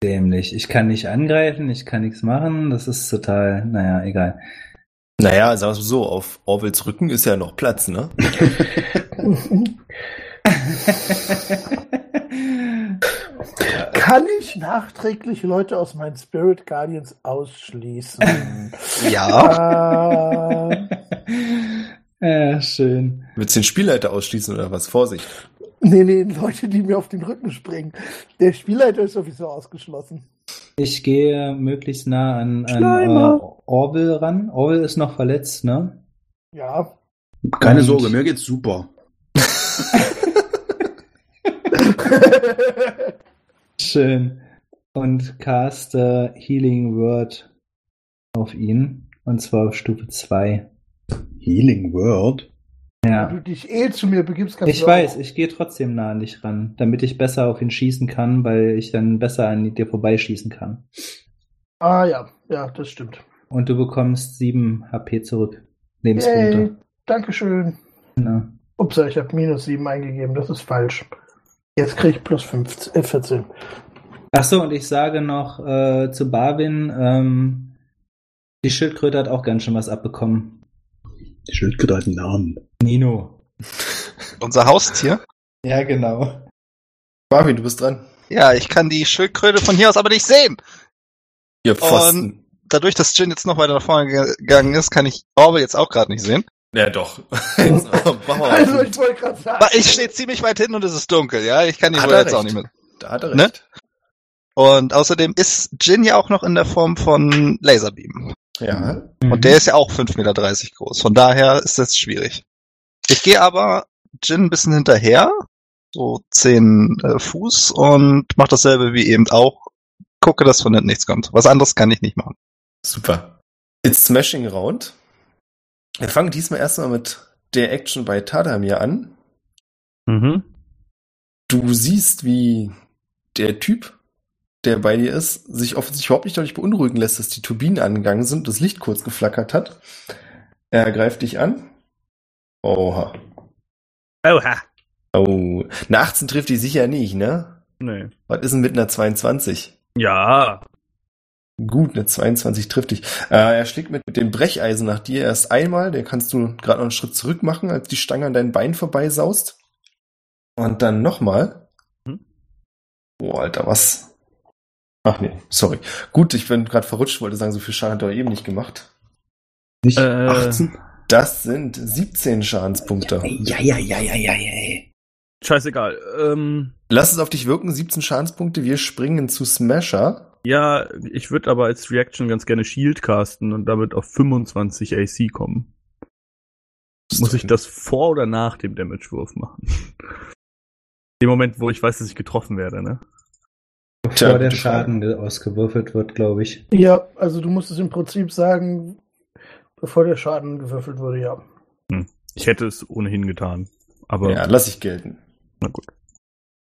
Dämlich. Ich kann nicht angreifen, ich kann nichts machen. Das ist total, naja, egal.
Naja, sagen wir so, auf Orwells Rücken ist ja noch Platz, [laughs] ne?
Kann ich nachträglich Leute aus meinen Spirit Guardians ausschließen?
Ja.
Äh,
ja, schön.
Willst du den Spielleiter ausschließen oder was? Vorsicht.
nee, nee, Leute, die mir auf den Rücken springen. Der Spielleiter ist sowieso ausgeschlossen.
Ich gehe möglichst nah an, an äh,
Schleimer.
Orwell ran. Orwell ist noch verletzt, ne?
Ja.
Keine Sorge, mir geht's super.
Schön. Und caste Healing Word auf ihn. Und zwar auf Stufe 2.
Healing World?
Wenn
[laughs] Ja.
du dich eh zu mir begibst, kannst
Ich
du
weiß,
auch-
ich gehe trotzdem nah an dich ran, damit ich besser auf ihn schießen kann, weil ich dann besser an dir vorbeischießen kann.
Ah ja, ja, das stimmt.
Und du bekommst 7 HP zurück.
Yay,
Lebenspunkte.
Dankeschön.
Genau.
Ups, ich habe minus 7 eingegeben, das ist falsch. Jetzt krieg ich plus 15, äh, 14.
Achso, und ich sage noch äh, zu Barwin, ähm, die Schildkröte hat auch ganz schön was abbekommen.
Die Schildkröte hat einen Namen.
Nino.
Unser Haustier.
Ja, genau.
Barbie, du bist dran.
Ja, ich kann die Schildkröte von hier aus aber nicht sehen.
Ihr Pfosten.
Dadurch, dass Jin jetzt noch weiter nach vorne ge- gegangen ist, kann ich Orwell jetzt auch gerade nicht sehen.
Ähm, ja, doch. also,
Also ich wollte gerade sagen.
Aber ich stehe ziemlich weit hin und es ist dunkel, ja. Ich kann die
Hat
wohl
er
jetzt auch
recht.
nicht mit.
da hat er
Ne?
recht.
Und außerdem ist Jin ja auch noch in der Form von Laserbeam.
Ja.
Und der ist ja auch 5,30 Meter groß. Von daher ist das schwierig. Ich gehe aber Jin ein bisschen hinterher, so 10 äh, Fuß, und mache dasselbe wie eben auch. Gucke, dass von hinten nichts kommt. Was anderes kann ich nicht machen.
Super. It's Smashing Round. Wir fangen diesmal erstmal mit der Action bei Tadamir an.
Mhm.
Du siehst, wie der Typ, der bei dir ist, sich offensichtlich überhaupt nicht dadurch beunruhigen lässt, dass die Turbinen angegangen sind und das Licht kurz geflackert hat. Er greift dich an. Oha.
Oha.
Oh. Eine 18 trifft die sicher nicht, ne?
Nee.
Was ist denn mit einer 22?
Ja.
Gut, eine 22 trifft dich. Äh, er schlägt mit dem Brecheisen nach dir erst einmal. Der kannst du gerade noch einen Schritt zurück machen, als die Stange an deinem Bein vorbeisaust. Und dann nochmal.
Mhm.
Oh, Alter, was? Ach nee, sorry. Gut, ich bin gerade verrutscht, wollte sagen, so viel Schaden hat er eben nicht gemacht.
Nicht
Äh.
18?
Das sind 17 Schadenspunkte.
Ja, ja, ja, ja, ja, ja.
Scheißegal. Ähm,
Lass es auf dich wirken, 17 Schadenspunkte. Wir springen zu Smasher.
ja, ich würde aber als Reaction ganz gerne Shield casten und damit auf 25 AC kommen. Muss ich das vor oder nach dem Damage-Wurf machen? [laughs] Dem Moment, wo ich weiß, dass ich getroffen werde, ne?
Tja,
Bevor der
gute Frage.
Schaden ge- ausgewürfelt wird, glaube ich.
Ja, also du musst es im Prinzip sagen, bevor der Schaden gewürfelt wurde, ja.
Ich hätte es ohnehin getan. Aber
Ja, lass ich gelten.
na gut.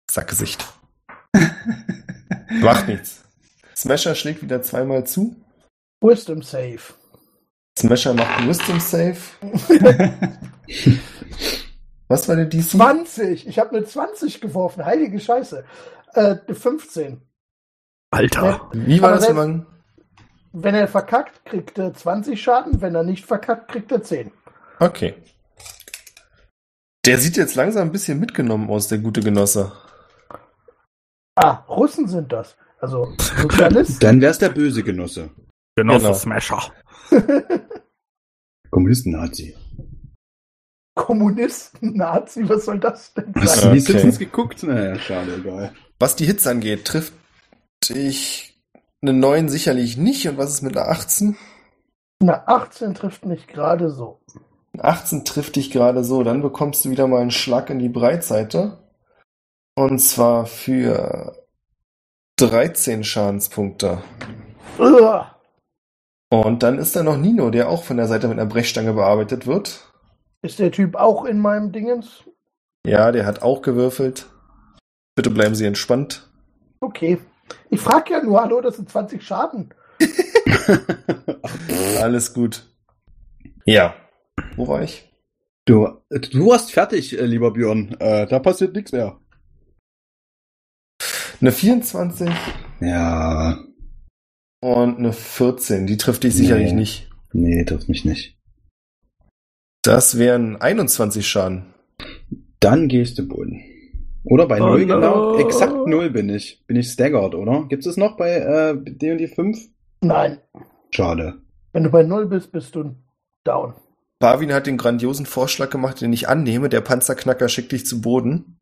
Sackgesicht. Macht nichts. Smasher schlägt wieder zweimal zu.
Wisdom Save.
Smasher macht einen Wisdom Save. Was war der DC?
20! Ich habe eine 20 geworfen, heilige Scheiße. Äh, 15.
Alter!
Wie war
Aber
das, wenn
selbst-
man
Wenn er verkackt, kriegt er 20 Schaden. Wenn er nicht verkackt, kriegt er 10.
Okay. Der sieht jetzt langsam ein bisschen mitgenommen aus, der gute Genosse.
Ah, Russen sind das. Also,
[laughs]
Sozialist.
Dann wär's der böse Genosse.
Genosse
Genau.
Smasher!
Kommunisten-Nazi.
Kommunisten, Nazi, was soll das denn
Hast
sein?
du
Okay.
die Simpsons geguckt? Naja, schade, egal.
Was die Hits angeht, trifft ich eine 9 sicherlich nicht. Und was ist mit einer 18?
Eine 18 trifft mich gerade so.
Eine 18 trifft dich gerade so. Dann bekommst du wieder mal einen Schlag in die Breitseite. Und zwar für 13 Schadenspunkte.
Uah.
Und dann ist da noch Nino, der auch von der Seite mit einer Brechstange bearbeitet wird.
Ist der Typ auch in meinem Dingens?
Ja, der hat auch gewürfelt. Bitte bleiben Sie entspannt.
Okay. Ich frage ja nur, hallo, das sind 20 Schaden.
Alles gut. Ja. Wo war ich?
Du, äh, du warst fertig, äh, lieber Björn. Äh, da passiert nichts mehr.
Eine 24
Ja,
und eine 14. Die trifft dich sicherlich
Nee.
nicht.
nee, trifft mich nicht.
Das wären 21 Schaden.
Dann gehst du Boden. Oder bei
Oh
null
no.
genau, exakt null bin ich. Bin ich staggered, oder? Gibt es noch bei äh, D&D 5?
Nein.
Schade.
Wenn du bei Null bist, bist du down.
Barwin hat den grandiosen Vorschlag gemacht, den ich annehme. Der Panzerknacker schickt dich zu [laughs] Boden,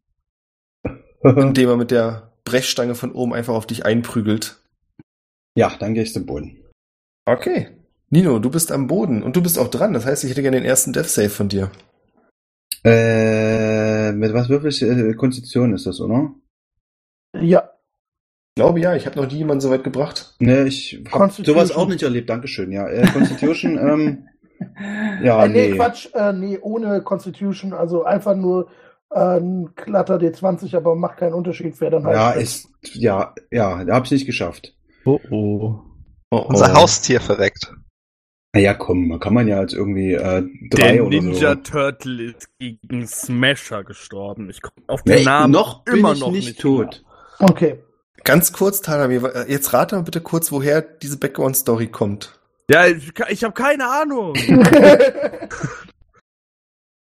indem er mit der Brechstange von oben einfach auf dich einprügelt.
ja, dann gehst du Boden.
Okay. Nino, du bist am Boden und du bist auch dran. Das heißt, ich hätte gerne den ersten Death Save von dir.
Äh, mit was würfelst du? Äh, Konstitution ist das, oder?
Ja,
Ich glaube ja, ich habe noch nie jemanden so weit gebracht.
Ne, ich hab
Constitution.
sowas auch nicht erlebt. Dankeschön, ja. Äh,
[laughs]
Constitution, ähm, ja,
äh, nee,
Ah, nee.
Quatsch, äh, nee, ohne Constitution, also einfach nur äh, ein glatter D20, aber macht keinen Unterschied, wer dann halt.
Ja, ist, ja, ja, hab's nicht geschafft.
Oh oh.
Oh, oh.
Unser Haustier verreckt.
Naja, komm, man kann man ja als irgendwie äh, drei
Der
oder
Ninja
so.
Turtle ist gegen Smasher gestorben. Ich komme auf
Nee,
den Namen
noch bin
immer
ich
noch
nicht tot.
Okay.
Ganz kurz, Tana, wir- äh, jetzt rate mal bitte kurz, woher diese Background-Story kommt.
Ja, ich, ich habe keine
[laughs]
Ahnung.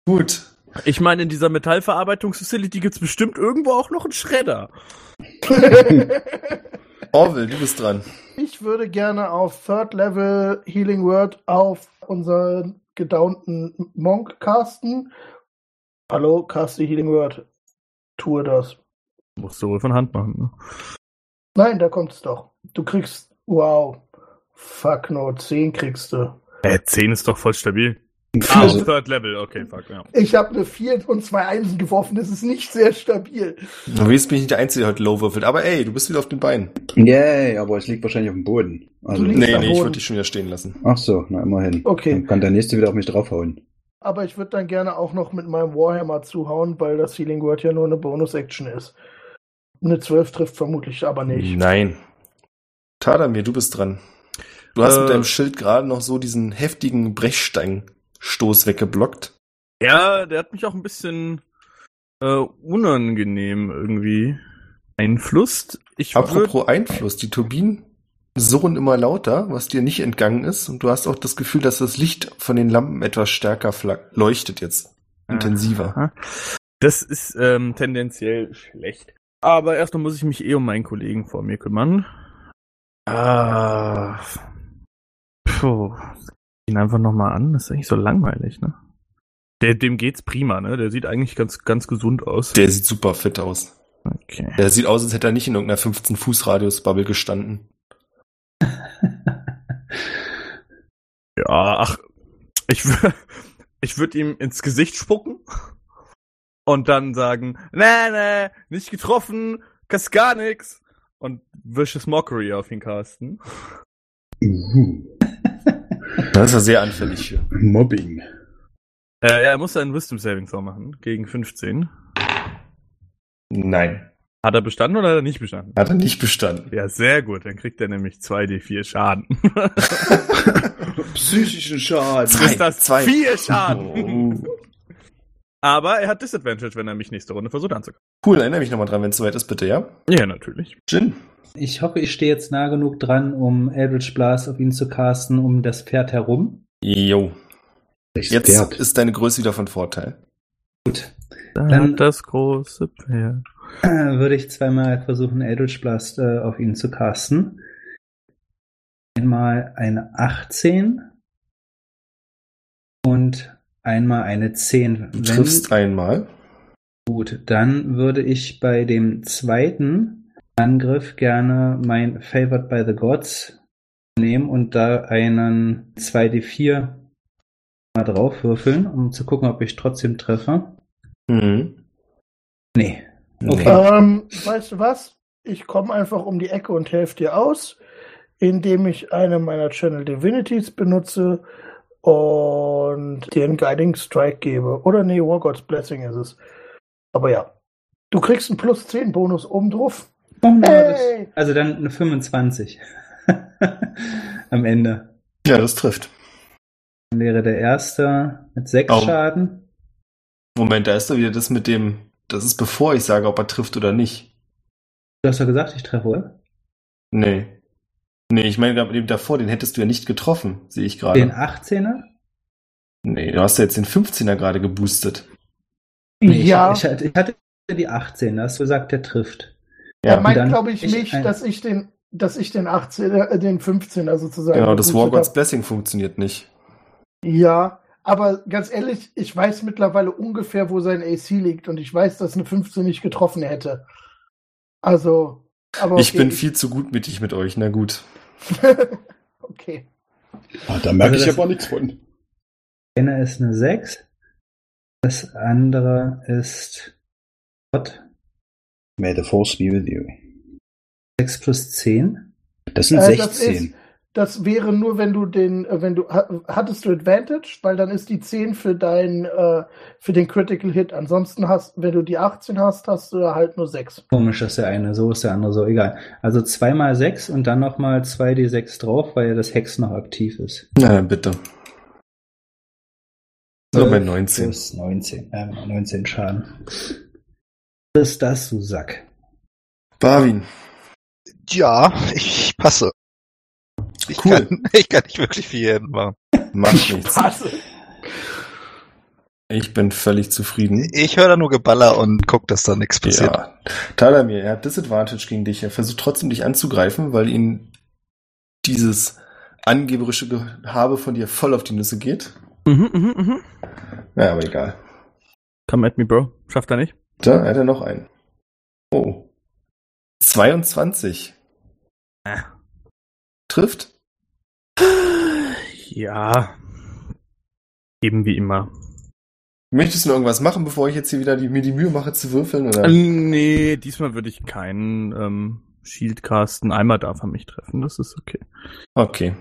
Gut.
Ich meine, in dieser Metallverarbeitungsfacility gibt's bestimmt irgendwo auch noch einen Schredder.
Orwell, du bist dran.
[laughs] ich würde gerne auf Third Level Healing Word auf unseren gedownten Monk casten. Hallo, caste Healing Word. Tue das.
Musst du wohl von Hand machen, ne?
Nein, da kommt es doch. Du kriegst, wow, fuck no, 10 kriegst du.
Äh, 10 ist doch voll stabil. Ah, auf
Also,
Third Level, okay, fuck, ja.
Ich habe eine 4 und zwei Einsen geworfen, das ist nicht sehr stabil.
Du weißt, bin ich nicht der Einzige, der heute low würfelt. Aber ey, du bist wieder auf den Beinen.
yay, aber es liegt wahrscheinlich auf dem Boden. Also,
Du liegst-
Nee,
am
nee, ich
Boden.
würde dich schon wieder stehen lassen.
ach so, na immerhin.
Okay.
Dann kann der nächste wieder auf mich draufhauen.
Aber ich würde dann gerne auch noch mit meinem Warhammer zuhauen, weil das Healing Word ja nur eine Bonus-Action ist. Eine 12 trifft vermutlich aber nicht.
Nein. Tadamir, du bist dran. Du hast mit
Äh.
deinem Schild gerade noch so diesen heftigen Brechsteinstoß weggeblockt.
Ja, der hat mich auch ein bisschen äh, unangenehm irgendwie einflusst. Ich würd-
Apropos Einfluss, die Turbinen surren immer lauter, was dir nicht entgangen ist. Und du hast auch das Gefühl, dass das Licht von den Lampen etwas stärker flack- leuchtet jetzt. Intensiver.
Aha. Das ist ähm, tendenziell schlecht. Aber erstmal muss ich mich eh um meinen Kollegen vor mir kümmern. Ah. Puh. Ihn einfach nochmal an. Das ist eigentlich so langweilig, ne? Der, dem geht's prima, ne? Der sieht eigentlich ganz, ganz gesund aus.
Der sieht super fit aus.
okay.
Der sieht aus, als hätte er nicht in irgendeiner 15-Fuß-Radius-Bubble gestanden.
Ja, ach. Ich, wür- ich würde ihm ins Gesicht spucken und dann sagen, nee, nee, nicht getroffen, kannst gar nix. Und Vicious Mockery auf ihn casten.
Uhu.
Da ist er sehr anfällig für.
Mobbing.
Äh, ja, er muss einen Wisdom Saving Throw machen, gegen 15.
Nein.
Hat er bestanden oder hat er nicht bestanden?
Hat er nicht
[laughs]
bestanden.
Ja, sehr gut. Dann kriegt er nämlich 2d4 Schaden.
Psychischen Schaden.
Jetzt ist das
zwei.
4 Schaden.
Oh.
Aber er hat Disadvantage, wenn er mich nächste Runde versucht anzugreifen.
Cool, erinnere mich nochmal dran, wenn es soweit ist, bitte, ja?
Ja, natürlich.
Jin.
Ich hoffe, ich stehe jetzt nah genug dran, um Eldritch Blast auf ihn zu casten, um das Pferd herum.
Jo.
Ich
Jetzt
sterb.
ist deine Größe wieder von Vorteil.
Gut.
Da
Dann-
hat das große Pferd.
Äh, Würde ich zweimal versuchen, Eldritch Blast äh, auf ihn zu casten. Einmal eine 18 und einmal eine 10.
Du triffst einmal.
Gut, dann würde ich bei dem zweiten Angriff gerne mein Favored by the Gods nehmen und da einen 2d4 mal draufwürfeln, um zu gucken, ob ich trotzdem treffe.
Mhm.
Nee.
Okay.
Ähm, weißt du was? Ich komme einfach um die Ecke und helfe dir aus, indem ich eine meiner Channel Divinities benutze und dir einen Guiding Strike gebe. Oder nee, War God's Blessing ist es. Aber ja. Du kriegst einen plus 10 Bonus oben drauf.
Oh, na,
Hey!
das, also dann eine 25 [laughs] am Ende.
Ja, das trifft.
Dann wäre der erste mit 6
Au.
Schaden.
Moment, da ist doch wieder das mit dem. Das ist bevor ich sage, ob er trifft oder nicht.
Du hast doch gesagt, ich treffe, oder?
Nee. Nee, ich meine gerade mit dem davor, den hättest du ja nicht getroffen, sehe ich
Den
gerade.
18er?
Nee, du hast ja jetzt den 15er gerade geboostet.
Nee,
ja,
Ich, ich, ich hatte die 18, da hast du gesagt, der trifft.
er
Ja,
und
meint,
dann
glaube ich,
ich
nicht,
ein-
dass ich den, dass ich den 18, äh, den 15er sozusagen.
genau, das War
geboostet
God's
hab.
Blessing funktioniert nicht.
Ja, aber ganz ehrlich, ich weiß mittlerweile ungefähr, wo sein AC liegt und ich weiß, dass eine 15 nicht getroffen hätte. Also, aber
Ich
okay,
bin viel zu gutmütig mit euch, na gut.
okay.
Ah, da merke
Also
ich
das-
aber nichts von.
eine ist eine 6. Das andere ist Gott.
May the force be with you.
6 plus 10.
Das sind
Äh, das
16.
Das wäre nur, wenn du den, äh, wenn du ha- hattest du Advantage, weil dann ist die 10 für dein äh, für den Critical Hit. Ansonsten hast, wenn du die 18 hast, hast du halt nur 6.
Komisch, dass der eine so ist, der andere so. Egal. Also 2 mal 6 und dann nochmal 2d6 drauf, weil ja das Hex noch aktiv ist.
Na dann bitte. Nur bei 19.
Plus 19. Äh, 19 Schaden. Was ist das, du Sack?
Barwin.
Ja, ich passe. Ich,
Cool.
kann, [laughs] ich kann nicht wirklich viel machen.
Macht nichts.
Passe.
Ich bin völlig zufrieden.
Ich höre da nur Geballer und guck, dass da nichts passiert.
Ja. Talamir, er hat Disadvantage gegen dich. Er versucht trotzdem, dich anzugreifen, weil ihn dieses angeberische Gehabe von dir voll auf die Nüsse geht.
Mhm, mhm, mhm.
Naja, aber egal.
Come at me, Bro. Schafft er nicht?
Da hat er noch einen. Oh. 22.
Ah.
Trifft?
Ja. Eben wie immer.
Möchtest du noch irgendwas machen, bevor ich jetzt hier wieder die, mir die Mühe mache zu würfeln? Oder?
Äh, Ähm, Nee, diesmal würde ich keinen ähm, Shield casten. Einmal darf er mich treffen, das ist okay.
Okay.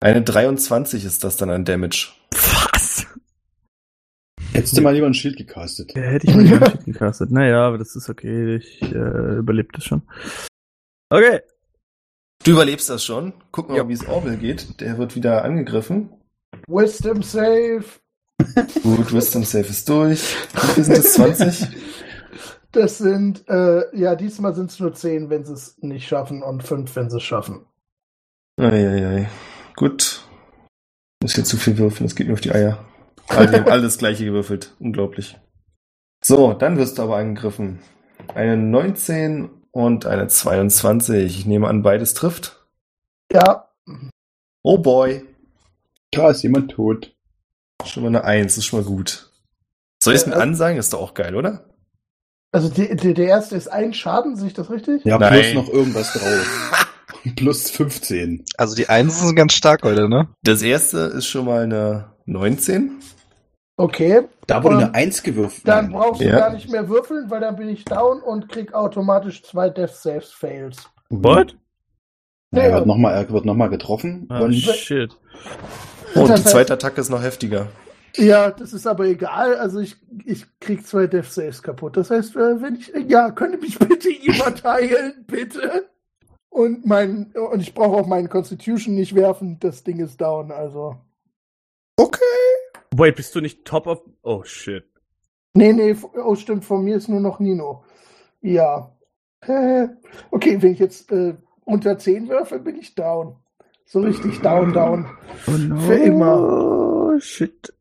Eine 23 ist das dann an Damage.
Was?
Hättest du mal lieber ein Schild gecastet.
Ja, hätte ich mal nicht Shield gecastet. Naja, aber das ist okay. Ich äh, überlebe das schon. Okay.
Du überlebst das schon. Gucken wir
Ja.
mal, wie es Orwell geht. Der wird wieder angegriffen.
Wisdom Save.
Gut, Wisdom Safe ist durch. Wie viel sind das? 20?
Das sind, äh, ja, diesmal sind es nur 10, wenn sie es nicht schaffen und 5, wenn sie es schaffen.
Eieiei. Gut. Muss hier zu viel würfeln, das geht mir auf die Eier. Ah, die haben alle das gleiche gewürfelt. Unglaublich. So, dann wirst du aber angegriffen. Eine 19 und eine 22. Ich nehme an, beides trifft.
Ja,
Oh boy.
Da ist jemand tot.
Schon mal eine Eins, ist schon mal gut. Soll ich es mit
Ja, äh,
ansagen? Ist doch auch geil, oder?
Also die, die, der erste ist ein Schaden, sehe ich das richtig?
Ja,
Nein.
plus noch irgendwas drauf. [laughs] plus 15.
Also die Einsen sind ganz stark heute, ne?
Das erste ist schon mal eine 19.
Okay,
Da wurde
Ähm,
eine 1 gewürfelt.
dann
Nein.
brauchst du
Ja.
gar nicht mehr würfeln, weil dann bin ich down und krieg automatisch zwei Death Saves Fails.
What?
Mhm. Ja, Er
Ja.
wird nochmal er wird noch mal getroffen.
Ah,
und
shit.
Oh, und
Das
die
heißt-
zweite Attacke ist noch heftiger.
Ja, das ist aber egal. Also ich, ich krieg zwei Death Saves kaputt. Das heißt, äh, wenn ich. Ja, könnte mich [laughs] bitte jemand heilen, bitte. Und mein, und ich brauche auch meinen Constitution nicht werfen, das Ding ist down, also.
Wait, bist du nicht top of. Oh, shit.
Nee, nee, f- oh stimmt, von mir ist nur noch Nino. Ja. Äh, Okay, wenn ich jetzt äh, unter 10 würfe, bin ich down. So richtig down, down.
Oh no.
Für
immer. Shit.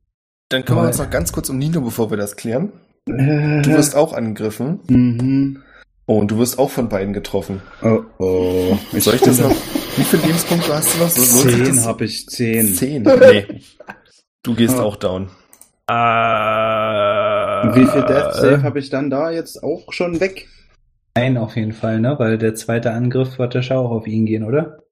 Dann kümmern wir
Geil.
uns noch ganz kurz um Nino, bevor wir das klären.
Äh,
Du wirst auch angegriffen.
Mhm.
Oh, und du wirst auch von beiden getroffen.
Oh, oh.
Soll ich das noch? Wie viele Lebenspunkte hast du noch? So- so-
Zehn habe ich, zehn.
Zehn. [laughs] Nee. Du gehst auch down.
Äh,
Wie viel Death Save habe ich dann da jetzt auch schon weg?
Ein auf jeden Fall, ne? Weil der zweite Angriff wird der Schau auch auf ihn gehen, oder?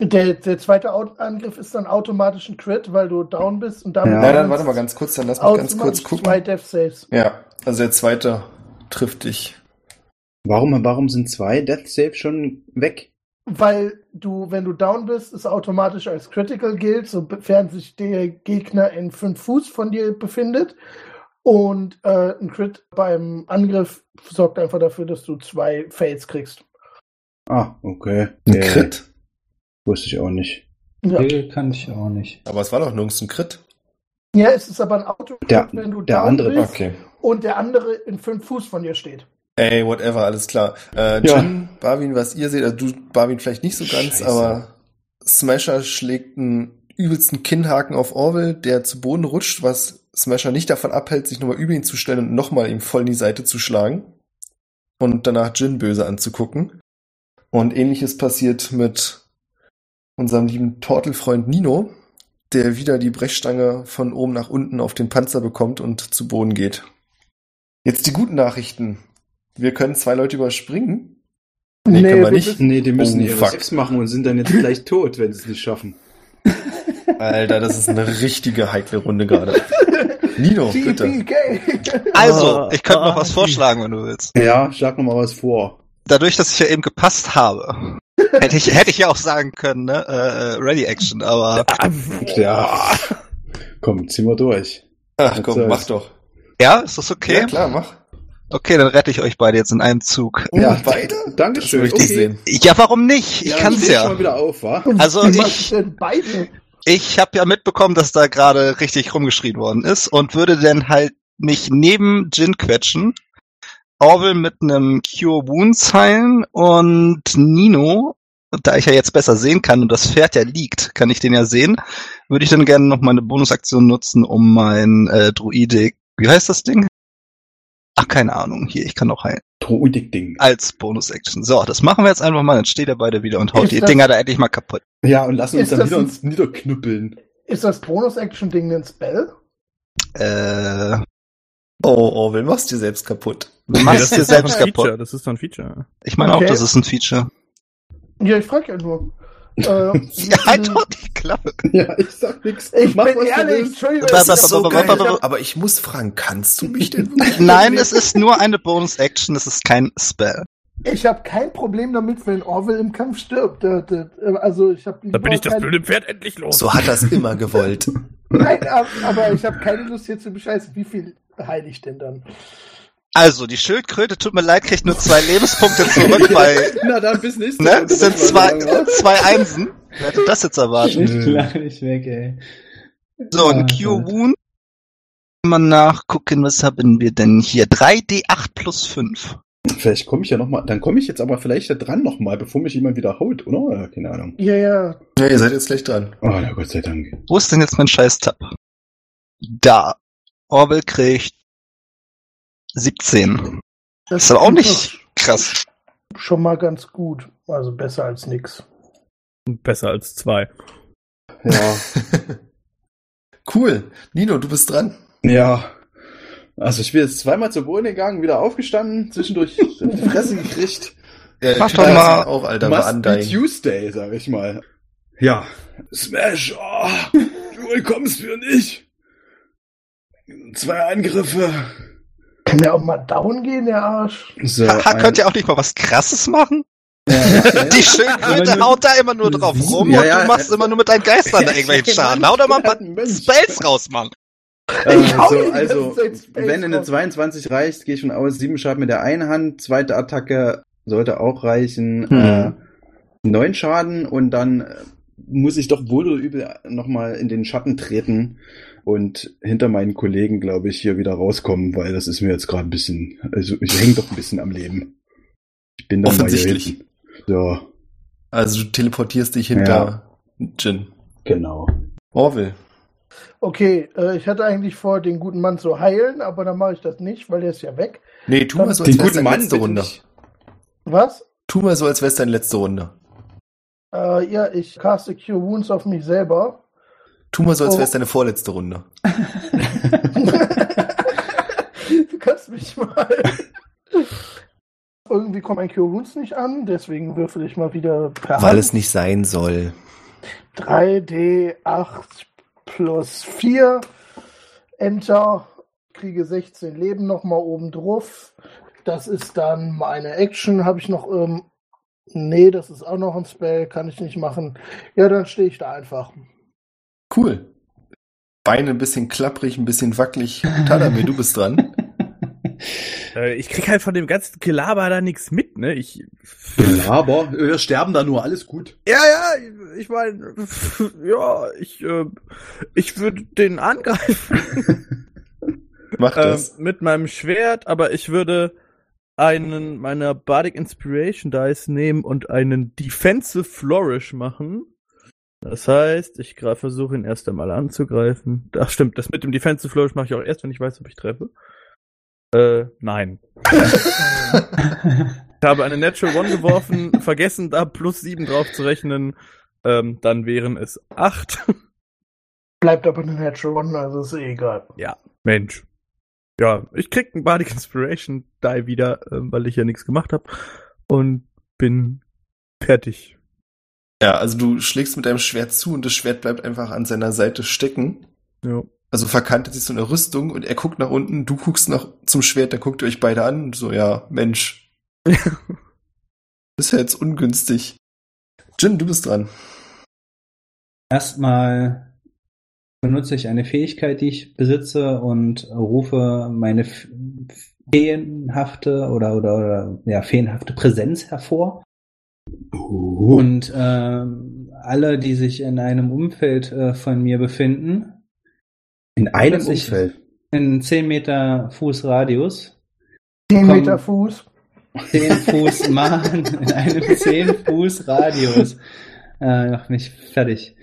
Der, der zweite Au- Angriff ist dann automatisch ein Crit, weil du down bist und damit.
Ja.
Nein, nein, warte mal ganz kurz, dann lass mich ganz kurz
automatisch Zwei
gucken.
Death Saves.
Ja, also der zweite trifft dich.
Warum, warum sind zwei Death Save schon weg?
Weil du, wenn du down bist, es automatisch als Critical gilt, sofern sich der Gegner in fünf Fuß von dir befindet. Und äh, ein Crit beim Angriff sorgt einfach dafür, dass du zwei Fails kriegst.
Ah, okay.
Ein
Äh,
Crit?
Wusste ich auch nicht.
Ja,
Nee, kann ich auch nicht.
Aber es war doch nirgends ein Crit.
ja es ist aber ein Auto,
Der-
wenn du
der
down
andere-
bist und der andere in fünf Fuß von dir steht.
Ey, whatever, alles klar. Äh,
Ja.
Jin, Barwin, was ihr seht, also du, Barwin vielleicht nicht so ganz,
Scheiße.
aber Smasher schlägt einen übelsten Kinnhaken auf Orwell, der zu Boden rutscht, was Smasher nicht davon abhält, sich nochmal über ihn zu stellen und nochmal ihm voll in die Seite zu schlagen und danach Jin böse anzugucken. Und ähnliches passiert mit unserem lieben Tortelfreund Nino, der wieder die Brechstange von oben nach unten auf den Panzer bekommt und zu Boden geht. Jetzt die guten Nachrichten. Wir können zwei Leute überspringen. Nee,
Nee,
können wir
wir
nicht.
Nee, die müssen
Oh,
ihre
fuck.
Saves machen und sind dann jetzt gleich tot, wenn sie es nicht schaffen.
Alter, das ist eine richtige heikle Runde gerade. Nino, bitte.
[laughs]
TPK!
Also,
Ah,
ich könnte noch [laughs]
ah,
was vorschlagen, wenn du willst.
Ja, schlag nochmal was vor.
dadurch, dass ich ja eben gepasst habe, hätte ich, hätte ich ja auch sagen können, ne? Äh, äh, Ready Action, aber
Ja. Komm, ziehen wir durch.
Ach
Was
komm,
soll's?
mach doch.
ja, ist das okay?
Ja, klar, mach.
Okay, dann rette ich euch beide jetzt in einem Zug.
Oh,
Ja,
beide? Das
Dankeschön.
möchte ich
okay.
sehen.
Ja, warum nicht? Ich kann's
steh
ja.
schon wieder auf, wa?
Also
Wie machst
ich-
du denn beide?
Ich habe ja mitbekommen, dass da gerade richtig rumgeschrien worden ist und würde dann halt mich neben Jin quetschen, Orwell mit einem Cure Wounds heilen und Nino, da ich ja jetzt besser sehen kann und das Pferd ja liegt, kann ich den ja sehen, würde ich dann gerne noch meine Bonusaktion nutzen, um mein äh, Druidik, wie heißt das Ding? Ach, keine Ahnung, hier, ich kann auch heilen.
Droidik-Ding.
Als Bonus-Action. So, das machen wir jetzt einfach mal, dann steht er beide wieder und haut
Ist
die
das-
Dinger da endlich mal kaputt.
Ja, [laughs] und lassen uns
Ist
dann
das
wieder
ein-
uns niederknüppeln.
Ist das Bonus-Action-Ding ein Spell?
Äh,
Oh, Orwell, machst dir selbst kaputt.
du machst dir
doch ein
selbst kaputt.
Feature. Das ist doch ein Feature.
Ich meine
Okay.
auch, das ist ein Feature.
Ja, ich frage
[laughs]
ja nur. Äh,
halt doch die Klappe.
[laughs] Ja, ich sag nix.
Ich
Mach,
bin
was du
ehrlich,
willst.
Entschuldigung.
Ba,
Das
ba,
ist so
ba, ba,
geil.
ba, ba, ba.
Aber ich muss fragen, kannst du mich denn
[laughs]
wirklich?
Nein, es ist nur eine Bonus-Action, es ist kein Spell.
Ich habe kein Problem damit, wenn Orwell im Kampf stirbt. Da- da- Also ich habe
Da bin ich das
kein,
blöde Pferd endlich los.
So hat das immer gewollt.
Nein, ab- aber ich habe keine Lust hier zu bescheißen, wie viel heile ich denn dann?
Also, die Schildkröte, tut mir leid, kriegt nur zwei Lebenspunkte zurück, weil,
Na dann, bis nächste
ne,
Runde,
es sind
das
zwei,
war lang, wa?
zwei Einsen. Wer hätte das jetzt erwartet?
Ich lach mich weg, ey.
So, ein
Ah,
Cure
Gott.
Wound. Mal nachgucken, was haben wir denn hier? 3d8 plus 5.
Vielleicht komme ich ja nochmal, dann komme ich jetzt aber vielleicht da dran nochmal, bevor mich jemand wieder haut, oder? Ja, keine Ahnung.
Ja, ja.
Ja, ihr seid jetzt gleich dran.
Oh, na Gott sei Dank.
Wo ist denn jetzt mein scheiß Tab? Da. Orbel kriegt 17.
Das
Ist aber auch
klingt
nicht krass.
doch Schon mal ganz gut. Also besser als nix.
Besser als zwei.
Ja.
Cool. Nino, du bist dran.
Ja. Also ich bin jetzt zweimal zu Boden gegangen, wieder aufgestanden, zwischendurch [laughs] in die Fresse gekriegt.
Äh,
Mach
Peter
doch mal-
ist auch alter war
Must be
Undying.
Tuesday, sag ich mal. Ja. Smash! Oh, du kommst für nicht! Zwei Angriffe.
Kann der auch mal down gehen, der Arsch?
So,
Haha,
Äh, ein-
könnt ihr auch nicht mal was Krasses machen?
Ja,
[laughs] Die Schildkröte
nur-
haut da immer nur drauf
Sieben,
rum
ja,
und
ja,
du machst
äh,
immer nur mit deinen Geistern [laughs] da irgendwelchen Schaden. Hau doch mal ein paar Spells raus, Mann.
Äh,
Ich hau
so,
dir die [laughs]
also,
ganze Zeit Space
wenn eine
raus.
22 reicht, gehe ich von aus, sieben Schaden mit der einen Hand, zweite Attacke sollte auch reichen,
Hm.
äh, neun Schaden und dann äh, muss ich doch wohl oder übel nochmal in den Schatten treten und hinter meinen Kollegen, glaube ich, hier wieder rauskommen, weil das ist mir jetzt gerade ein bisschen, also ich hänge doch ein bisschen am Leben. Ich bin doch mal hier
Offensichtlich.
hinten. So,
Also du teleportierst dich hinter Jin.
genau.
Orwell.
Okay, äh, ich hatte eigentlich vor, den guten Mann zu heilen, aber dann mache ich das nicht, weil der ist ja weg.
Nee, tu mal so, als
Den
wär's
guten
deine
Mann,
letzte
bitte
Runde.
nicht.
Was?
Tu mal so, als wär's deine letzte Runde.
Äh, ja, ich caste Cure Wounds auf mich selber.
Tu mal so, als
Oh.
wär's deine vorletzte Runde.
du kannst mich mal. Irgendwie kommt ein Cure Wounds nicht an, deswegen würfel ich mal wieder per
Weil
Hand.
es nicht sein soll.
3D8 plus 4. Enter. Kriege 16 Leben nochmal oben drauf. Das ist dann meine Action. Habe ich noch. Ähm, nee, das ist auch noch ein Spell. Kann ich nicht machen. Ja, dann stehe ich da einfach.
Cool. Beine ein bisschen klapprig, ein bisschen wackelig. Tadamir, du bist dran.
Äh, ich krieg halt von dem ganzen Gelaber da nichts mit, ne? Ich.
Aber wir sterben da nur, alles gut.
Ja, ja, ich meine, ja, ich, äh, ich würde den angreifen
Mach
äh,
das.
mit meinem Schwert, aber ich würde einen meiner Bardic Inspiration Dice nehmen und einen Defensive Flourish machen. Das heißt, ich gra- versuche ihn erst einmal anzugreifen. Ach stimmt, das mit dem Defensive Flourish mache ich auch erst, wenn ich weiß, ob ich treffe. Äh, nein. Ich habe eine Natural One geworfen, vergessen da plus sieben drauf zu rechnen. Ähm, dann wären es acht.
Bleibt aber eine Natural One, also ist eh egal.
Mensch. Ja, ich krieg einen Bardic Inspiration Die wieder, ähm, weil ich ja nichts gemacht habe. Und bin fertig.
Ja, also du schlägst mit deinem Schwert zu und das Schwert bleibt einfach an seiner Seite stecken.
Ja.
Also verkantet sich so eine Rüstung und er guckt nach unten, du guckst nach zum Schwert, dann guckt ihr euch beide an und so, ja, Mensch. ist ja jetzt ungünstig. Jin, du bist dran.
Erstmal benutze ich eine Fähigkeit, die ich besitze und rufe meine f- feenhafte oder, oder, oder ja, feenhafte Präsenz hervor.
Oh.
Und ähm, alle, die sich in einem Umfeld äh, von mir befinden,
In einem
Plötzlich-
Umfeld.
in 10 Meter Fußradius,
10
Komm.
Meter Fuß.
10 Fuß Mann, in einem 10 Fuß Radius, äh, noch nicht fertig,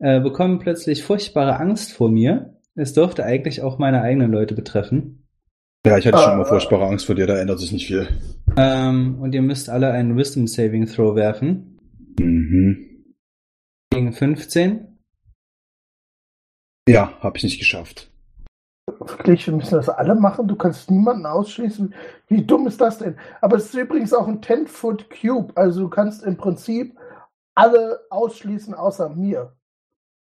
äh, bekommen plötzlich furchtbare Angst vor mir. Es dürfte eigentlich auch meine eigenen Leute betreffen.
Ja, ich hatte schon
Ah.
immer furchtbare Angst vor dir, da ändert sich nicht viel.
Ähm, und ihr müsst alle einen Wisdom Saving Throw werfen.
Mhm.
Gegen 15.
Ja, habe ich nicht geschafft.
Wirklich, wir müssen das alle machen. Du kannst niemanden ausschließen. Wie dumm ist das denn? Aber es ist übrigens auch ein 10-Foot Cube. Also du kannst im Prinzip alle ausschließen außer mir.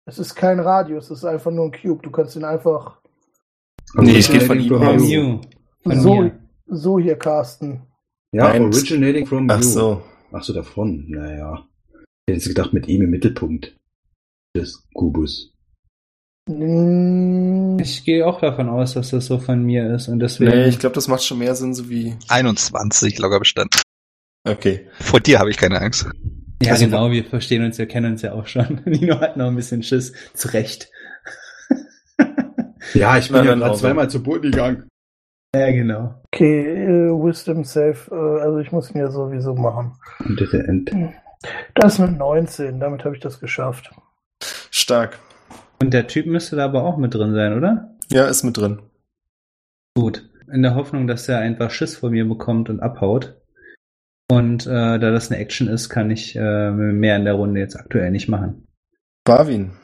Es ist kein Radius, es ist einfach nur ein Cube. Du kannst ihn einfach
Also
Nee, es geht von ihm
From
aus.
you. Von
so,
mir.
so hier casten.
Ja,
Nein.
originating from
Ach
you.
so.
Ach so, davon. Naja. Ich hätte jetzt gedacht, mit ihm im Mittelpunkt des Kubus.
Mm,
Ich gehe auch davon aus, dass das so von mir ist und deswegen.
Nee, ich glaube, das macht schon mehr Sinn, so wie.
21 locker bestand.
Okay.
Vor dir habe ich keine Angst.
ja,
also-
genau, wir verstehen uns, wir kennen uns ja auch schon. [laughs] Nino hat noch ein bisschen Schiss. Zu Recht.
Ja, ich bin
Nein,
ja
nein,
gerade
auch.
zweimal zu Boden gegangen.
ja, genau.
Okay, äh, Wisdom Save. Äh, also ich muss mir sowieso machen.
Und der End.
Das mit 19, damit habe ich das geschafft.
Stark.
Und der Typ müsste da aber auch mit drin sein, oder?
Ja, ist mit drin.
Gut. In der Hoffnung, dass er einfach Schiss von mir bekommt und abhaut. Und äh, da das eine Action ist, kann ich äh, mehr in der Runde jetzt aktuell nicht machen.
Barwin.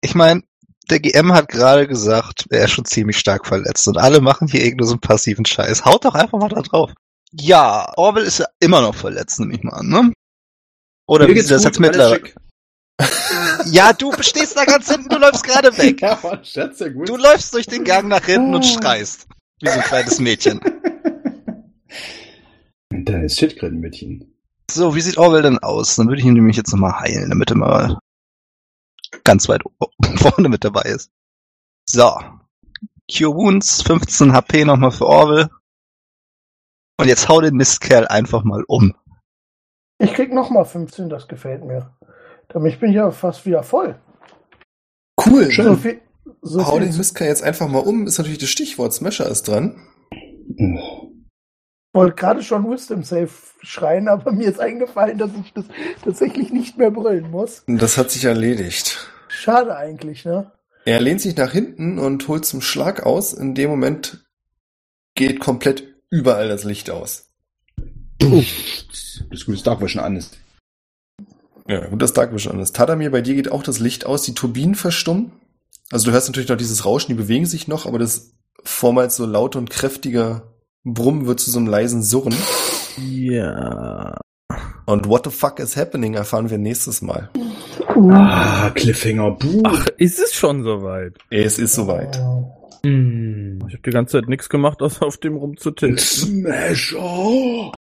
Ich meine, der GM hat gerade gesagt, er ist schon ziemlich stark verletzt und alle machen hier irgendeinen so einen passiven Scheiß. Haut doch einfach mal da drauf. Ja, Orwell ist ja immer noch verletzt, nehme ich mal an, ne? Oder wie ist das jetzt mittlerweile? Ja, du stehst da ganz hinten, du läufst gerade weg.
Ja, Mann, Schatz, sehr gut.
Du läufst durch den Gang nach hinten und schreist. Wie so ein kleines Mädchen.
Da ist Shit drin, Mädchen.
So, wie sieht Orwell denn aus? Dann würde ich ihn nämlich jetzt nochmal heilen, damit er mal ganz weit o- [laughs] vorne mit dabei ist. So. Cure Wounds, 15 HP nochmal für Orwell. Und jetzt hau den Mistkerl einfach mal um.
Ich krieg nochmal 15, das gefällt mir. Damit bin ich ja fast wieder voll.
Cool.
So viel, so
Hau den
viel
Miska jetzt einfach mal um, ist natürlich das Stichwort. Smasher ist dran.
wollte gerade schon Wisdom Save schreien, aber mir ist eingefallen, dass ich das tatsächlich nicht mehr brüllen muss.
Und das hat sich erledigt.
Schade eigentlich, ne?
Er lehnt sich nach hinten und holt zum Schlag aus. In dem Moment geht komplett überall das Licht aus.
Das gute Star Wars schon an ist.
Ja, gut, das Dark Vision an ist. Tadamir, bei dir geht auch das Licht aus, die Turbinen verstummen. Also du hörst natürlich noch dieses Rauschen, die bewegen sich noch, aber das vormals so laute und kräftige Brummen wird zu so einem leisen Surren.
Ja.
Und what the fuck is happening, erfahren wir nächstes Mal.
Ah, Cliffhanger, buh.
Ach, ist es schon soweit?
Es ist soweit.
Hm.
Ich habe die ganze Zeit nichts gemacht, außer auf dem [laughs] rumzutippen.
Smash, oh.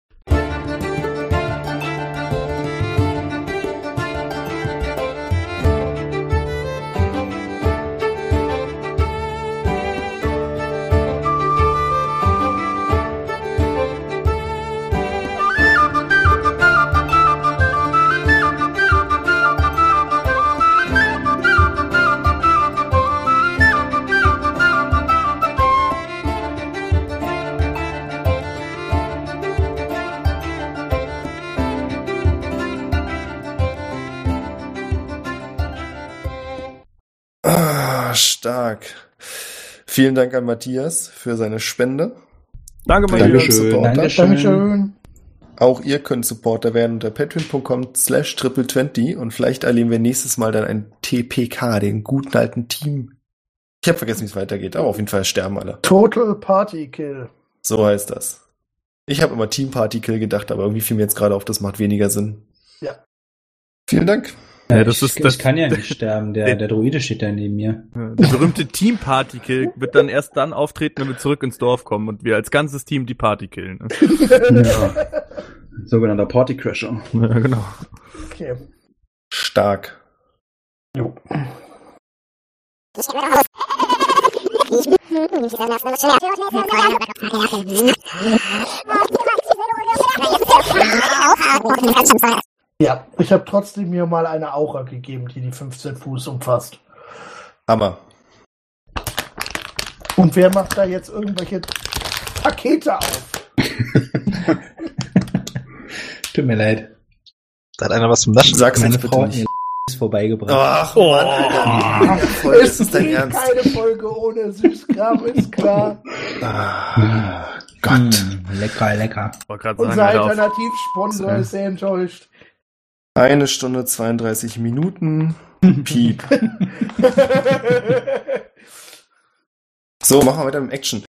Ah, stark. Vielen Dank an Matthias für seine Spende.
Danke, mein
Dankeschön.
Lieber.
Supporter.
Dankeschön.
Auch ihr könnt Supporter werden unter patreon.com slash triple20 und vielleicht erleben wir nächstes Mal dann ein TPK, den guten alten Team. Ich habe vergessen, wie es weitergeht, aber auf jeden Fall sterben alle.
Total Party Kill.
So heißt das. Ich habe immer Team Party Kill gedacht, aber irgendwie fiel mir jetzt gerade auf, das macht weniger Sinn.
Ja.
Vielen Dank.
Ja, das
ich,
ist
ich
das-
kann ja nicht sterben, der, der Druide steht da neben mir. [laughs]
Der berühmte Team Party Kill wird dann erst dann auftreten, wenn wir zurück ins Dorf kommen und wir als ganzes Team die Party killen. ne?
Ja. Sogenannter Party Crasher.
Ja, genau.
Okay.
Stark.
Ja, ich habe trotzdem mir mal eine Aura gegeben, die die 15 Fuß umfasst.
Hammer.
Und wer macht da jetzt irgendwelche Pakete auf?
Tut mir leid.
Da hat einer was zum Naschen.
Sag's
Meine
jetzt bitte
Frau hat
nicht.
mir [laughs] vorbeigebracht.
Ach, Mann, Alter. Oh. [laughs] Voll, ist das dein
gibt
Ernst?
keine Folge ohne Süßkram, ist klar.
Ah, Gott.
Hm, lecker, lecker.
Ich wollte gerade sagen,
Unser
Alter, auf-
Alternativsponsor ist sehr
[laughs]
enttäuscht.
Eine Stunde 32 Minuten. Piep. So, machen wir weiter mit dem Action.